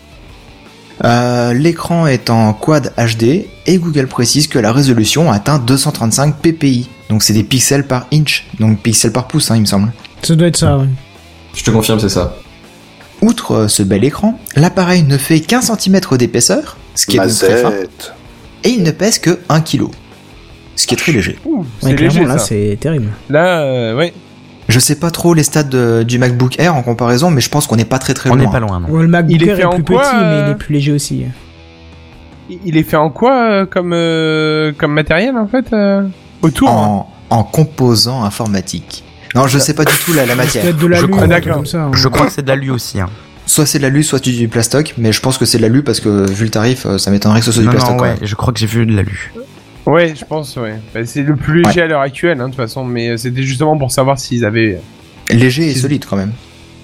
Euh, l'écran est en quad HD et Google précise que la résolution atteint 235 ppi. Donc c'est des pixels par inch, donc pixels par pouce, hein, il me semble. Ça doit être ça, ouais. Je te confirme, c'est ça. Outre euh, ce bel écran, l'appareil ne fait qu'un centimètre d'épaisseur, ce Bah, qui est donc très fin, Mazette. et il ne pèse que 1 kg, ce qui est très léger. Ouh, c'est Ouais, clairement, léger, là, ça. c'est terrible. Là, euh, ouais. Je sais pas trop les stats de- du MacBook Air en comparaison, mais je pense qu'on n'est pas très très On loin. n'est pas loin, non. Ouais, le MacBook Il est Air fait est, en plus quoi, petit, mais il euh est plus léger aussi. Il il est fait en quoi euh, comme, euh, comme matériel en fait euh, Autour hein en, en composant informatique. Non, je sais pas du tout la, (laughs) la Ça matière. doit être de la Je lune, crois. un truc D'accord. comme ça. hein. Je crois que c'est de l'alu aussi. Hein. Soit c'est de l'alu, soit du du plastoc, mais je pense que c'est de l'alu parce que vu le tarif, euh, ça m'étonnerait que ce soit du Non, plastoc non, quand ouais, même. je crois que j'ai vu de l'alu. Ouais, je pense, ouais. Bah, c'est le plus léger à l'heure actuelle, hein, de toute façon, mais euh, c'était justement pour savoir s'ils avaient. euh, Léger et solide quand même.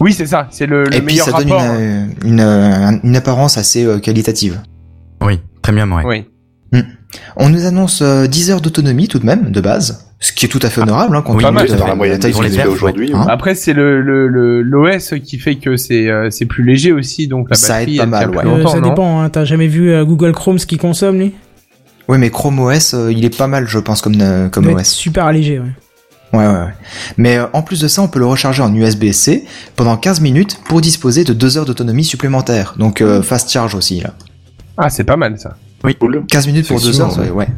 Oui, c'est ça, c'est le, le et puis meilleur ça donne rapport. hein. une, une, euh, une apparence assez euh, qualitative. Oui, premium, ouais. Oui. euh, On nous annonce euh, 10 heures d'autonomie tout de même, de base. Ce qui est tout à fait honorable, hein, quand Oui, on pas mal, compte, euh, dans la moyenne taille des qu'on idées fait, aujourd'hui, hein. Après, c'est le le- le- l'OS qui fait que c'est euh, c'est plus léger aussi, donc la Ça aide batterie pas elle tient mal, plus ouais. Euh, longtemps, ça non dépend, hein, t'as jamais vu euh, Google Chrome ce qu'il consomme, lui Ouais, mais Chrome OS, euh, il est pas mal, je pense, comme, euh, comme Doit être OS. super allégé, ouais. Ouais, ouais, ouais. Mais euh, en plus de ça, on peut le recharger en USB-C pendant 15 minutes pour disposer de 2 heures d'autonomie supplémentaire. Donc, euh, fast charge aussi, là. Ah, c'est pas mal ça. Cool. 15 minutes pour 2 heures, Effectivement, ouais. ouais.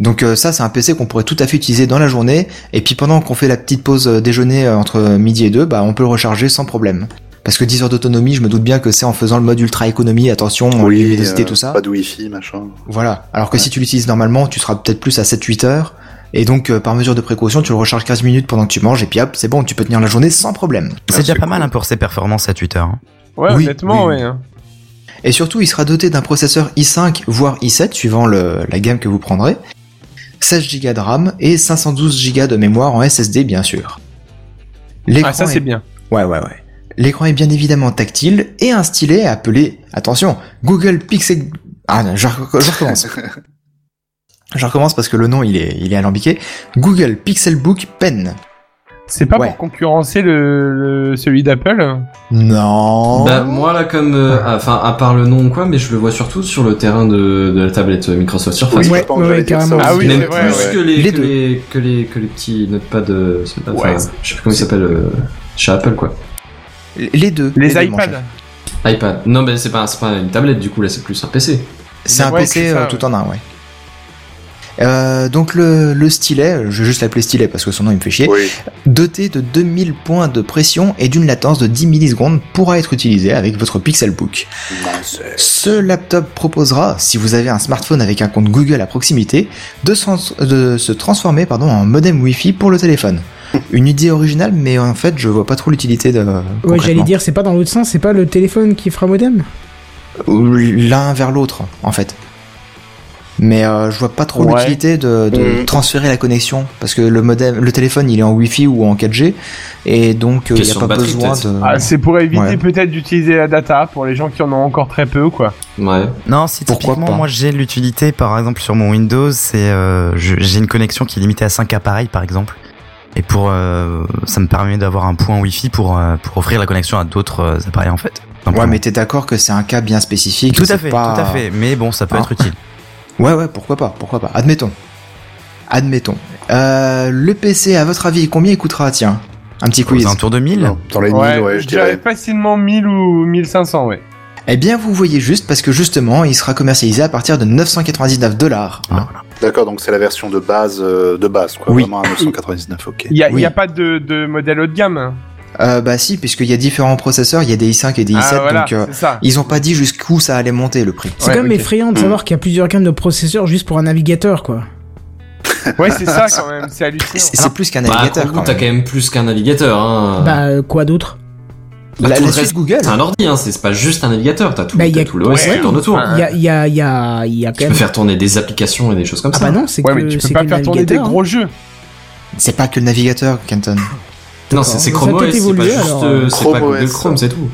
Donc euh, ça, c'est un PC qu'on pourrait tout à fait utiliser dans la journée. Et puis pendant qu'on fait la petite pause euh, déjeuner euh, entre midi et 2, bah, on peut le recharger sans problème. Parce que 10 heures d'autonomie, je me doute bien que c'est en faisant le mode ultra économie, attention, Oui, luminosité, euh, tout ça. Pas de wifi, machin. Voilà. Alors que si tu l'utilises normalement, tu seras peut-être plus à 7-8 heures. Et donc, euh, par mesure de précaution, tu le recharges 15 minutes pendant que tu manges, et puis hop, c'est bon, tu peux tenir la journée sans problème. C'est déjà pas mal hein, pour ses performances à Twitter. hein. Ouais, Oui, honnêtement, oui. ouais. hein. Et surtout, il sera doté d'un processeur i5 voire i7 suivant le- la gamme que vous prendrez, 16 Go de RAM et 512 Go de mémoire en SSD bien sûr. L'écran Ah, ça est- c'est bien. Ouais ouais ouais. L'écran est bien évidemment tactile et un stylet appelé attention Google Pixel Ah non, je, rec- je recommence. je recommence parce que le nom il est il est alambiqué. Google Pixelbook Pen. C'est pas Ouais. pour concurrencer le, le- celui d'Apple. Non. Bah, moi là comme euh, enfin à part le nom ou quoi mais je le vois surtout sur le terrain de, de la tablette Microsoft Surface. Oui, ouais, je pense que ouais, j'allais dire ça carrément. aussi. Ah oui, Même c'est vrai, plus ouais. que, les, Les que, deux. les, que les que les petits notepads euh, c'est pas- Ouais. enfin, je sais plus comment ils s'appellent euh, chez Apple quoi. Les deux. Les, deux, mon cher. iPads. iPad. Non mais c'est pas c'est pas une tablette du coup là c'est plus un PC. C'est un Ouais, PC c'est ça, euh, ouais. tout en un, ouais. Euh, donc le, le stylet, je vais juste l'appeler stylet parce que son nom il me fait chier, Oui. doté de 2000 points de pression et d'une latence de 10 millisecondes pourra être utilisé avec votre Pixelbook. Ce laptop proposera, si vous avez un smartphone avec un compte Google à proximité, de, trans- de se transformer pardon, en modem Wi-Fi pour le téléphone. Une idée originale, mais en fait je vois pas trop l'utilité de... Ouais, j'allais concrètement. dire, c'est pas dans l'autre sens, c'est pas le téléphone qui fera modem Ou l'un vers l'autre en fait. Mais euh, je vois pas trop Ouais. l'utilité de, de Mm. transférer la connexion parce que le modem, le téléphone, il est en Wi-Fi ou en 4G et donc euh, il n'y a Question pas de batterie, besoin peut-être. de. Ah, c'est pour éviter Ouais. peut-être d'utiliser la data pour les gens qui en ont encore très peu, quoi. Ouais. Non, si Pourquoi typiquement, pas moi j'ai l'utilité, par exemple sur mon Windows, c'est euh, je- j'ai une connexion qui est limitée à 5 appareils, par exemple. Et pour euh, ça me permet d'avoir un point Wi-Fi pour euh, pour offrir la connexion à d'autres euh, appareils en fait. ouais, Simplement. mais t'es d'accord que c'est un cas bien spécifique. tout à c'est fait, pas- tout à fait. Mais bon, ça peut Hein. être utile. Ouais, ouais, pourquoi pas, pourquoi pas. Admettons, admettons. Euh, le PC, à votre avis, combien il coûtera Tiens, un petit Aux quiz. alentours de 1000 Dans les ouais, mille, ouais, je dirais. facilement 1000 ou 1500, ouais. Eh bien, vous voyez juste parce que justement, il sera commercialisé à partir de 999 dollars. Ah. D'accord, donc c'est la version de base, euh, de base, quoi. Oui. Vraiment à 999, ok. Il y a, Oui. y a pas de, de modèle haut de gamme. hein. Euh, bah si, puisqu'il y a différents processeurs, il y a des i5 et des i7, ah, voilà, donc euh, c'est ça. ils ont pas dit jusqu'où ça allait monter le prix. C'est Ouais, quand même ok. effrayant de savoir qu'il y a plusieurs gammes de processeurs juste pour un navigateur, quoi. Ouais, c'est ça quand même, c'est hallucinant. C'est c'est plus qu'un Bah, après navigateur. coup, quand t'as même. quand même plus qu'un navigateur hein. Bah, euh, quoi d'autre Bah, la, tout la le suite reste, Google. c'est un ordi hein, c'est c'est pas juste un navigateur, t'as tout, Bah, y a- t'as tout le OS ouais. qui tourne autour. Ah, Il y a, il y a, il y a, il y a quand Tu même. peux faire tourner des applications et des choses comme Ah ça. bah non, c'est Ouais, que mais tu c'est peux que pas le faire tourner des navigateur, gros jeux. C'est pas que le navigateur, Kenton. non, c'est c'est Ça a Chrome peut-être OS, c'est pas évolué, juste alors, euh, c'est pas Chrome Google OS. Chrome, c'est tout.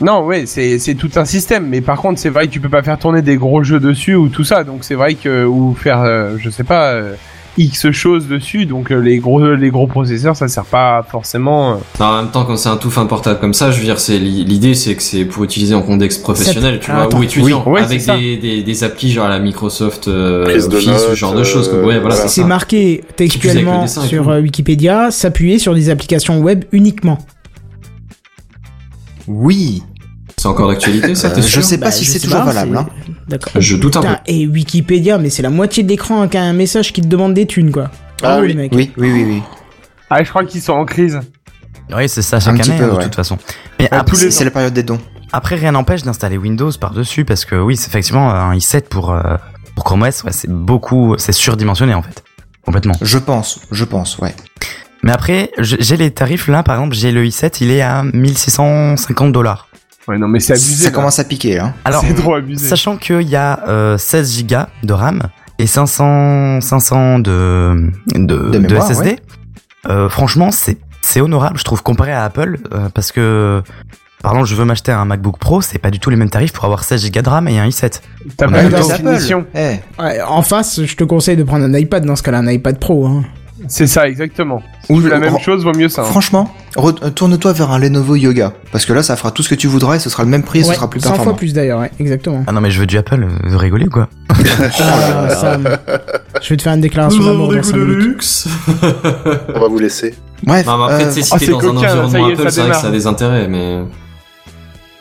Non, ouais, c'est c'est tout un système. Mais par contre, c'est vrai que tu peux pas faire tourner des gros jeux dessus ou tout ça. Donc c'est vrai que ou faire, euh, je sais pas, euh, x choses dessus. Donc euh, les gros les gros processeurs, ça sert pas forcément. euh, Non, en même temps, quand c'est un tout fin portable comme ça, je veux dire, c'est li- l'idée, c'est que c'est pour utiliser en contexte professionnel, tu Ah, vois, attends, ou étudiant, oui, ouais, avec c'est ça. des, des, des applis genre à la Microsoft euh, Prise de Office, ce notes, genre de choses. quoi. euh, Ouais, voilà, voilà. hein. C'est ça. marqué Qui plus avec textuellement le dessin et sur tout. euh, Wikipédia, s'appuyer sur des applications web uniquement. Oui. C'est encore d'actualité, ça, t'es Euh, je sûr sais pas Bah, si je c'est sais toujours pas, valable. c'est- hein. D'accord. Je doute un peu. Putain, et Wikipédia, mais c'est la moitié de l'écran hein, qui a un message qui te demande des thunes, quoi. Ah Bravo, oui. les mecs. Oui, oui, oui, oui. Ah, je crois qu'ils sont en crise. Oui, c'est ça chaque petit année peu, hein, de ouais. toute façon. Mais Ah, bah, Ouais, après, c'est- c'est la période des dons. après, rien n'empêche d'installer Windows par dessus parce que oui, c'est effectivement un i7 pour euh, pour Chrome OS, ouais, c'est beaucoup, c'est surdimensionné en fait, complètement. Je pense, je pense, ouais. Mais après, je- j'ai les tarifs là, par exemple, j'ai le i7, il est à 1650 dollars. Ouais, non, mais c'est abusé. ça là. commence à piquer. Hein. Alors, c'est trop abusé. sachant qu'il y a euh, 16 gigas de RAM et 500, 500 de, de, De mémoire, de SSD, euh, franchement, c'est c'est honorable, je trouve, comparé à Apple, euh, parce que Pardon, je veux m'acheter un MacBook Pro, c'est pas du tout les mêmes tarifs pour avoir 16 Go de RAM et un i7. T'as On pas a le tout temps ça. de finition. Eh. Ouais, en face, je te conseille de prendre un iPad dans ce cas-là, un iPad Pro. Hein. C'est ça, exactement. Si Ou- tu veux la ou- même chose, vaut mieux ça. hein. Franchement, re- tourne-toi vers un Lenovo Yoga, parce que là, ça fera tout ce que tu voudras et ce sera le même prix et ce Ouais, sera plus 100 performant. fois plus d'ailleurs, ouais, exactement. Ah non, mais je veux du Apple, euh, vous rigolez ou quoi Ah, Sam, je vais te faire une déclaration d'amour dans 5 minutes. luxe. On va vous laisser. (laughs) Bref, Non, mais après, euh, tu sais, si oh, t'es c'est dans coquin, ça y un est, environnement ça Apple, c'est vrai que démarre. ça a des intérêts, mais.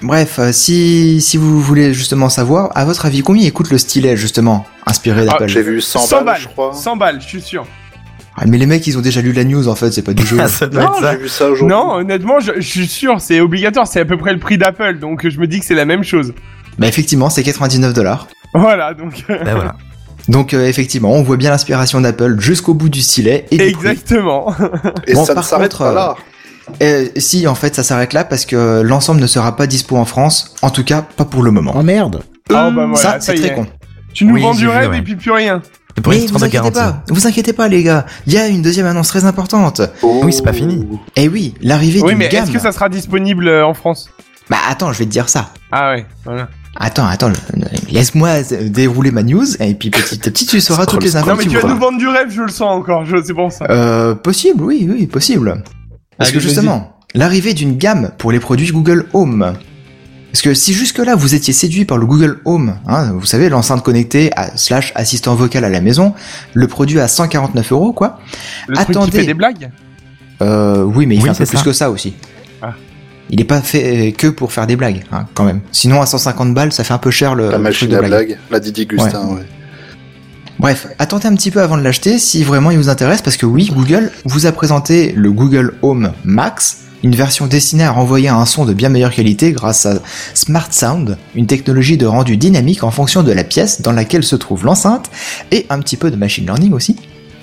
bref, euh, si, si vous voulez justement savoir, à votre avis, combien coûte le stylet justement inspiré Ah, d'Apple J'ai vu 100, 100 balles, balles. je crois. 100 balles, je suis sûr. Ah, Mais les mecs, ils ont déjà lu la news en fait, c'est pas (laughs) du jeu. Ah, (laughs) ça doit Non, être ça. j'ai vu ça aujourd'hui. Non, honnêtement, je, je suis sûr, c'est obligatoire, c'est à peu près le prix d'Apple, donc je me dis que c'est la même chose. bah effectivement, c'est 99 dollars. Voilà, (laughs) donc. (laughs) Bah voilà. Donc euh, effectivement, on voit bien l'inspiration d'Apple jusqu'au bout du stylet et du prix. Exactement. Euh, Et Bon, ça ne par s'arrête contre, pas là. Euh, si en fait ça s'arrête là parce que l'ensemble ne sera pas dispo en France, en tout cas pas pour le moment. Oh merde (laughs) Ah, bah voilà, ça, c'est y très est. con. Tu nous Oui, vends du j'ai vu, rêve ouais. et puis plus rien. C'est pour une Mais histoire vous de inquiétez garantie. pas, vous inquiétez pas les gars, il y a une deuxième annonce très importante. oh, Oui, c'est pas fini. Eh oui, l'arrivée Oui, d'une mais gamme. est-ce que ça sera disponible euh, en France Bah attends, je vais te dire ça. Ah ouais, voilà. Attends, attends, je- laisse-moi euh, dérouler ma news et puis petit à petit tu sauras toutes les infos Non, mais que tu tu vas voudras. nous vendre du rêve, je le sens encore, je- c'est bon ça. Euh, possible, oui, oui, possible. Parce Ah, Allez, que justement, l'arrivée d'une gamme pour les produits Google Home. Parce que si jusque-là vous étiez séduit par le Google Home, hein, vous savez, l'enceinte connectée à- slash assistant vocal à la maison, le produit à 149 euros, quoi. Le truc qui attendez. fait des blagues Euh, oui, mais il Oui, fait un peu c'est plus ça. que ça aussi. Ah. Il n'est pas fait euh, que pour faire des blagues, hein, quand même. Sinon, à 150 balles, ça fait un peu cher le, La le truc machine de à blague. blague, la Didi Gustin, ouais. Bref, attendez un petit peu avant de l'acheter si vraiment il vous intéresse, parce que oui, Google vous a présenté le Google Home Max, une version destinée à renvoyer un son de bien meilleure qualité grâce à Smart Sound, une technologie de rendu dynamique en fonction de la pièce dans laquelle se trouve l'enceinte, et un petit peu de machine learning aussi.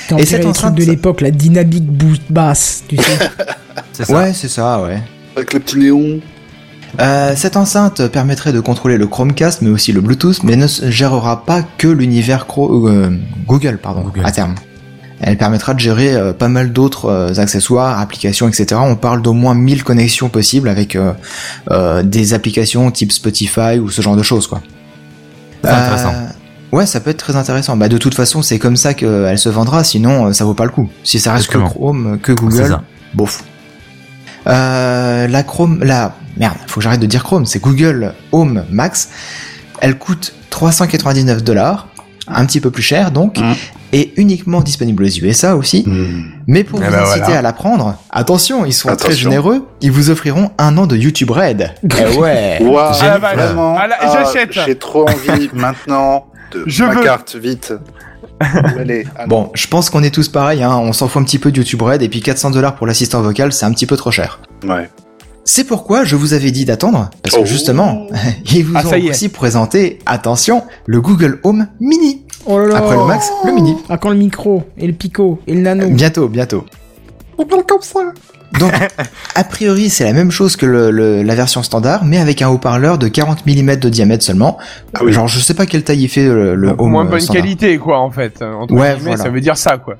Quand Et tu cette les trucs enceinte, de ça- l'époque, la dynamique boost basse, tu sais. C'est ça. Ouais, c'est ça, ouais. Avec le petit néon. Euh, cette enceinte permettrait de contrôler le Chromecast, mais aussi le Bluetooth, mais ne s- gérera pas que l'univers Cro- euh, Google, pardon, Google. à terme. Elle permettra de gérer euh, pas mal d'autres euh, accessoires, applications, etc. On parle d'au moins 1000 connexions possibles avec euh, euh, des applications type Spotify ou ce genre de choses, quoi. C'est intéressant. Euh, ouais, ça peut être très intéressant. Bah, de toute façon, c'est comme ça qu'elle se vendra, sinon euh, ça vaut pas le coup. Si ça reste Exactement. que Chrome, que C'est Google, ça. Bof. Euh, la Chrome, la merde, faut que j'arrête de dire Chrome, c'est Google Home Max. Elle coûte 399 dollars, un petit peu plus cher donc, Mm. et uniquement disponible aux USA aussi. Mais pour Eh vous ben inciter voilà. à la prendre, attention, ils sont très Attention. généreux, ils vous offriront un an de YouTube Red. Eh ouais. Waouh, Ah, la vache. vraiment. Ah, là, ah, j'achète. J'ai trop (laughs) envie maintenant de Je ma veux. carte, vite. (laughs) Allez, ah, Bon, je pense qu'on est tous pareils, hein, on s'en fout un petit peu de YouTube Red et puis 400 dollars pour l'assistant vocal, c'est un petit peu trop cher. ouais. C'est pourquoi je vous avais dit d'attendre, parce que Oh. justement, ils vous Ah, ça y ont est. aussi présenté, attention, le Google Home Mini. Oh là là (laughs) Après le Max, le Mini. À Ah, quand le micro Et le picot Et le Oh. nano Bientôt, bientôt. (laughs) Donc, a priori, c'est la même chose que le- le- la version standard, mais avec un haut-parleur de 40 mm de diamètre seulement. Ah oui. Genre, je sais pas quelle taille il fait le, le Donc, Home Moins euh, bonne standard. qualité, quoi, en fait. euh, entre Ouais, guillemets, voilà. Ça veut dire ça, quoi.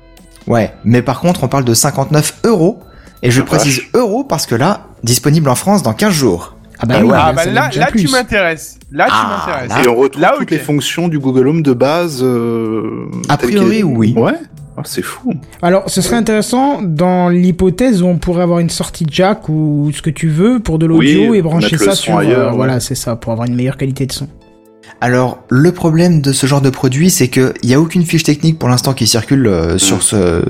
Ouais, mais par contre, on parle de 59 euros, et je Ah, précise euros parce que là, disponible en France dans 15 jours. Ah bah Ah oui, ouais. mais ah, ça bah vaut là, déjà là tu plus. m'intéresses. Là, Ah, tu m'intéresses. là. Et on retrouve Là, toutes ok. les fonctions du Google Home de base. euh, A telles priori, qu'elles- oui. Ouais. Ah, c'est fou. Alors, ce serait intéressant dans l'hypothèse où on pourrait avoir une sortie jack ou ce que tu veux pour de l'audio Oui, et brancher mettre le ça son sur. euh, ailleurs, ouais. Voilà, c'est ça, pour avoir une meilleure qualité de son. Alors, le problème de ce genre de produit, c'est que il y a aucune fiche technique pour l'instant qui circule Hmm. euh, sur ce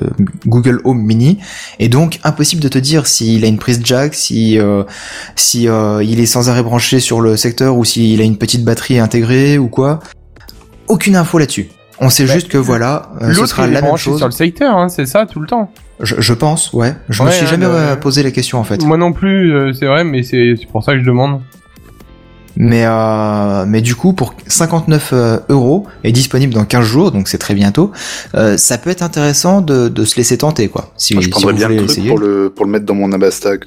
Google Home Mini, et donc impossible de te dire s'il a une prise jack, si euh, si euh, il est sans arrêt branché sur le secteur ou s'il a une petite batterie intégrée ou quoi. Aucune info là-dessus. On sait Bah, juste que voilà, euh, ce L'autre sera il est la même branché chose. sur le secteur, hein, c'est ça, tout le temps. Je, je pense, ouais. Je me Ouais, suis hein, jamais le- euh, posé la question en fait. Moi non plus, euh, c'est vrai, mais c'est c'est pour ça que je demande. Mais euh, mais du coup pour 59 euh, euros et disponible dans 15 jours donc c'est très bientôt. euh, ça peut être intéressant de, de se laisser tenter quoi. Si, Moi, je si prendrais vous bien le voulez truc essayer. pour le, pour le mettre dans mon abastac.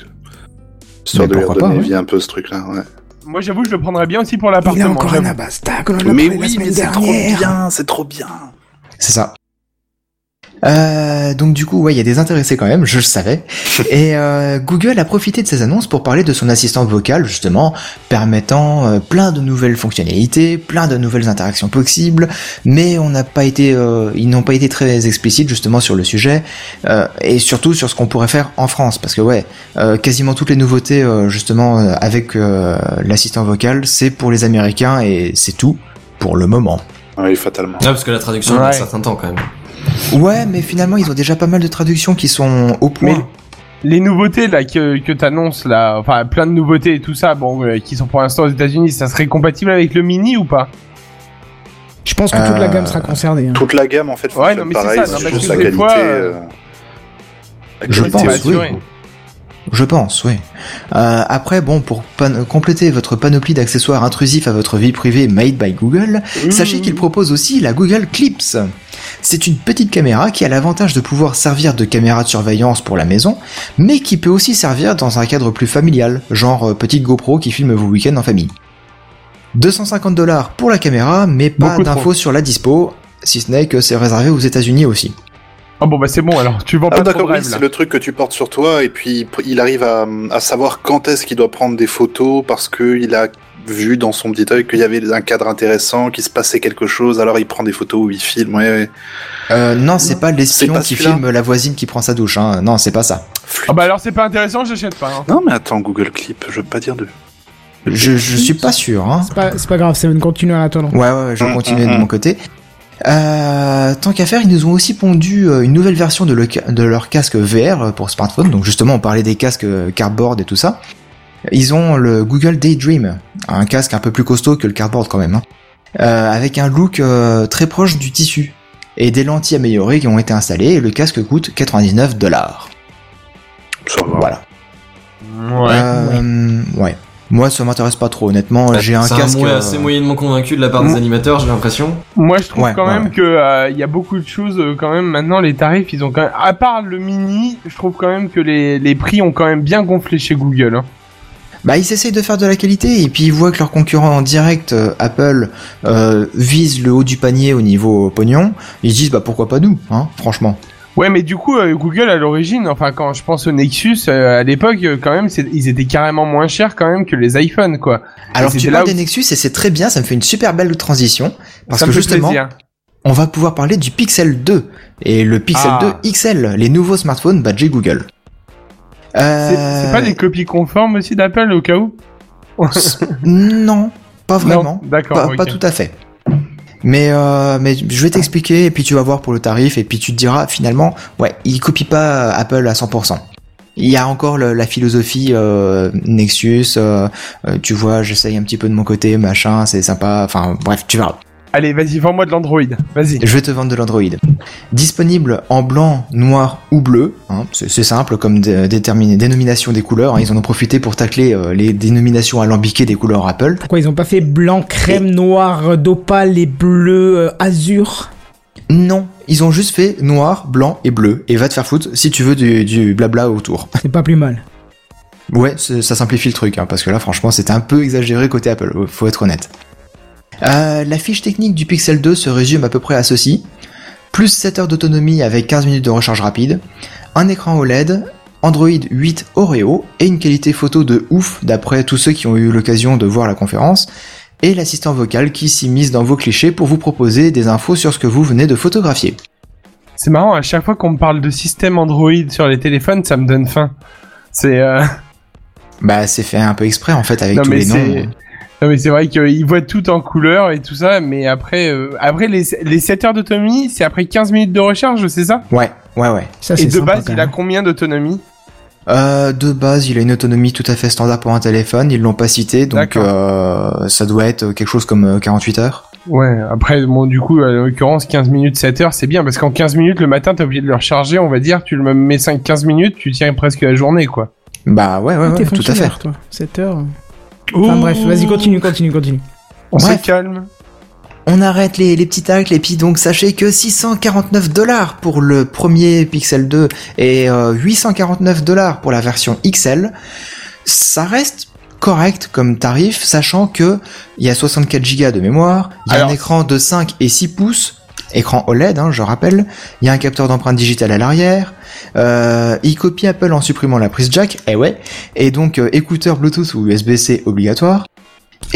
Histoire Mais de lui pourquoi pas, redonner ouais. vie un peu ce truc-là. Ouais. Moi, j'avoue, je le prendrais bien aussi pour Il a l'appartement. encore un j'avoue. abastac, on en a Mais parlé la oui, semaine mais c'est trop dernière. bien, c'est trop bien. C'est ça. Euh, donc du coup, ouais, il y a des intéressés quand même, je le savais. Et euh, Google a profité de ces annonces pour parler de son assistant vocal, justement, permettant euh, plein de nouvelles fonctionnalités, plein de nouvelles interactions possibles. Mais on n'a pas été, euh, ils n'ont pas été très explicites justement sur le sujet euh, et surtout sur ce qu'on pourrait faire en France, parce que ouais, euh, quasiment toutes les nouveautés euh, justement euh, avec euh, l'assistant vocal, c'est pour les Américains et c'est tout pour le moment. Oui, fatalement. Ah, parce que la traduction met un Ouais. certain temps quand même. Ouais, mais finalement, ils ont déjà pas mal de traductions qui sont au point. Mais les nouveautés là que, que t'annonces là, enfin plein de nouveautés et tout ça, bon, euh, qui sont pour l'instant aux États-Unis, ça serait compatible avec le mini ou pas Je pense que toute la Euh, gamme sera concernée. hein. Toute la gamme en fait Ouais, fonctionne non, mais c'est pareil, ça, c'est non, parce juste que la des qualité. fois, euh, la Je qualité pense, aussi. oui. assuré. Je pense, oui. Euh, après, bon, pour pan- compléter votre panoplie d'accessoires intrusifs à votre vie privée made by Google, sachez qu'il propose aussi la Google Clips. C'est une petite caméra qui a l'avantage de pouvoir servir de caméra de surveillance pour la maison, mais qui peut aussi servir dans un cadre plus familial, genre euh, petite GoPro qui filme vos week-ends en famille. 250 dollars pour la caméra, mais pas Beaucoup trop. d'infos sur la dispo, si ce n'est que c'est réservé aux États-Unis aussi. Ah bon bah c'est bon alors, tu vends Ah pas trop de d'accord, oui, rêves, là. c'est le truc que tu portes sur toi et puis il arrive à, à savoir quand est-ce qu'il doit prendre des photos parce qu'il a vu dans son petit œil qu'il y avait un cadre intéressant, qu'il se passait quelque chose, alors il prend des photos ou il filme. Ouais, ouais. Euh, non, c'est pas l'espion pas qui celui-là. filme la voisine qui prend sa douche, hein. non, c'est pas ça. Ah bah alors c'est pas intéressant, j'achète pas. hein. Non mais attends, Google Clip, je veux pas dire de... Je, je suis pas sûr, hein. C'est pas, c'est pas grave, Seven, continue en attendant. Ouais, ouais, ouais, je Mm, continue mm, de mm. mon côté. Euh, tant qu'à faire, ils nous ont aussi pondu euh, une nouvelle version de, le ca- de leur casque VR pour smartphone. Donc justement, on parlait des casques euh, cardboard et tout ça. Ils ont le Google Daydream, un casque un peu plus costaud que le cardboard quand même, hein. Euh, avec un look euh, très proche du tissu et des lentilles améliorées qui ont été installées. Et le casque coûte 99 dollars. Ça va. Voilà. Ouais. Euh, ouais. Moi, ça m'intéresse pas trop, honnêtement. J'ai un C'est casque. moyen- euh, assez moyennement convaincu de la part des Moi- animateurs, j'ai l'impression. Moi je trouve Ouais, quand ouais, même ouais. que euh, il y a beaucoup de choses euh, quand même maintenant les tarifs ils ont quand même à part le mini, je trouve quand même que les, les prix ont quand même bien gonflé chez Google. hein. Bah ils essayent de faire de la qualité et puis ils voient que leurs concurrents en direct, euh, Apple, euh, visent le haut du panier au niveau pognon. Ils se disent bah pourquoi pas nous, hein, franchement. Ouais, mais du coup, euh, Google à l'origine, enfin quand je pense au Nexus, euh, à l'époque, euh, quand même, c'est- ils étaient carrément moins chers quand même que les iPhones, quoi. Alors Et tu c'était parles là où- des Nexus et c'est très bien, ça me fait une super belle transition parce Ça que me fait justement plaisir. on va pouvoir parler du Pixel 2 et le Pixel Ah. 2 XL, les nouveaux smartphones badgés Google. Euh, C'est c'est pas des copies conformes aussi d'Apple au cas où Non, pas vraiment. Non, d'accord. pas, ok. pas tout à fait. Mais, euh, mais je vais t'expliquer et puis tu vas voir pour le tarif et puis tu te diras finalement, ouais, il copie pas euh, Apple à 100%. Il y a encore le- la philosophie euh, Nexus, euh, euh, tu vois, j'essaye un petit peu de mon côté, machin, c'est sympa, enfin bref, tu verras. Allez, vas-y, vends-moi de l'Android. Vas-y. Je vais te vendre de l'Android. Disponible en blanc, noir ou bleu, hein, c'est c'est simple comme dé- déterminer dénomination des couleurs, hein, ils en ont profité pour tacler euh, les dénominations alambiquées des couleurs Apple. Pourquoi ils ont pas fait blanc, crème, noir, euh, d'opale et bleu, euh, azur Non, ils ont juste fait noir, blanc et bleu. Et va te faire foutre si tu veux du, du blabla autour. (laughs) C'est pas plus mal. Ouais, c'est- ça simplifie le truc, hein, parce que là, franchement, c'était un peu exagéré côté Apple, euh, faut être honnête. Euh, la fiche technique du Pixel 2 se résume à peu près à ceci. Plus 7 heures d'autonomie avec 15 minutes de recharge rapide, un écran OLED, Android 8 Oreo et une qualité photo de ouf d'après tous ceux qui ont eu l'occasion de voir la conférence, et l'assistant vocal qui s'immisce dans vos clichés pour vous proposer des infos sur ce que vous venez de photographier. C'est marrant, à chaque fois qu'on me parle de système Android sur les téléphones, ça me donne faim. C'est. euh, Bah, c'est fait un peu exprès en fait avec Non, tous mais les c'est- noms. Non Ah, mais c'est vrai qu'ils voient tout en couleur et tout ça, mais après, euh, après les, les 7 heures d'autonomie, c'est après 15 minutes de recharge, c'est ça Ouais, ouais, ouais. Ça, Et c'est de sympa, base, quand il a même. combien d'autonomie Euh, de base, il a une autonomie tout à fait standard pour un téléphone. Ils l'ont pas cité, donc D'accord. euh, ça doit être quelque chose comme euh, 48 heures. Ouais, après, bon, du coup, en l'occurrence, 15 minutes, 7 heures, c'est bien, parce qu'en 15 minutes, le matin, t'es obligé de le recharger, on va dire, tu le mets 5, 15 minutes, tu tiens presque la journée, quoi. Bah ouais, ouais, Ah, ouais t'es tout à fait. fonctionnaire, toi. 7 heures. Enfin bref, vas-y, continue, continue, continue. On Bref. se calme. On arrête les, les petits tacles et puis donc sachez que 649 dollars pour le premier Pixel 2 et euh, 849 dollars pour la version XL, ça reste correct comme tarif, sachant que il y a 64 Go de mémoire, il y a Alors- un écran de 5 et 6 pouces, écran OLED, hein, je rappelle. Il y a un capteur d'empreinte digitale à l'arrière. Euh, il copie Apple en supprimant la prise jack, eh ouais. Et donc euh, écouteurs Bluetooth ou USB-C obligatoire.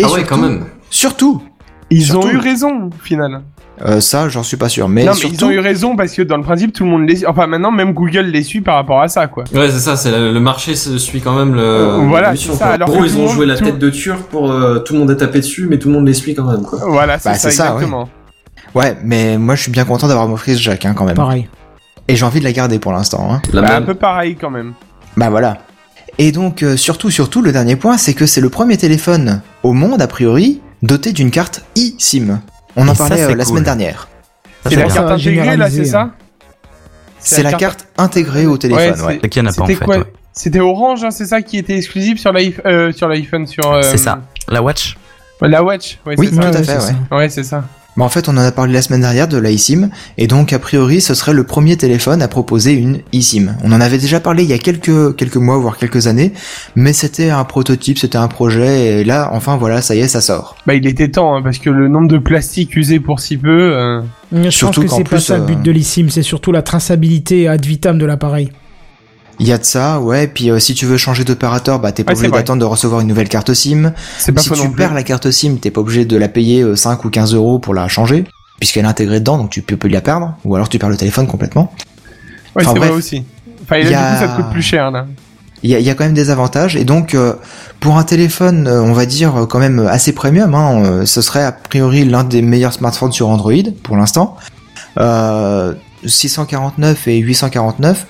Ah ouais, quand même. Surtout. Ils surtout- ont eu raison, au final. Euh, ça, j'en suis pas sûr, mais non, mais surtout. ils ont eu raison parce que dans le principe, tout le monde les suit. Enfin, maintenant, même Google les suit par rapport à ça, quoi. Ouais, c'est ça, c'est le, le marché se suit quand même Euh, le. voilà, l'évolution, c'est ça, quoi. alors En gros, que ils tout ont le joué monde- la tout- tête de turc pour euh, tout le monde est tapé dessus, mais tout le monde les suit quand même, quoi. Voilà, c'est Bah, ça, c'est ça, ouais. exactement. Ouais, mais moi je suis bien content d'avoir ma prise jack hein, quand même. Pareil. Et j'ai envie de la garder pour l'instant. Hein. La Bah, un même. peu pareil, quand même. Bah voilà. Et donc euh, surtout, surtout, le dernier point, c'est que c'est le premier téléphone au monde, a priori, doté d'une carte eSIM. On en Et ça, parlait euh, c'est la cool. semaine dernière. Ça, C'est la bien. carte Ça, intégrée, là, c'est généralisé, ça hein. C'est la carte intégrée au téléphone, ouais. C'est qu'il y en a pas, en C'était fait, quoi ouais. C'était Orange, hein, c'est ça qui était exclusif sur l'iPh- euh, sur l'iPhone, sur, euh, C'est ça. La Watch La Watch, ouais, Oui, c'est ça. tout à ouais, fait, c'est ouais. ça. Ouais, c'est ça. Bah en fait, on en a parlé la semaine dernière de la eSIM, et donc a priori, ce serait le premier téléphone à proposer une eSIM. On en avait déjà parlé il y a quelques quelques mois voire quelques années, mais c'était un prototype, c'était un projet, et là, enfin voilà, ça y est, ça sort. Bah, il était temps, hein, parce que le nombre de plastique usé pour si peu. euh, Je Surtout pense que qu'en c'est pas plus, ça le but euh, de l'eSIM, c'est surtout la traçabilité ad vitam de l'appareil. Il y a de ça, ouais. Puis euh, si tu veux changer d'opérateur, bah t'es pas Ouais, obligé c'est vrai. d'attendre de recevoir une nouvelle carte SIM. C'est pas si faux tu non plus. perds la carte SIM, t'es pas obligé de la payer euh, 5 ou 15 euros pour la changer, puisqu'elle est intégrée dedans, donc tu peux, peux la perdre. Ou alors tu perds le téléphone complètement. Ouais, Enfin, c'est vrai bref. aussi. Enfin, et Il y là, du a- coup, ça te coûte plus cher, là. Il y a, il y a quand même des avantages. Et donc euh, pour un téléphone, euh, on va dire euh, quand même assez premium, hein, euh, ce serait a priori l'un des meilleurs smartphones sur Android pour l'instant. Euh, 649 et 849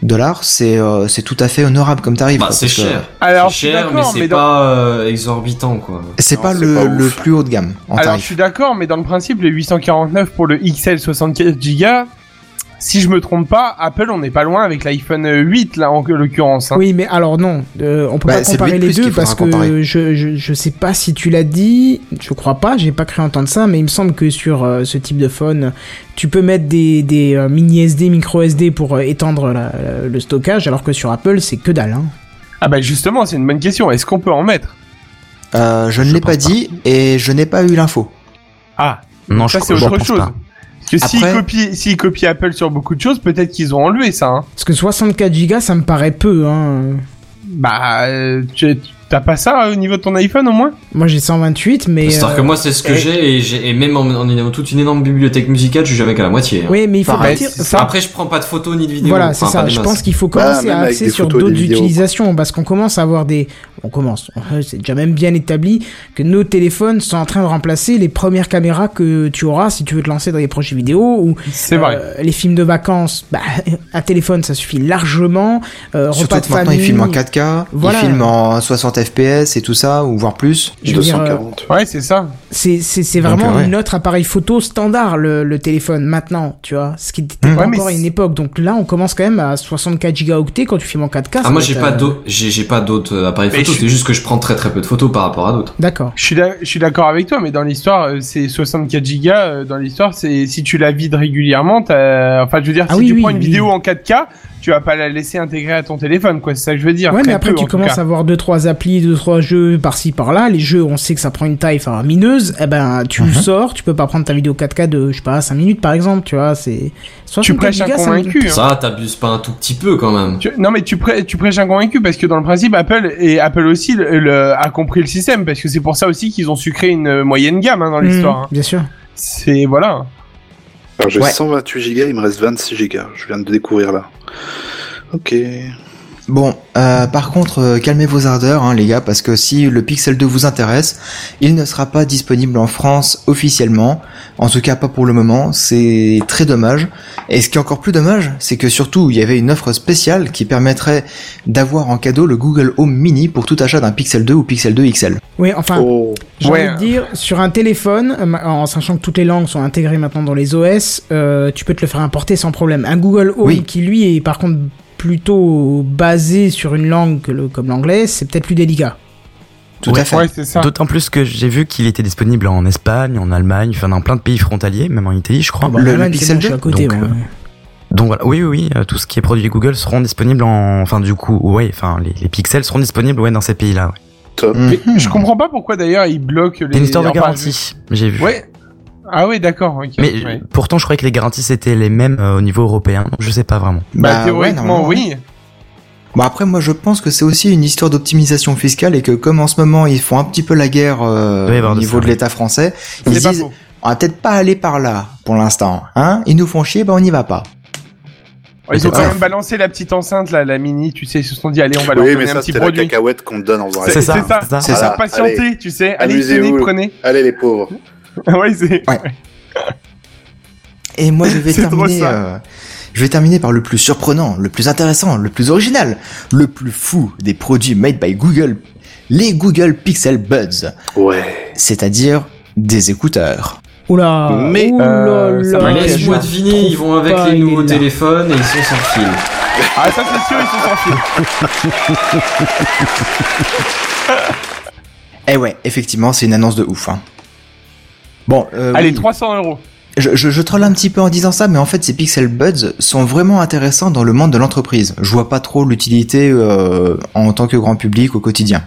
dollars, c'est euh, c'est tout à fait honorable comme tarif. Bah, quoi, c'est parce que- cher. Alors, C'est je suis cher, mais d'accord, mais c'est dans- pas euh, exorbitant, quoi. C'est Non, pas, c'est le, pas ouf. le plus haut de gamme en Alors, je tarif. suis d'accord, mais dans le principe, les 849 pour le XL 64 Go, si je me trompe pas, Apple, on n'est pas loin avec l'iPhone 8, là, en l'occurrence. hein. Oui, mais alors non, euh, on peut Bah, pas c'est le comparer but les plus deux qu'il parce faudra que comparer. je, je, je sais pas si tu l'as dit, je crois pas, j'ai pas cru entendre ça, mais il me semble que sur euh, ce type de phone, tu peux mettre des, des euh, mini SD, micro SD pour euh, étendre la- la- le stockage, alors que sur Apple, c'est que dalle. Hein. Ah bah, justement, c'est une bonne question. Est-ce qu'on peut en mettre Euh, je ne l'ai pense pas dit et je n'ai pas eu l'info. Ah, Non, ça, je, c'est je autre pense chose. pas. Parce que s'ils Après- copient, s'ils copient Apple sur beaucoup de choses, peut-être qu'ils ont enlevé ça. hein. Parce que 64 Go, ça me paraît peu. Hein. Bah, euh, tu- t'as pas ça euh, au niveau de ton iPhone, au moins Moi, j'ai 128, mais. C'est-à-dire euh, que moi, c'est ce que et- j'ai, et, j'ai- et même en, en ayant toute une énorme bibliothèque musicale, je suis jamais qu'à la moitié. hein. Oui, mais il faut Pareil, partir. Bah, c'est ça. Après, je prends pas de photos ni de vidéos. Voilà, c'est Enfin, pas ça. des Je masses. pense qu'il faut Bah, commencer même à avec axer des sur photos, d'autres des vidéos. utilisations parce qu'on commence à avoir des. On commence. C'est déjà même bien établi que nos téléphones sont en train de remplacer les premières caméras que tu auras si tu veux te lancer dans les projets vidéo ou C'est euh, vrai. les films de vacances. Bah, (laughs) un téléphone, ça suffit largement. Euh, repas Surtout de que maintenant famille. ils filment en 4K, Voilà. ils filment en 60 FPS et tout ça, ou voire plus. Je veux dire, euh, 240. Ouais, c'est ça. C'est c'est c'est Donc, vraiment euh, ouais. notre appareil photo standard le, le téléphone maintenant, tu vois. Ce qui n'était Mm. pas Ouais, mais encore à une c'est- époque. Donc là, on commence quand même à 64 gigaoctets quand tu filmes en 4K. ça Ah, moi, doit j'ai être, pas euh, d'au- j'ai j'ai pas d'autres euh, appareils Mais photo, je- c'est juste que je prends très très peu de photos par rapport à d'autres. D'accord. Je suis d'ac- je suis d'accord avec toi, mais dans l'histoire, euh, c'est 64 gigas. euh, Dans l'histoire, c'est si tu la vides régulièrement, t'as- enfin, je veux dire, Ah si oui, tu oui, prends une oui. vidéo en 4K, tu vas pas la laisser intégrer à ton téléphone, quoi. C'est ça que je veux dire. Ouais, Très mais après peu, en tu tout commences à cas. avoir deux trois applis, deux trois jeux par-ci par-là. Les jeux, on sait que ça prend une taille faramineuse. Eh ben, tu le Mhm. sors, tu peux pas prendre ta vidéo 4K de je sais pas 5 minutes par exemple, tu vois, c'est 64 Tu prêches un gigas, ça me- convaincu. hein. Ça, t'abuses pas un tout petit peu quand même. Tu- Non mais tu, prê- tu prêches un convaincu parce que dans le principe Apple et Apple aussi le- le- a compris le système parce que c'est pour ça aussi qu'ils ont sucré une euh, moyenne gamme hein, dans Mm, l'histoire. hein. bien sûr. C'est voilà. Alors j'ai Ouais. 128 gigas, il me reste 26 gigas. Je viens de découvrir là. Ok. Bon, euh, par contre, euh, calmez vos ardeurs, hein, les gars, parce que si le Pixel 2 vous intéresse, il ne sera pas disponible en France officiellement. En tout cas, pas pour le moment. C'est très dommage. Et ce qui est encore plus dommage, c'est que surtout, il y avait une offre spéciale qui permettrait d'avoir en cadeau le Google Home Mini pour tout achat d'un Pixel 2 ou Pixel 2 XL. Oui, enfin, Oh. J'ai Ouais. envie de dire, sur un téléphone, euh, ma- en sachant que toutes les langues sont intégrées maintenant dans les OS, euh, tu peux te le faire importer sans problème. Un Google Home Oui. qui, lui, est par contre plutôt basé sur une langue que le- comme l'anglais, c'est peut-être plus délicat. Tout Ouais, à fait. Ouais c'est ça. D'autant plus que j'ai vu qu'il était disponible en Espagne, en Allemagne, enfin dans plein de pays frontaliers, même en Italie, je Ah, crois. bon, le- Allemagne, le c'est Pixel je suis à 2, côté, hein. donc, moi. euh, Donc voilà, oui, oui, oui, euh, tout ce qui est produit Google seront disponibles en, enfin du coup, ouais, enfin les, les pixels seront disponibles ouais dans ces pays-là. ouais. Top. Hmm. Bah, Mais je comprends pas pourquoi d'ailleurs ils bloquent les. Il y a une histoire de enfin, garantie, j'ai vu. Ouais. Ah oui, d'accord. ok. Mais ouais. pourtant, je croyais que les garanties c'était les mêmes euh, au niveau européen. donc Je sais pas vraiment. Bah, ouais, théoriquement, normalement, oui. Bon après moi je pense que c'est aussi une histoire d'optimisation fiscale et que comme en ce moment ils font un petit peu la guerre euh, Oui, bah, au de niveau ça, de oui. l'État français, ils C'est pas disent faux. on va peut-être pas aller par là pour l'instant, hein Ils nous font chier, bah on n'y va pas. Ils ont c'est quand ça. même balancé la petite enceinte, là, la mini, tu sais, ils se sont dit, allez, on va leur Oui, mais donner un ça, petit c'était la produit. cacahuète qu'on te donne en vrai. C'est ça, c'est ça. C'est Ils ça. ont patienté, tu sais. Allez, tenez, amusez-vous. prenez. (laughs) Allez, les pauvres. ouais, c'est... Et moi, je vais (laughs) C'est trop terminer. ça. euh, je vais terminer par le plus surprenant, le plus intéressant, le plus original, le plus fou des produits made by Google, les Google Pixel Buds, Ouais. c'est-à-dire des écouteurs. Oula. Mais, euh, ça oulala, Ouais, Laisse-moi je deviner, ils vont avec pas, les il est nouveaux là. téléphones et ils sont sans fil. Ah, ça, c'est sûr, ils sont sans fil. (laughs) Eh ouais, effectivement, c'est une annonce de ouf. hein. Bon, euh, Allez, oui, 300 euros. je, je, je troll un petit peu en disant ça, mais en fait, ces Pixel Buds sont vraiment intéressants dans le monde de l'entreprise. Je vois pas trop l'utilité euh, en tant que grand public au quotidien.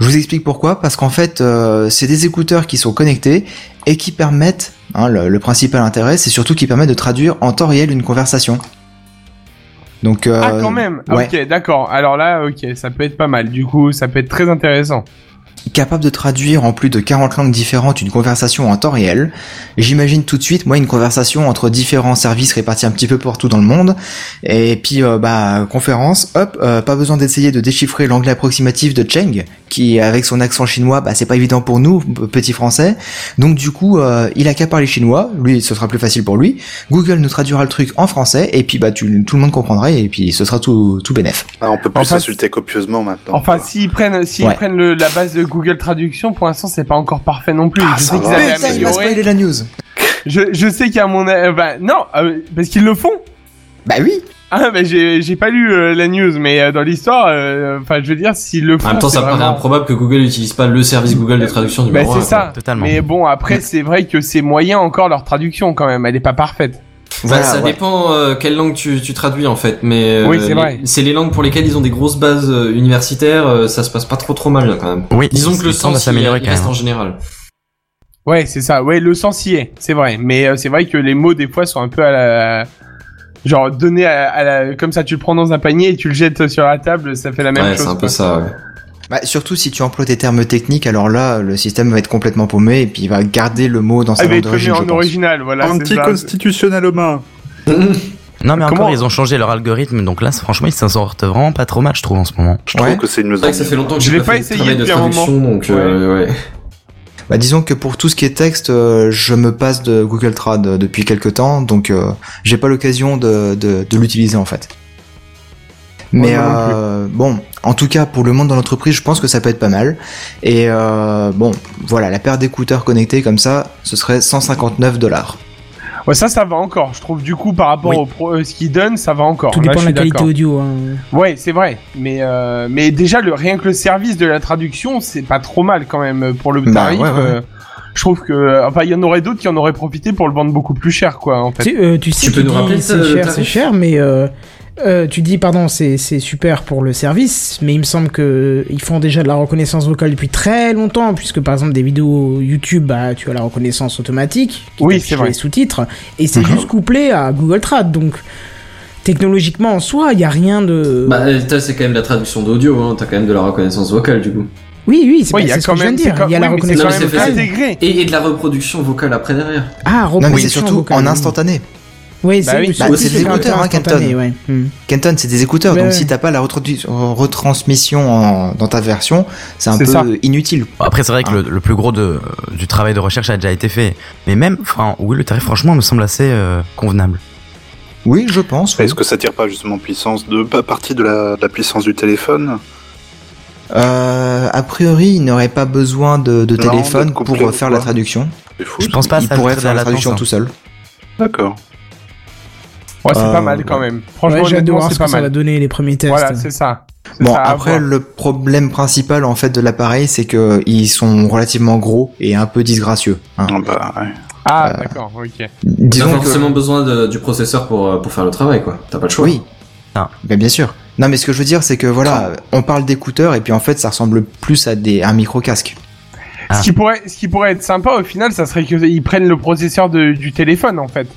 Je vous explique pourquoi, parce qu'en fait, euh, c'est des écouteurs qui sont connectés et qui permettent, hein, le, le principal intérêt, c'est surtout qu'ils permettent de traduire en temps réel une conversation. Donc, euh, ah, quand même. Ah, ouais. Ok, d'accord. Alors là, ok, ça peut être pas mal. Du coup, ça peut être très intéressant. capable de traduire en plus de 40 langues différentes une conversation en temps réel. J'imagine tout de suite, moi, une conversation entre différents services répartis un petit peu partout dans le monde. Et puis, euh, bah, conférence, hop, euh, pas besoin d'essayer de déchiffrer l'anglais approximatif de Cheng, qui, avec son accent chinois, bah, c'est pas évident pour nous, p- petits français. Donc, du coup, euh, il a qu'à parler chinois. Lui, ce sera plus facile pour lui. Google nous traduira le truc en français. Et puis, bah, tu- tout le monde comprendra. Et puis, ce sera tout, tout bénef. Ah, on peut plus Enfin, s'insulter copieusement maintenant. Enfin, s'ils prennent, s'ils Ouais. prennent le- la base de Google Traduction, pour l'instant, c'est pas encore parfait non plus. Ah, je ça sais qu'ils va. avaient Mais ça, il m'a amélioré. spoilé la news. Je, je sais qu'à mon, a- euh, bah, non, euh, parce qu'ils le font. Bah oui. Ah, bah, j'ai, j'ai pas lu euh, la news, mais euh, dans l'histoire, euh, enfin, je veux dire, s'ils le font. En même temps, Ah, c'est ça paraît vraiment- improbable que Google n'utilise pas le service Google de traduction Bah, numéro c'est 1. ça. Totalement. Mais bon, après, c'est vrai que c'est moyen encore leur traduction quand même. Elle est pas parfaite. Voilà, Bah, ça ouais. dépend euh, quelle langue tu, tu traduis en fait, mais euh, Oui, c'est les- vrai. c'est les langues pour lesquelles ils ont des grosses bases euh, universitaires, euh, ça se passe pas trop trop mal quand même. Oui, Disons ils- que le ils tendent à sens il, s'améliorer il quand reste même. en général. Ouais, c'est ça. Ouais, le sens y est. C'est vrai. Mais euh, c'est vrai que les mots, des fois, sont un peu à la. Genre, donné à, à la. Comme ça, tu le prends dans un panier et tu le jettes sur la table, ça fait la même ouais, chose. c'est un peu quoi. ça. ouais. Bah, surtout si tu emploies des termes techniques, alors là, le système va être complètement paumé et puis il va garder le mot dans Ah, sa il va langue être d'origine. remis je en pense. original, voilà. c'est ça. Anticonstitutionnel humain. Non, Comment- mais encore, ils ont changé leur algorithme. Donc là, c'est- franchement, ils s'en sortent vraiment pas trop mal, je trouve, en ce moment. Je trouve Ouais. que c'est une C'est vrai que ça fait longtemps que Je j'ai l'ai pas, pas fait de essayé travail de depuis un traduction, donc euh, ouais. Bah, disons que pour tout ce qui est texte, euh, je me passe de Google Trad euh, depuis quelques temps, donc euh, j'ai pas l'occasion de, de, de l'utiliser en fait. Ouais, Mais moi non euh, bon, en tout cas pour le monde dans l'entreprise, je pense que ça peut être pas mal. Et euh, bon, voilà, la paire d'écouteurs connectés comme ça, ce serait 159 dollars. Ouais, ça, ça va encore. Je trouve, du coup, par rapport Oui. au pro- euh, ce qu'ils donnent, ça va encore. Tout Là, dépend de je la suis qualité d'accord. audio. hein. Ouais, c'est vrai. Mais, euh, mais déjà, le, rien que le service de la traduction, c'est pas trop mal quand même pour le Bah, tarif. ouais, ouais, ouais. euh, je trouve que. Enfin, il y en aurait d'autres qui en auraient profité pour le vendre beaucoup plus cher, quoi, en fait. Tu, sais, euh, tu sais, Tu peux tu nous dis, rappeler c'est le cher, tarif c'est cher, mais euh, euh, tu dis pardon, c'est c'est super pour le service, mais il me semble que euh, ils font déjà de la reconnaissance vocale depuis très longtemps, puisque par exemple des vidéos YouTube, bah, tu as la reconnaissance automatique, qui Oui, t'affiche c'est vrai. Mhm. les sous-titres, et c'est juste couplé à Google Trad, donc technologiquement en soi, il y a rien de. Bah, euh, t'as- c'est quand même de la traduction d'audio, hein, t'as quand même de la reconnaissance vocale du coup. oui, oui, c'est Ouais, pas- il y a c'est ce quand que je viens même. de c'est dire. quand- Il y a la oui, mais c'est quand reconnaissance même même vocale. intégré. Et, et de la reproduction vocale après derrière. Ah, Non mais c'est reproduction surtout vocale, en oui. instantané. Oui, Bah c'est oui, bah, surtout c'est des c'est un écouteurs, peu hein, Kenton. instantané, ouais. Hmm. Kenton, c'est des écouteurs, Ouais, donc ouais. si t'as pas la retradu- retransmission en- dans ta version, c'est un C'est peu ça. inutile. Bon, Après, c'est vrai que le, le plus gros de, du travail de recherche a déjà été fait. Mais même, enfin, oui, le tarif, franchement, me semble assez euh, convenable. Oui, je pense. oui. Est-ce que ça tire pas justement puissance de pas partie de la, de la puissance du téléphone Euh, a priori, il n'aurait pas besoin de, de Non, téléphone de pour couplet ou faire quoi. la traduction. C'est fou. Je pense pas à il ça pourrait très faire à la la hein. traduction tendance, tout seul. hein. D'accord. Ouais, c'est Euh, pas mal quand même. Franchement, Ouais, j'ai hâte de honnêtement, voir ce c'est que pas ça va mal. donner les premiers tests. Voilà, c'est ça. C'est Bon, ça, à après, voir. le problème principal en fait de l'appareil, c'est que ils sont relativement gros et un peu disgracieux. hein. Ah bah, ouais. Euh. Ah, d'accord, ok. T'as Disons que forcément besoin de- du processeur pour, euh, pour faire le travail quoi. T'as pas le choix. oui. Ah. Ben, bien sûr. Non, mais ce que je veux dire, c'est que voilà, on parle d'écouteurs et puis en fait, ça ressemble plus à des un micro casque. Ah. Ce qui pourrait, ce qui pourrait être sympa au final, ça serait qu'ils prennent le processeur de- du téléphone en fait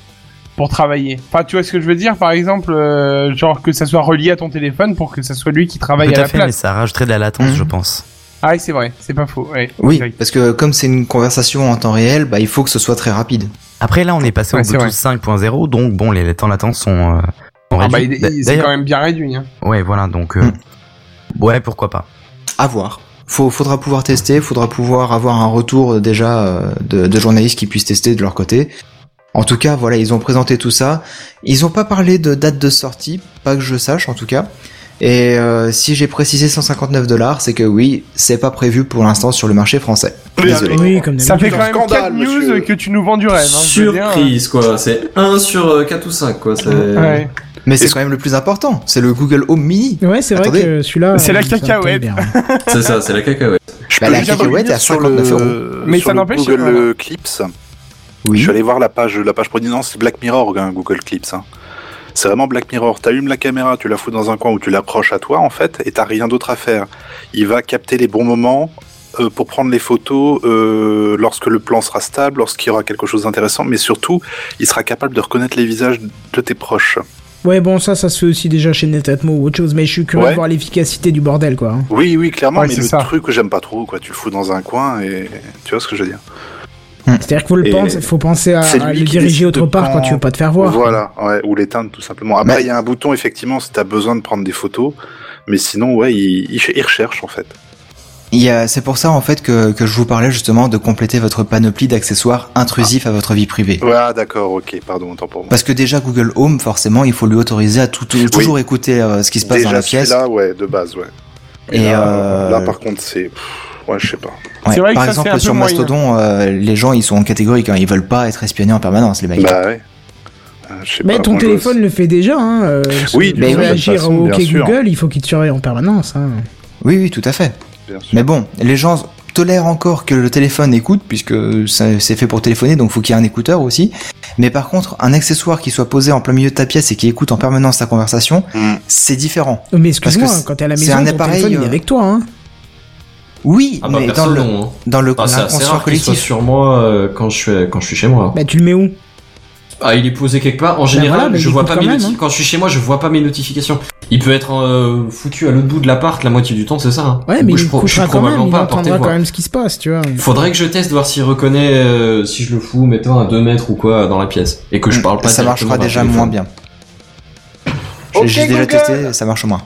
pour travailler. Enfin, tu vois ce que je veux dire Par exemple, euh, genre que ça soit relié à ton téléphone pour que ça soit lui qui travaille Tout à, à la fait, mais place. ça rajouterait de la latence, Mhm. je pense. Ah, oui, c'est vrai, c'est pas faux. ouais. Oui, parce que comme c'est une conversation en temps réel, bah, il faut que ce soit très rapide. Après, là, on est passé Ouais, au c'est Bluetooth vrai. 5.0, donc bon, les, les temps latents sont, euh, sont Ah bah, il, réduits. il- c'est D'ailleurs- quand même bien réduit. Hein. Ouais, voilà, donc. Mhm. euh, Ouais, pourquoi pas. À voir. Faut, faudra pouvoir tester, faudra pouvoir avoir un retour euh, déjà euh, de, de journalistes qui puissent tester de leur côté. En tout cas, voilà, ils ont présenté tout ça. Ils ont pas parlé de date de sortie, pas que je sache en tout cas. Et euh, si j'ai précisé 159 dollars, c'est que oui, c'est pas prévu pour l'instant sur le marché français. Désolé. Oui, comme Ça fait d'habitude. quand même Scandale, 4 news monsieur. que tu nous vends du rêve. Hein, je veux dire. Surprise, quoi. C'est 1 sur 4 ou 5, quoi. C'est- Ouais. Mais c'est quand même le plus important, c'est le Google Home Mini. Ouais, c'est vrai Attendez. que celui-là. C'est la euh, ça me tombe cacahuète. bien. C'est ça, c'est la cacahuète. Bah, la Je viens de cacahuète est à revenir sur 59 euros. le, Mais sur ça le n'empêche, Google voilà. euh, Clips. Oui. Je suis allé voir la page, la page produit. Non, c'est Black Mirror, hein, Google Clips. hein. C'est vraiment Black Mirror. T'allumes la caméra, tu la fous dans un coin ou tu l'accroches à toi, en fait, et t'as rien d'autre à faire. Il va capter les bons moments euh, pour prendre les photos euh, lorsque le plan sera stable, lorsqu'il y aura quelque chose d'intéressant, mais surtout, il sera capable de reconnaître les visages de tes proches. Ouais, bon, ça, ça se fait aussi déjà chez Netatmo ou autre chose, mais je suis curieux de Ouais. voir l'efficacité du bordel, quoi. hein. Oui, oui, clairement, Ouais, mais c'est le ça. truc que j'aime pas trop, quoi. Tu le fous dans un coin et tu vois ce que je veux dire. C'est-à-dire qu'il faut, le Et penser- faut penser à, c'est à lui le qui diriger décide autre de part quand quand- tu veux pas te faire voir. Voilà, ouais, ou l'éteindre tout simplement. Après, il Bah- y a un bouton, effectivement, si tu as besoin de prendre des photos, mais sinon, ouais, il, il, il recherche en fait. Il y a- C'est pour ça en fait que, que je vous parlais justement de compléter votre panoplie d'accessoires intrusifs à votre vie privée. Ouais, ah, d'accord, ok, pardon, autant pour moi. Parce que déjà Google Home, forcément, il faut lui autoriser à tout, toujours écouter euh, ce qui se passe dans Déjà la pièce. celui-là, ouais, de base, ouais. Et là, euh, là, par contre, c'est. pff, Ouais, je sais pas. ouais, C'est vrai que par ça, c'est un exemple peu sur moyen. Mastodon, euh, les gens ils sont catégoriques, hein, ils veulent pas être espionnés en permanence, les mecs. Bah ouais. Euh, je sais Mais pas, ton moi, je- téléphone le fait déjà, hein. euh, parce Oui, que pour mais oui, de toute réagir façon, au bien OK sûr. Google, il faut qu'il te surveille en permanence, hein. Oui, oui, tout à fait. Bien sûr. Mais bon, les gens tolèrent encore que le téléphone écoute, puisque ça- c'est fait pour téléphoner, donc faut qu'il y ait un écouteur aussi. Mais par contre, un accessoire qui soit posé en plein milieu de ta pièce et qui écoute en permanence ta conversation, Mm. c'est différent. Oh, Mais excuse-moi, Parce que quand t'es à la c'est maison, un ton appareil, téléphone, il est euh, avec toi, hein. Oui, Ah bah, mais dans personne, le, non, hein. dans le Ah, c'est assez l'inconscient rare qu'il soit collectif. sur moi euh, quand, je suis, quand je suis chez moi. hein. Bah, tu le mets où Ah, il est posé quelque part. En général, Ben voilà, mais je il vois écoute pas quand mes même, noti- hein. Quand je suis chez moi, je vois pas mes notifications. Il peut être euh, foutu à l'autre bout de l'appart la moitié du temps, c'est ça. hein. Ouais, Du mais coup, il pro- couchera quand même, il à portée de entendra voix. quand même ce qui se passe, tu vois. Faudrait que je teste voir s'il reconnaît euh, si je le fous, mettons à 2 mètres ou quoi dans la pièce et que je parle pas. Mm, ça marchera directement hein. par déjà téléphone. moins bien. J'ai Ok, j'ai déjà Google. testé, ça marche moins.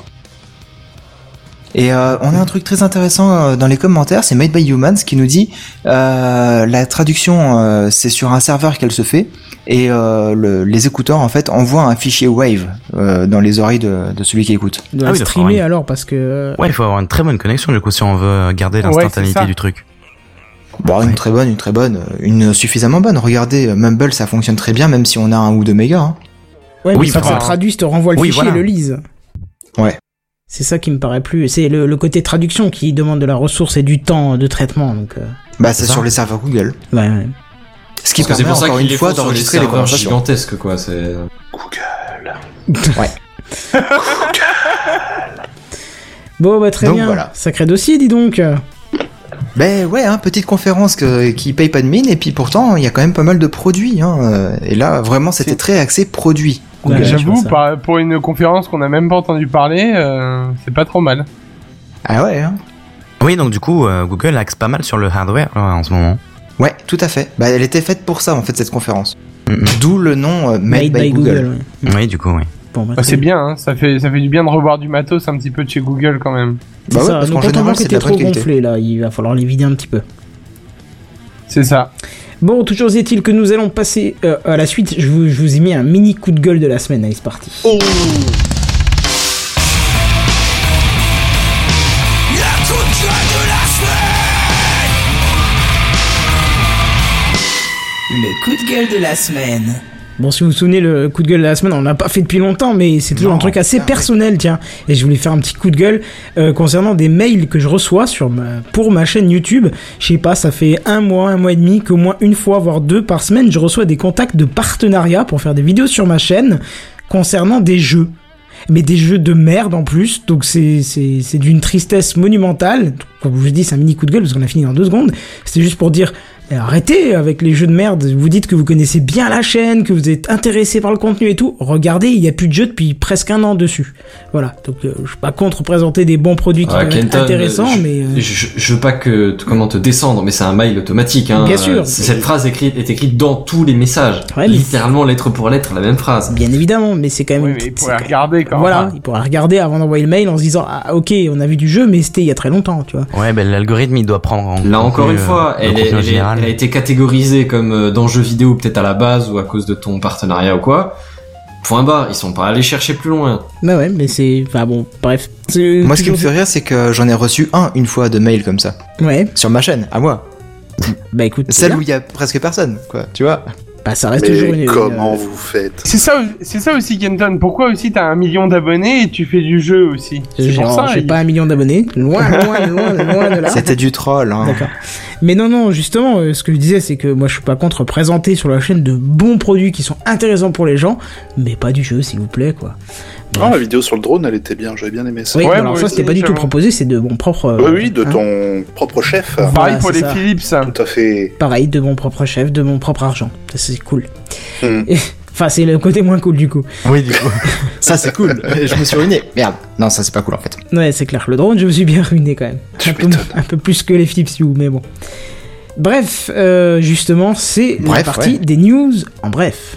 Et euh, on a un truc très intéressant euh, dans les commentaires, c'est Made by Humans qui nous dit euh, la traduction euh, c'est sur un serveur qu'elle se fait et euh, le- les écouteurs en fait envoient un fichier wave euh, dans les oreilles de, de celui qui écoute. Il doit Ah oui, d'accord, streamer oui. alors, parce que. euh, Ouais, il faut avoir une très bonne connexion, du coup, si on veut garder Ouais, c'est l'instantanéité ça. du truc. Bon, une très bonne, une très bonne, euh, une suffisamment bonne. Regardez, euh, Mumble ça fonctionne très bien même si on a un ou deux mégas. hein. Ouais, Oui, mais ça, enfin, ça traduit, ça te renvoie le oui, fichier voilà. et le lise. Ouais. C'est ça qui me paraît plus. C'est le, le côté traduction qui demande de la ressource et du temps de traitement, donc. euh, Bah c'est C'est ça. sur les serveurs Google. ouais, ouais. Ce qui Parce que permet c'est pour ça encore qu'il une les fois font sur des d'enregistrer les serveurs conversations. gigantesques quoi. C'est Bon, bah, très Donc, bien. voilà. Sacré dossier, dis donc. Ben ouais, hein, petite conférence que- qui paye pas de mine, et puis pourtant, il y a quand même pas mal de produits. Hein, euh, et là, vraiment, c'était très axé produits. Ouais, Mais je vois J'avoue, ça. par- pour une conférence qu'on n'a même pas entendu parler, euh, c'est pas trop mal. Ah ouais, hein Oui, donc du coup, euh, Google axe pas mal sur le hardware là, en ce moment. Ouais, tout à fait. Bah, elle était faite pour ça, en fait, cette conférence. Mhm. D'où le nom euh, Made, by, Google. ouais. Mhm. Oui, du coup, oui. Bon, bah, Ah, Bah, très c'est bien, hein, ça, fait, ça fait du bien de revoir du matos un petit peu de chez Google quand même. C'est Bah ouais, ça, nos parce qu'en comptes en général, banque c'est de étaient la trop bonne qualité. gonflés là, il va falloir les vider un petit peu. C'est ça. Bon, toujours est-il que nous allons passer euh, à la suite. Je vous, je vous ai mis un mini coup de gueule de la semaine, allez, c'est parti. Le coup de gueule de la semaine. Bon, si vous vous souvenez, le coup de gueule de la semaine, on l'a pas fait depuis longtemps, mais c'est toujours un truc assez personnel, tiens. Et je voulais faire un petit coup de gueule euh, concernant des mails que je reçois sur ma- pour ma chaîne YouTube. Je sais pas, ça fait un mois, un mois et demi qu'au moins une fois, voire deux par semaine, je reçois des contacts de partenariat pour faire des vidéos sur ma chaîne concernant des jeux. mais des jeux de merde en plus, donc c'est c'est- c'est d'une tristesse monumentale. Comme je vous dis, c'est un mini coup de gueule parce qu'on a fini dans deux secondes. C'était juste pour dire. eh, Arrêtez avec les jeux de merde. Vous dites que vous connaissez bien la chaîne, que vous êtes intéressé par le contenu et tout. Regardez, il n'y a plus de jeux depuis presque un an dessus. Voilà. Donc, euh, je suis pas contre présenter des bons produits qui Ah, peuvent être Kenton, intéressants, je, mais euh, je, je veux pas que te- comment te descendre, mais c'est un mail automatique. Hein. Bien sûr. Euh, c'est- Cette phrase écrite est écrite dans tous les messages, Ouais, mais- littéralement lettre pour lettre, la même phrase. euh, bien évidemment, mais Eh c'est quand même. Oui, une mais il petite- pourrait regarder hein. quand même. Voilà, il pourra regarder avant d'envoyer le mail en se disant ah ok on a vu du jeu mais c'était il y a très longtemps tu vois. Ouais, ben l'algorithme il doit prendre en Là compte encore le- une fois, le elle, est- contenu elle est- général. elle a été catégorisée comme euh, dans jeux vidéo peut-être à la base ou à cause de ton partenariat ou quoi. Point barre, ils sont pas allés chercher plus loin. Bah ouais mais c'est enfin bon bref. c'est Moi, ce qui me toujours- fait rire, c'est que j'en ai reçu un une fois de mail comme ça Ouais sur ma chaîne, à moi, bah écoute c'est celle bien. où il y a presque personne, quoi. Tu vois bah ça reste toujours une. euh, Mais comment une- vous faites C'est ça, c'est ça aussi, Kenton. Pourquoi aussi t'as un million d'abonnés et tu fais du jeu aussi C'est pour Genre, ça. j'ai il- pas un million d'abonnés loin loin loin loin (laughs) de là. C'était du troll. Hein. D'accord. Mais non, non, justement, euh, ce que je disais, c'est que moi je suis pas contre présenter sur la chaîne de bons produits qui sont intéressants pour les gens, mais pas du jeu, s'il vous plaît, quoi. Non, la vidéo sur le drone, elle était bien, j'avais bien aimé ça. Oui, Ouais, alors moi ça aussi, c'était pas du tout clairement. proposé, c'est de mon propre. euh, Oui, oui, de hein, ton propre chef. Voilà, Pareil pour c'est les ça. Philips. hein. Tout à (laughs) fait. Pareil, de mon propre chef, de mon propre argent. Ça c'est cool. Hmm. (laughs) Enfin, c'est le côté moins cool du coup. Oui, du coup. Ça, c'est (laughs) cool. je me suis ruiné. Merde. Non, ça, c'est pas cool en fait. Ouais, c'est clair. Le drone, je me suis bien ruiné quand même. Tu un, peu, m'étonnes. un peu plus que les Philips Hue, mais bon. Bref, euh, justement, c'est la Bref, partie ouais. des news en bref.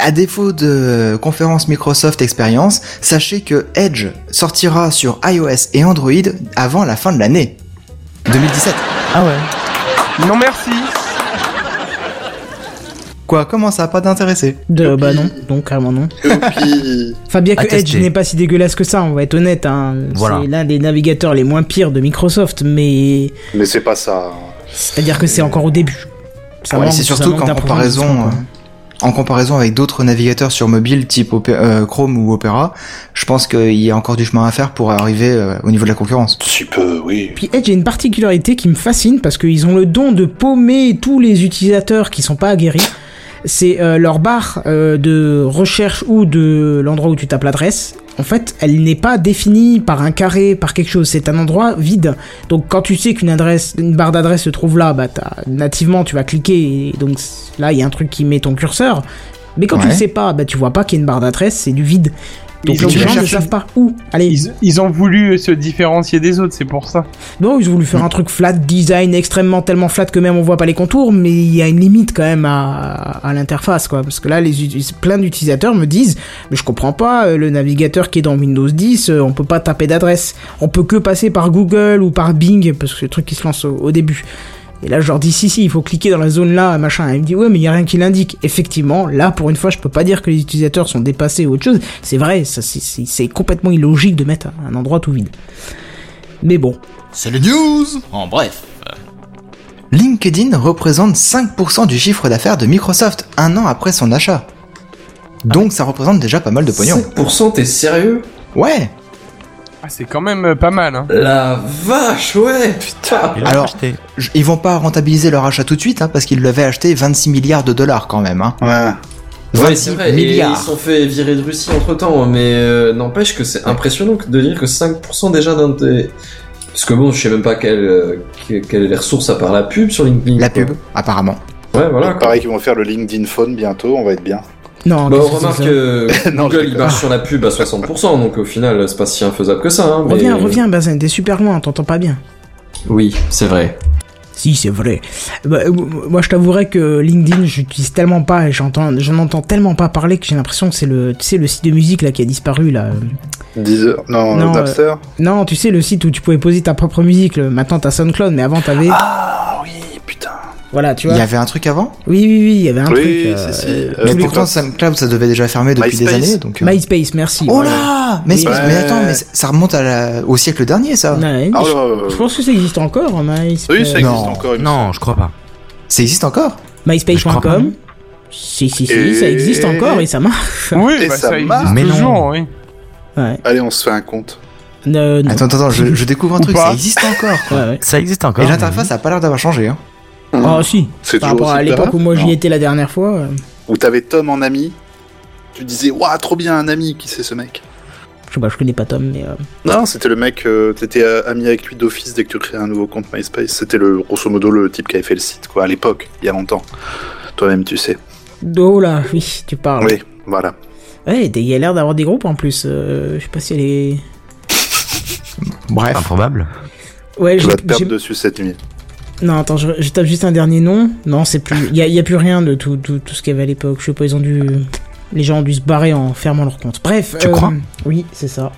À défaut de conférence Microsoft Experience, sachez que Edge sortira sur iOS et Android avant la fin de l'année 2017. Ah ouais. Non merci. Quoi Comment ça Pas d'intéressé De, bah non, donc carrément non. Youpi. Enfin, bien À que Edge tester. n'est pas si dégueulasse que ça, on va être honnête. Hein. Voilà. C'est l'un des navigateurs les moins pires de Microsoft, mais Mais c'est pas ça. c'est-à-dire que c'est encore au début. Ça Ouais, manque- c'est ça surtout manque qu'en comparaison, d'approfondissement, quoi. euh, en comparaison avec d'autres navigateurs sur mobile type Opé- euh, Chrome ou Opera, je pense qu'il y a encore du chemin à faire pour arriver euh, au niveau de la concurrence. Si peu, oui. Puis Edge a une particularité qui me fascine parce qu'ils ont le don de paumer tous les utilisateurs qui sont pas aguerris. C'est euh, leur barre euh, de recherche ou de l'endroit où tu tapes l'adresse. En fait, elle n'est pas définie par un carré, par quelque chose. C'est un endroit vide. Donc, quand tu sais qu'une adresse, une barre d'adresse se trouve là, bah, t'as- nativement, tu vas cliquer. Et donc c- là, il y a un truc qui met ton curseur. Mais quand tu Ouais. le sais pas, bah, tu vois pas qu'il y a une barre d'adresse. C'est du vide. Donc Ils ont les tu vas gens ne chercher- savent pas où. Allez, Ils, ils ont voulu se différencier des autres, c'est pour ça. non, ils ont voulu faire un truc flat, design extrêmement tellement flat que même on voit pas les contours, mais il y a une limite quand même à, à l'interface, quoi. Parce que là, les, uti- plein d'utilisateurs me disent, mais je comprends pas, euh, le navigateur qui est dans Windows 10, euh, on peut pas taper d'adresse. On peut que passer par Google ou par Bing, parce que c'est le truc qui se lance au, au début. Et là, je leur dis, si, si, il faut cliquer dans la zone là, machin. Et il me dit, ouais, mais il y a rien qui l'indique. Effectivement, là, pour une fois, je peux pas dire que les utilisateurs sont dépassés ou autre chose. C'est vrai, ça, c'est- c'est c'est complètement illogique de mettre un endroit tout vide. Mais bon. LinkedIn représente 5% du chiffre d'affaires de Microsoft un an après son achat. Donc ça représente déjà pas mal de pognon. 5% t'es sérieux Ouais. Ah, c'est quand même euh, pas mal. Hein. La vache, ouais, putain. Ils l'ont Alors- acheté. Je- Ils vont pas rentabiliser leur achat tout de suite hein, parce qu'ils l'avaient acheté 26 milliards de dollars quand même. Hein. Ouais. Ouais, c'est 26 vrai, et ils milliards. se sont fait virer de Russie entre temps, mais euh, n'empêche que c'est impressionnant que- de dire que 5% déjà d'un des. Parce que bon, je sais même pas quelle, euh, que- quelle est les ressources à part la pub sur LinkedIn. La quoi. pub, apparemment. Ouais, voilà. quoi. Pareil qu'ils vont faire le LinkedIn Phone bientôt, on va être bien. Non, Bah, on qu'est-ce que remarque c'est que ça (laughs) que Non, je Google il déconne. marche sur la pub à 60%, donc au final, c'est pas si infaisable que ça. Hein, mais- Reviens, reviens, Bazin, t'es super loin, t'entends pas bien. Oui, c'est vrai. Si, c'est vrai. Bah, euh, moi, je t'avouerais que LinkedIn, j'utilise tellement pas et j'entends, j'en entends tellement pas parler que j'ai l'impression que c'est le, tu sais, le site de musique là qui a disparu là. 10 heures. Non, euh, Non, euh, Napster. Non, tu sais, le site où tu pouvais poser ta propre musique. le- maintenant, t'as SoundCloud, mais avant, t'avais. Ah oui, putain. Voilà, tu Il vois. y avait un truc avant Oui, oui, oui, il y avait un oui, truc. si, euh, si. Mais Euh, pourtant, SoundCloud, ça devait déjà fermer depuis des MySpace. années. Donc, euh. MySpace, merci. Oh voilà. là mais, Oui. c'est- mais attends, mais c'est- ça remonte à la- au siècle dernier, ça. Ouais, Ah, je- là, euh, je, pense que ça existe encore, hein, MySpace. Oui, ça existe Non. encore. il me Non, je crois pas. Ça existe encore Je crois pas. MySpace.com. Si, si, si, ça existe encore et ça marche. Oui, Et bah, ça ça, existe marche. Mais non. toujours. Oui. Ouais. Allez, on se fait un compte. Euh, non. Attends, attends, attends, je, je découvre un Ou truc, pas. ça existe encore. quoi. Ouais, ouais. Ça existe encore. Et l'interface a pas l'air d'avoir changé. Hein. Ah si, C'est par toujours rapport à aussi l'époque plat où moi j'y Non. étais la dernière fois. euh, Où t'avais Tom en ami, tu disais, waouh, trop bien un ami, qui c'est ce mec Je sais pas, je connais pas Tom, mais. euh, Non, c'était le mec, euh, t'étais euh, ami avec lui d'office dès que tu créais un nouveau compte MySpace. C'était le grosso modo le type qui avait fait le site, quoi, à l'époque, il y a longtemps. Toi-même, tu sais. Oh là, oui, tu parles. Oui, voilà. Ouais, il y a l'air d'avoir des groupes en plus. euh, je sais pas si elle est. Bref. Improbable. Ouais, Tu j'ai- vas te perdre j'ai- dessus cette nuit. Non, attends, je, je tape juste un dernier nom. Non, c'est plus. Il y, a- y a plus rien de tout, tout, tout ce qu'il y avait à l'époque. Je sais pas, ils ont dû. Les gens ont dû se barrer en fermant leur compte. Bref. euh, Tu crois Oui, c'est ça.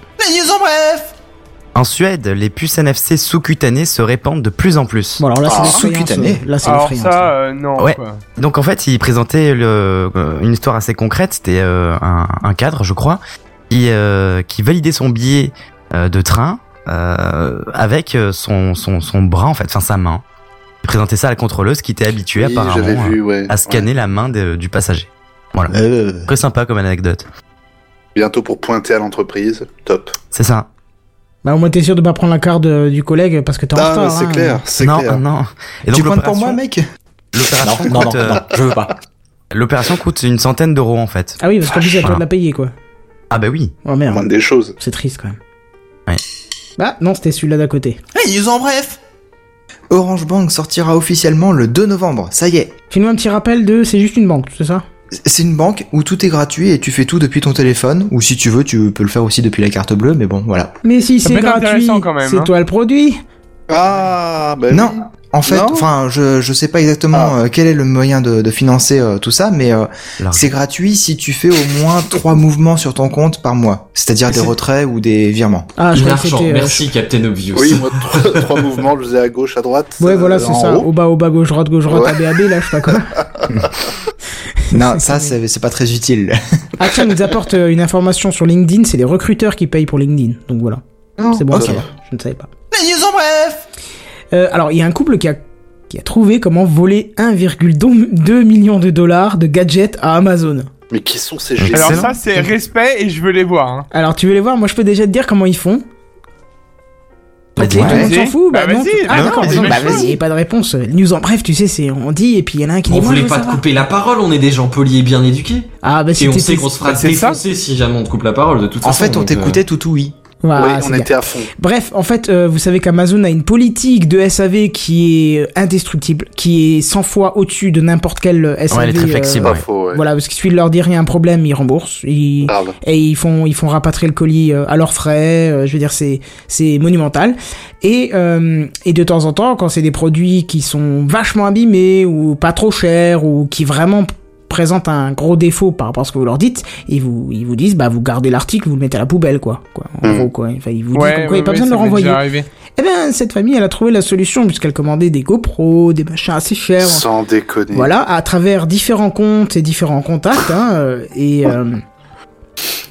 En Suède, les puces NFC sous-cutanées se répandent de plus en plus. Bon, alors là, Ah, c'est l'effrayant. sous-cutané. ça. Là, c'est Alors l'effrayant. ça, euh, non. Ouais. quoi. Donc en fait, il présentait le- euh, une histoire assez concrète. C'était euh, un, un cadre, je crois, qui, euh, qui validait son billet euh, de train euh, avec euh, son, son, son bras, en fait, enfin sa main. Il présentait ça à la contrôleuse qui était habituée Oui, j'avais apparemment vu, ouais. euh, à scanner la main de- du passager. Voilà. Euh, Très sympa comme anecdote. Ouais. Bientôt pour pointer à l'entreprise, top. C'est ça. Bah, au moins, t'es sûr de pas prendre la carte euh, du collègue parce que t'es en Ah, retard. c'est hein. clair, c'est Non, clair. non. Et tu donc pointes pour moi, l'opération- mec Non, L'opération non, non, coûte, euh, non, je veux pas. l'opération coûte une centaine d'euros en fait. Ah oui, parce qu'en plus, c'est à toi Voilà. de la payer, quoi. Ah bah oui. Oh La merde. moindre des choses. C'est triste, quand même. Ouais. Bah, non, c'était celui-là d'à côté. Orange Bank sortira officiellement le 2 novembre, ça y est. Fais-nous un petit rappel de. C'est juste une banque, c'est ça C'est une banque où tout est gratuit et tu fais tout depuis ton téléphone, ou si tu veux, tu peux le faire aussi depuis la carte bleue, mais bon, voilà. Mais si Ça c'est peut être gratuit, intéressant quand même, c'est hein. toi le produit. Ah, ben Non. oui. En fait, Non enfin, je, je sais pas exactement euh, quel est le moyen de, de financer euh, tout ça, mais euh, L'argent. c'est gratuit si tu fais au moins trois mouvements sur ton compte par mois, c'est-à-dire des C'est- retraits ou des virements. Ah, je crois que L'argent, c'était. euh, merci Captain Obvious. Oui, moi, trois, (laughs) trois mouvements, je faisais à gauche, à droite. Ouais, euh, voilà, c'est en ça. haut. Au bas, au bas, gauche, droite, gauche, droite, Ouais. AB, AB, là, je sais pas quoi. (laughs) Non, ça c'est c'est pas très utile. Ah tiens, il nous apporte euh, une information sur LinkedIn, c'est les recruteurs qui payent pour LinkedIn. Donc voilà. C'est bon, à ok. savoir. je ne savais pas. Les news en bref Alors, il y a un couple qui a, qui a trouvé comment voler 1,2 million de dollars de gadgets à Amazon. Mais qui sont ces Alors- génies Alors ça, Excellent. c'est respect et je veux les voir. hein. Alors, tu veux les voir Moi, je peux déjà te dire comment ils font. Bah, Et dis-moi. tout le monde Vas-y. s'en fout Bah, non. vas-y, Ah bah, d'accord, non, bah, mais bah, vas-y. vas-y, pas de réponse. Les News en bref, tu sais, c'est on dit et puis il y en a un qui dit On moi, je voulait veux pas te savoir. couper la parole, on est des gens polis et bien éduqués. Ah bah si Et on t'étais- sait qu'on se fera Bah, c'est ça. défoncer si jamais on te coupe la parole, de toute En façon. fait, on donc, t'écoutait tout oui. Voilà, Oui, Ah, c'est on bien. était à fond. Bref, en fait, euh, vous savez qu'Amazon a une politique de SAV qui est indestructible, qui est 100 fois au-dessus de n'importe quel SAV. Ouais, elle est très euh, flexible. Pas Ouais. faux, ouais. Voilà, parce que si tu leur dis il y a un problème, ils remboursent. Ils... Grave. Et ils font, ils font rapatrier le colis euh, à leurs frais. euh, je veux dire, c'est, c'est monumental. Et, euh, et de temps en temps, quand c'est des produits qui sont vachement abîmés ou pas trop chers ou qui vraiment p- présentent un gros défaut par rapport à ce que vous leur dites, ils vous, ils vous disent, bah, vous gardez l'article, vous le mettez à la poubelle, quoi. quoi en Mhm. gros, quoi. Enfin, ils vous disent, comme Ouais, quoi, il n'y a ouais, pas ouais, besoin de ça le m'est renvoyer. déjà arrivé. Eh ben, cette famille, elle a trouvé la solution puisqu'elle commandait des GoPro, des machins assez chers. Sans déconner. Voilà, à travers différents comptes et différents contacts, hein, euh, et euh,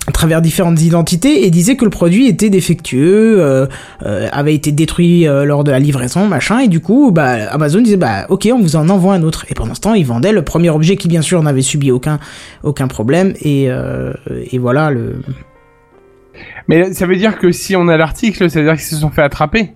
à travers différentes identités, et disait que le produit était défectueux, euh, euh, avait été détruit euh, lors de la livraison, machin, et du coup, bah, Amazon disait, bah, ok, on vous en envoie un autre. Et pendant ce temps, ils vendaient le premier objet qui, bien sûr, n'avait subi aucun, aucun problème, et, euh, et voilà, le... Mais ça veut dire que si on a l'article, ça veut dire qu'ils se sont fait attraper.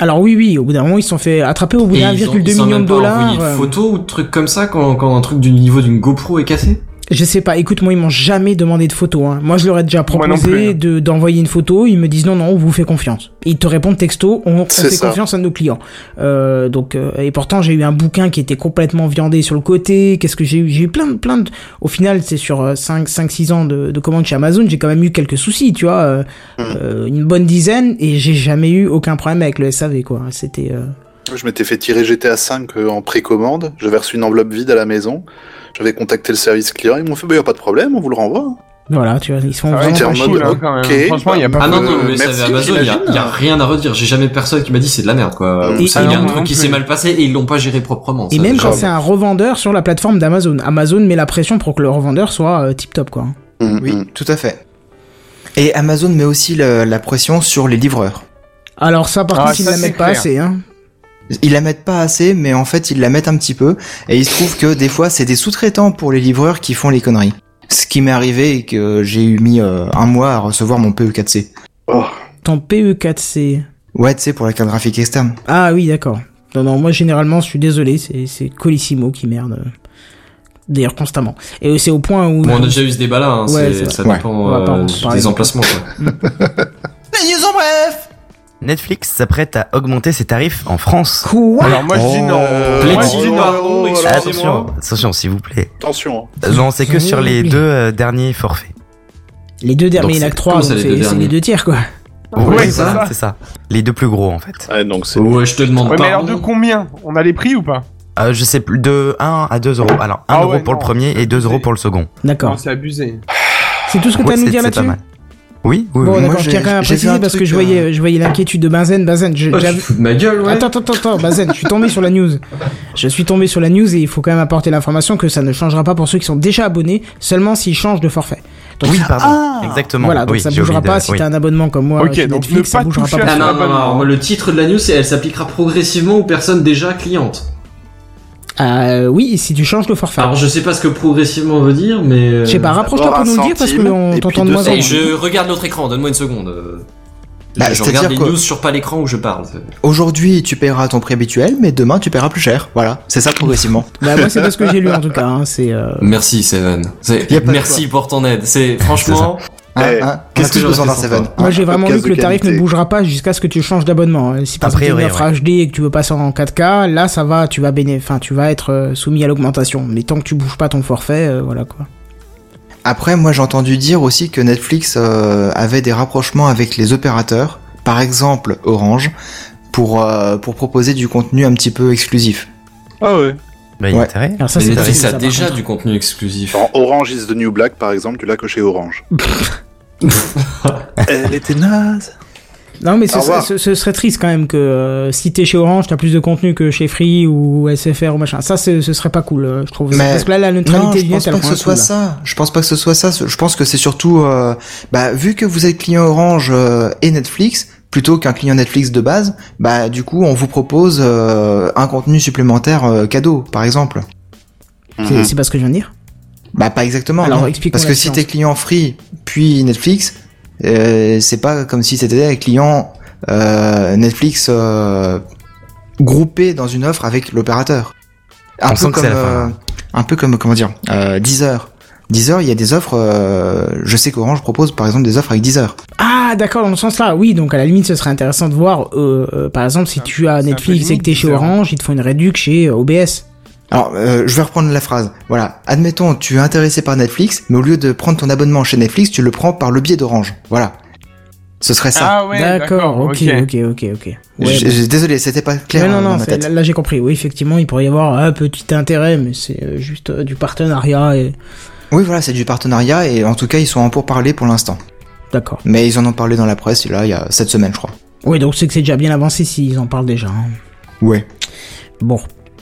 Alors oui, oui, au bout d'un moment, ils se sont fait attraper au bout Et d'un ils ont- ils 1,2 ont million de même pas dollars. envoyé de euh, photos ou de trucs comme ça quand, quand un truc du niveau d'une GoPro est cassé Je sais pas, écoute, moi ils m'ont jamais demandé de photo. Hein. Moi je leur ai déjà Moi non plus, proposé hein. de d'envoyer une photo, ils me disent non, non, on vous fait confiance. Ils te répondent texto, on, on C'est fait ça. confiance à nos clients. Euh, donc euh, et pourtant j'ai eu un bouquin qui était complètement viandé sur le côté. Qu'est-ce que j'ai eu J'ai eu plein de plein de. Au final c'est sur euh, 5 5 6 ans de, de commandes chez Amazon, j'ai quand même eu quelques soucis, tu vois, euh, Hmm. euh, une bonne dizaine et j'ai jamais eu aucun problème avec le SAV quoi. C'était euh, Je m'étais fait tirer GTA V euh, en précommande. J'avais reçu une enveloppe vide à la maison. J'avais contacté le service client. Ils m'ont fait, bah, y a pas de problème, on vous le renvoie. voilà, tu vois, ils sont Ah ouais, vraiment J'étais c'est en pas mode, chier, cool, hein, quoi. quand même. ok, Franchement, y a bah, pas Ah non, non, euh, mais ça merci, va Amazon, il y, a- j'imagine. y a rien à redire. J'ai jamais personne qui m'a dit c'est de la merde, quoi. Et- Ou ça, et il y a Ah non, un non truc qui plus. s'est mal passé et ils l'ont pas géré proprement. Et ça, même déjà. quand c'est un revendeur sur la plateforme d'Amazon. Amazon met la pression pour que le revendeur soit euh, tip top quoi. Mm, Oui, mm. tout à fait. Et Amazon met aussi le- la pression sur les livreurs. Alors ça par Ah, contre ils ça, la c'est mettent pas clair. assez hein. Ils la mettent pas assez, mais en fait ils la mettent un petit peu. Et il se trouve que des fois c'est des sous-traitants pour les livreurs qui font les E conneries. Ce qui m'est arrivé et que j'ai eu mis euh, un mois à recevoir mon PE4C. Oh, en PE4C. Ouais, tu sais, pour la carte graphique externe. E Ah oui, d'accord. Non, non, moi généralement, je suis désolé, c'est c'est Colissimo qui merde. euh, D'ailleurs, constamment. Et euh, c'est au point où. Bon, on a déjà eu ce débat là, hein, Ouais, c'est- c'est ça vrai. dépend Ouais. On va pas en euh, parler. des emplacements. (laughs) quoi. Les news en bref Netflix s'apprête à augmenter ses tarifs en France. Ah, Quoi Alors moi je Oh. dis non. Platine, moi, je dis non. pardon, Oh, Attention, excusez-moi. attention, s'il vous plaît. Attention. hein. Euh, Non, c'est que sur les Oui. deux euh, derniers forfaits. Les deux derniers, Donc, il y en a que c'est- trois, comment donc ça, les deux c'est c'est les derniers deux tiers, quoi. Ouais, c'est c'est ça, ça. c'est ça. Les deux plus gros en hein. fait. Ouais, donc c'est. Ouais, je te demande Ouais, mais alors de pardon. combien On a les prix ou pas Euh, je sais plus, de 1 à 2 euros. Alors, 1 Ah euro ouais, pour non. le premier et 2 euros pour le second. D'accord. Non, c'est abusé. C'est tout ce que t'as Ouais, à nous c'est- dire c'est pas là-dessus mal. Oui, oui, Moi, Bon, oui. d'accord, je j'ai- tiens quand même à j'ai vu préciser un parce que truc, je voyais, euh, je voyais l'inquiétude de Benzen. Benzen, je- Oh, tu te j'avais- fous de ma gueule, ouais. Attends, attends, attends, attends, Bazen, je suis tombé sur la news. Je suis tombé sur la news et il faut quand même apporter l'information que ça ne changera pas pour ceux qui sont déjà abonnés, seulement s'ils changent de forfait. Donc, ah. Oui, pardon. Exactement. Voilà, donc oui, ça j'ai bougera oublié de- pas si oui. t'as un abonnement comme moi. Ok, chez donc Netflix, ne ça pas bougera toucher pas. à Ah sur non, non, l'abonnement. non, le titre de la news, c'est elle s'appliquera progressivement aux personnes déjà clientes. Euh, oui, si tu changes de forfait. Alors je sais pas ce que progressivement veut dire, mais. euh, je sais pas, rapproche-toi pour d'abord nous le un dire parce que centime, et on puis t'entend de deux moins en centimes. moins. Hey, je regarde l'autre écran, donne-moi une seconde. euh. Bah, je c'est-à-dire regarde les quoi news sur pas l'écran où je parle. Aujourd'hui, tu paieras ton prix habituel, mais demain, tu paieras plus cher. Voilà, c'est ça progressivement. Bah, moi, c'est pas ce que j'ai lu en tout cas. hein, C'est. euh, Merci Seven. C'est- Y a pas de Merci pour ton aide. C'est franchement. Hein, Eh, hein, on a qu'est-ce que tous besoin d'un j'aurais fait sans Seven. Moi, Un j'ai vraiment lu podcast que de le tarif ne qualité. bougera pas jusqu'à ce que tu changes d'abonnement. hein. Si par A exemple tu priori, une offre HD et que tu veux passer en 4K, là, ça va, tu vas béné enfin, tu vas être euh, soumis à l'augmentation. Mais tant que tu bouges pas ton forfait, euh, voilà quoi. Après, moi, j'ai entendu dire aussi que Netflix euh, avait des rapprochements avec les opérateurs, par exemple Orange, pour, euh, pour proposer du contenu un petit peu exclusif. Ah ouais. Bah, il y a Ouais. intérêt. Alors ça, Mais c'est pas Netflix possible, a ça, par déjà contre. du contenu exclusif. Dans Orange is the New Black, par exemple, tu l'as coché Orange. (laughs) Elle était naze. Non, mais ce, serait, Au revoir. ce- ce serait triste quand même que euh, si t'es chez Orange, t'as plus de contenu que chez Free ou SFR ou machin. Ça, c'est- ce serait pas cool, euh, je trouve. Mais- Parce que là, la Non, neutralité je du pense net, elle pas que prend ce un coup, soit là. ça. Je pense pas que ce soit ça. Je pense que c'est surtout, euh, bah, vu que vous êtes client Orange euh, et Netflix, plutôt qu'un client Netflix de base, bah, du coup, on vous propose euh, un contenu supplémentaire euh, cadeau, par exemple. Mhm. C'est Mm-hmm. c'est pas ce que je viens de dire. Bah, pas exactement. Alors, non. explique-moi Parce la que si différence. t'es client Free puis Netflix, euh, c'est pas comme si c'était un client euh, Netflix euh, groupé dans une offre avec l'opérateur. On Un sent peu que comme, c'est la fin, euh, un peu comme comment dire, euh, Deezer. Deezer, il y a des offres. euh, je sais qu'Orange propose par exemple des offres avec Deezer. Ah, d'accord, dans le sens là, oui. Donc à la limite, ce serait intéressant de voir, euh, euh, par exemple, si C'est tu un as peu Netflix et que limite, t'es chez bizarre. Orange, ils te font une réduc chez euh, OBS. Alors, euh, je vais reprendre la phrase. Voilà. Admettons, tu es intéressé par Netflix, mais au lieu de prendre ton abonnement chez Netflix, tu le prends par le biais d'Orange. Voilà. Ce serait ça. Ah ouais, d'accord, ok. ok, ok, ok, ok. Ouais, Je- je- désolé, c'était pas clair Mais non, euh, dans non, ma c'est- tête. là, là, j'ai compris. Oui, effectivement, il pourrait y avoir un petit intérêt, mais c'est euh, juste euh, du partenariat et. Oui, voilà, c'est du partenariat et en tout cas, ils sont en pourparlers pour l'instant. D'accord. Mais ils en ont parlé dans la presse, là, il y a cette semaine, je crois. Oui, donc c'est que c'est déjà bien avancé s'ils en parlent déjà. hein. Ouais. Bon,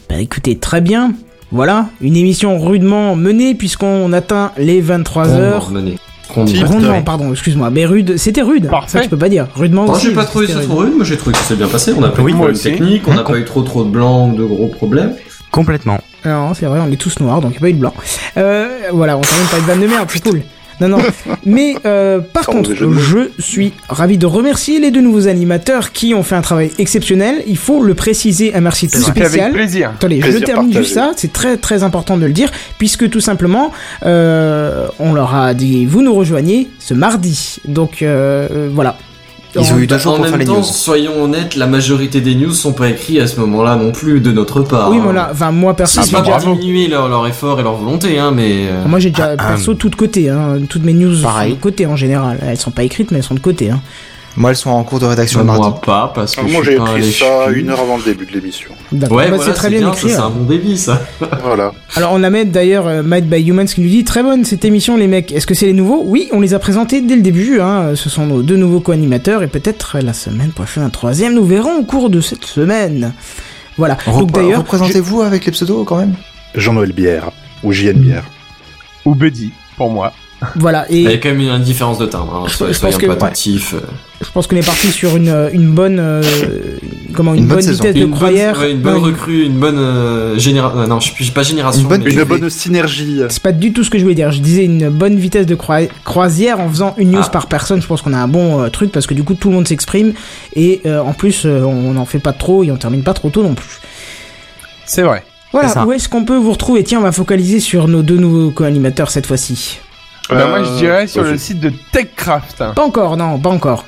bah écoutez, très bien. Voilà, une émission rudement menée puisqu'on atteint les 23 heures. Rondement mené. Rondement. Si. Rondement, pardon, excuse-moi, mais rude, c'était rude. Parfait. Ça, tu peux pas dire. Rudement Moi aussi. j'ai pas parce que trouvé c'était ça rude. trop rude, mais j'ai trouvé que ça s'est bien passé. On a pas Oui, eu de moi problème aussi. technique, on n'a pas eu trop trop de blancs, de gros problèmes. Complètement. Non, c'est vrai, on est tous noirs, donc il n'y a pas eu de blanc. Euh, voilà, on s'en même pas de vanne de merde, c'est cool. Non, (laughs) non. Mais euh, par Sans contre, mauvais jeu de mots. je suis ravi de remercier les deux nouveaux animateurs qui ont fait un travail exceptionnel. Il faut le préciser, un merci tout C'était avec spécial. plaisir. Attendez, je Plaisir termine juste ça, partagé. c'est très très important de le dire, puisque tout simplement, euh, on leur a dit, vous nous rejoignez ce mardi. Donc euh, euh, voilà. Ils ont eu deux jours En pour faire même les temps, news. soyons honnêtes, la majorité des news sont pas écrites à ce moment-là non plus de notre part. Oui, hein. voilà, Ah bah, enfin moi perso, Ça j'ai va déjà- pas diminuer leur, leur effort et leur volonté, hein, mais. euh, moi j'ai déjà perso tout de côté, hein. toutes mes news Pareil. sont de côté en général. Elles sont pas écrites, mais elles sont de côté. Hein. Ah, Moi, elles sont en cours de rédaction bah, le mardi. moi pas, parce que. je Ah, Moi, suis j'ai pas écrit allé ça chez- une heure avant le début de l'émission. D'accord, Ouais, bah, voilà, c'est très bien, écrit. ça, c'est un bon débit ça. Voilà. Alors on amène d'ailleurs euh, Made by Humans qui nous dit très bonne cette émission les mecs. Est-ce que c'est les nouveaux Oui, on les a présentés dès le début. Hein. Ce sont nos deux nouveaux co-animateurs et peut-être euh, la semaine prochaine un troisième. Nous verrons au cours de cette semaine. Voilà. Donc Repre- d'ailleurs, Représentez-vous avec les pseudos quand même Jean-Noël Bière ou JN Bière. Ou Buddy. pour moi. Voilà, Il y et a quand même une différence de timbre. Hein. Je- Soyez je pense soyez un que- peu attentifs. euh. je pense qu'on est parti sur une, une bonne, euh, comment, une, Une bonne bonne, saison. vitesse de Une bonne, croisière. ouais, une bonne Non, recrue, une bonne euh, généra- euh, Non, je suis pas génération. Une bonne mais- Une bonne synergie. C'est pas du tout ce que je voulais dire. Je disais une bonne vitesse de croi- croisière en faisant une news Ah. par personne. Je pense qu'on a un bon euh, truc parce que du coup tout le monde s'exprime et euh, en plus euh, on n'en fait pas trop et on termine pas trop tôt non plus. C'est vrai. C'est Voilà, ça. où est-ce qu'on peut vous retrouver Tiens, on va focaliser sur nos deux nouveaux co-animateurs cette fois-ci. Bah, moi, je dirais sur Euh, vas-y. le site de TechCraft. Pas encore, non, pas encore.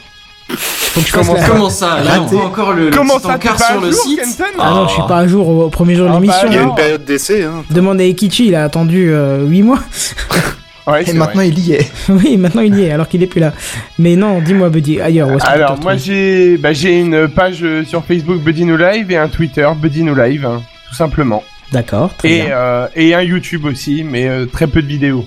Faut que je fasse Comment la- Comment ça Là, on Raté. voit encore le, le Comment petit ça, t'es encart pas à sur le jour, site. Oh, Kenton Ah non, je suis pas à jour au premier jour de Ah bah, l'émission. Il y a une Alors- période d'essai, hein. Demande à Ekichi, il a attendu 8 mois. (laughs) Ouais, Et c'est maintenant, il y est. oui, maintenant il y est, alors qu'il est plus là. Mais non, dis-moi Buddy, ailleurs, où est-ce qu'on peut Alors te moi retrouver j'ai bah, j'ai une page euh, sur Facebook Buddy Nous Live et un Twitter Buddy Nous Live hein, tout simplement D'accord, très et, bien. euh, et un YouTube aussi mais euh, très peu de vidéos.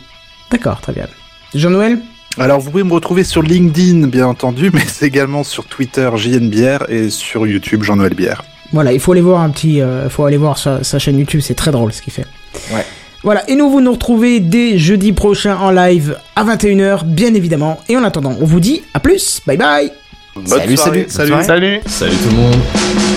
D'accord, très bien. Jean-Noël Alors vous pouvez me retrouver sur LinkedIn bien entendu, mais (laughs) c'est également sur Twitter JNBR et sur YouTube Jean-Noël Bière. Voilà, il faut aller voir un petit, euh, faut aller voir sa, sa chaîne YouTube, c'est très drôle ce qu'il fait. Ouais. Voilà, et nous vous nous retrouvez dès jeudi prochain en live à 21h, bien évidemment. Et en attendant, on vous dit à plus, bye bye Bonne Salut, soirée. salut. Bonne soirée. Salut Salut tout le monde. Salut.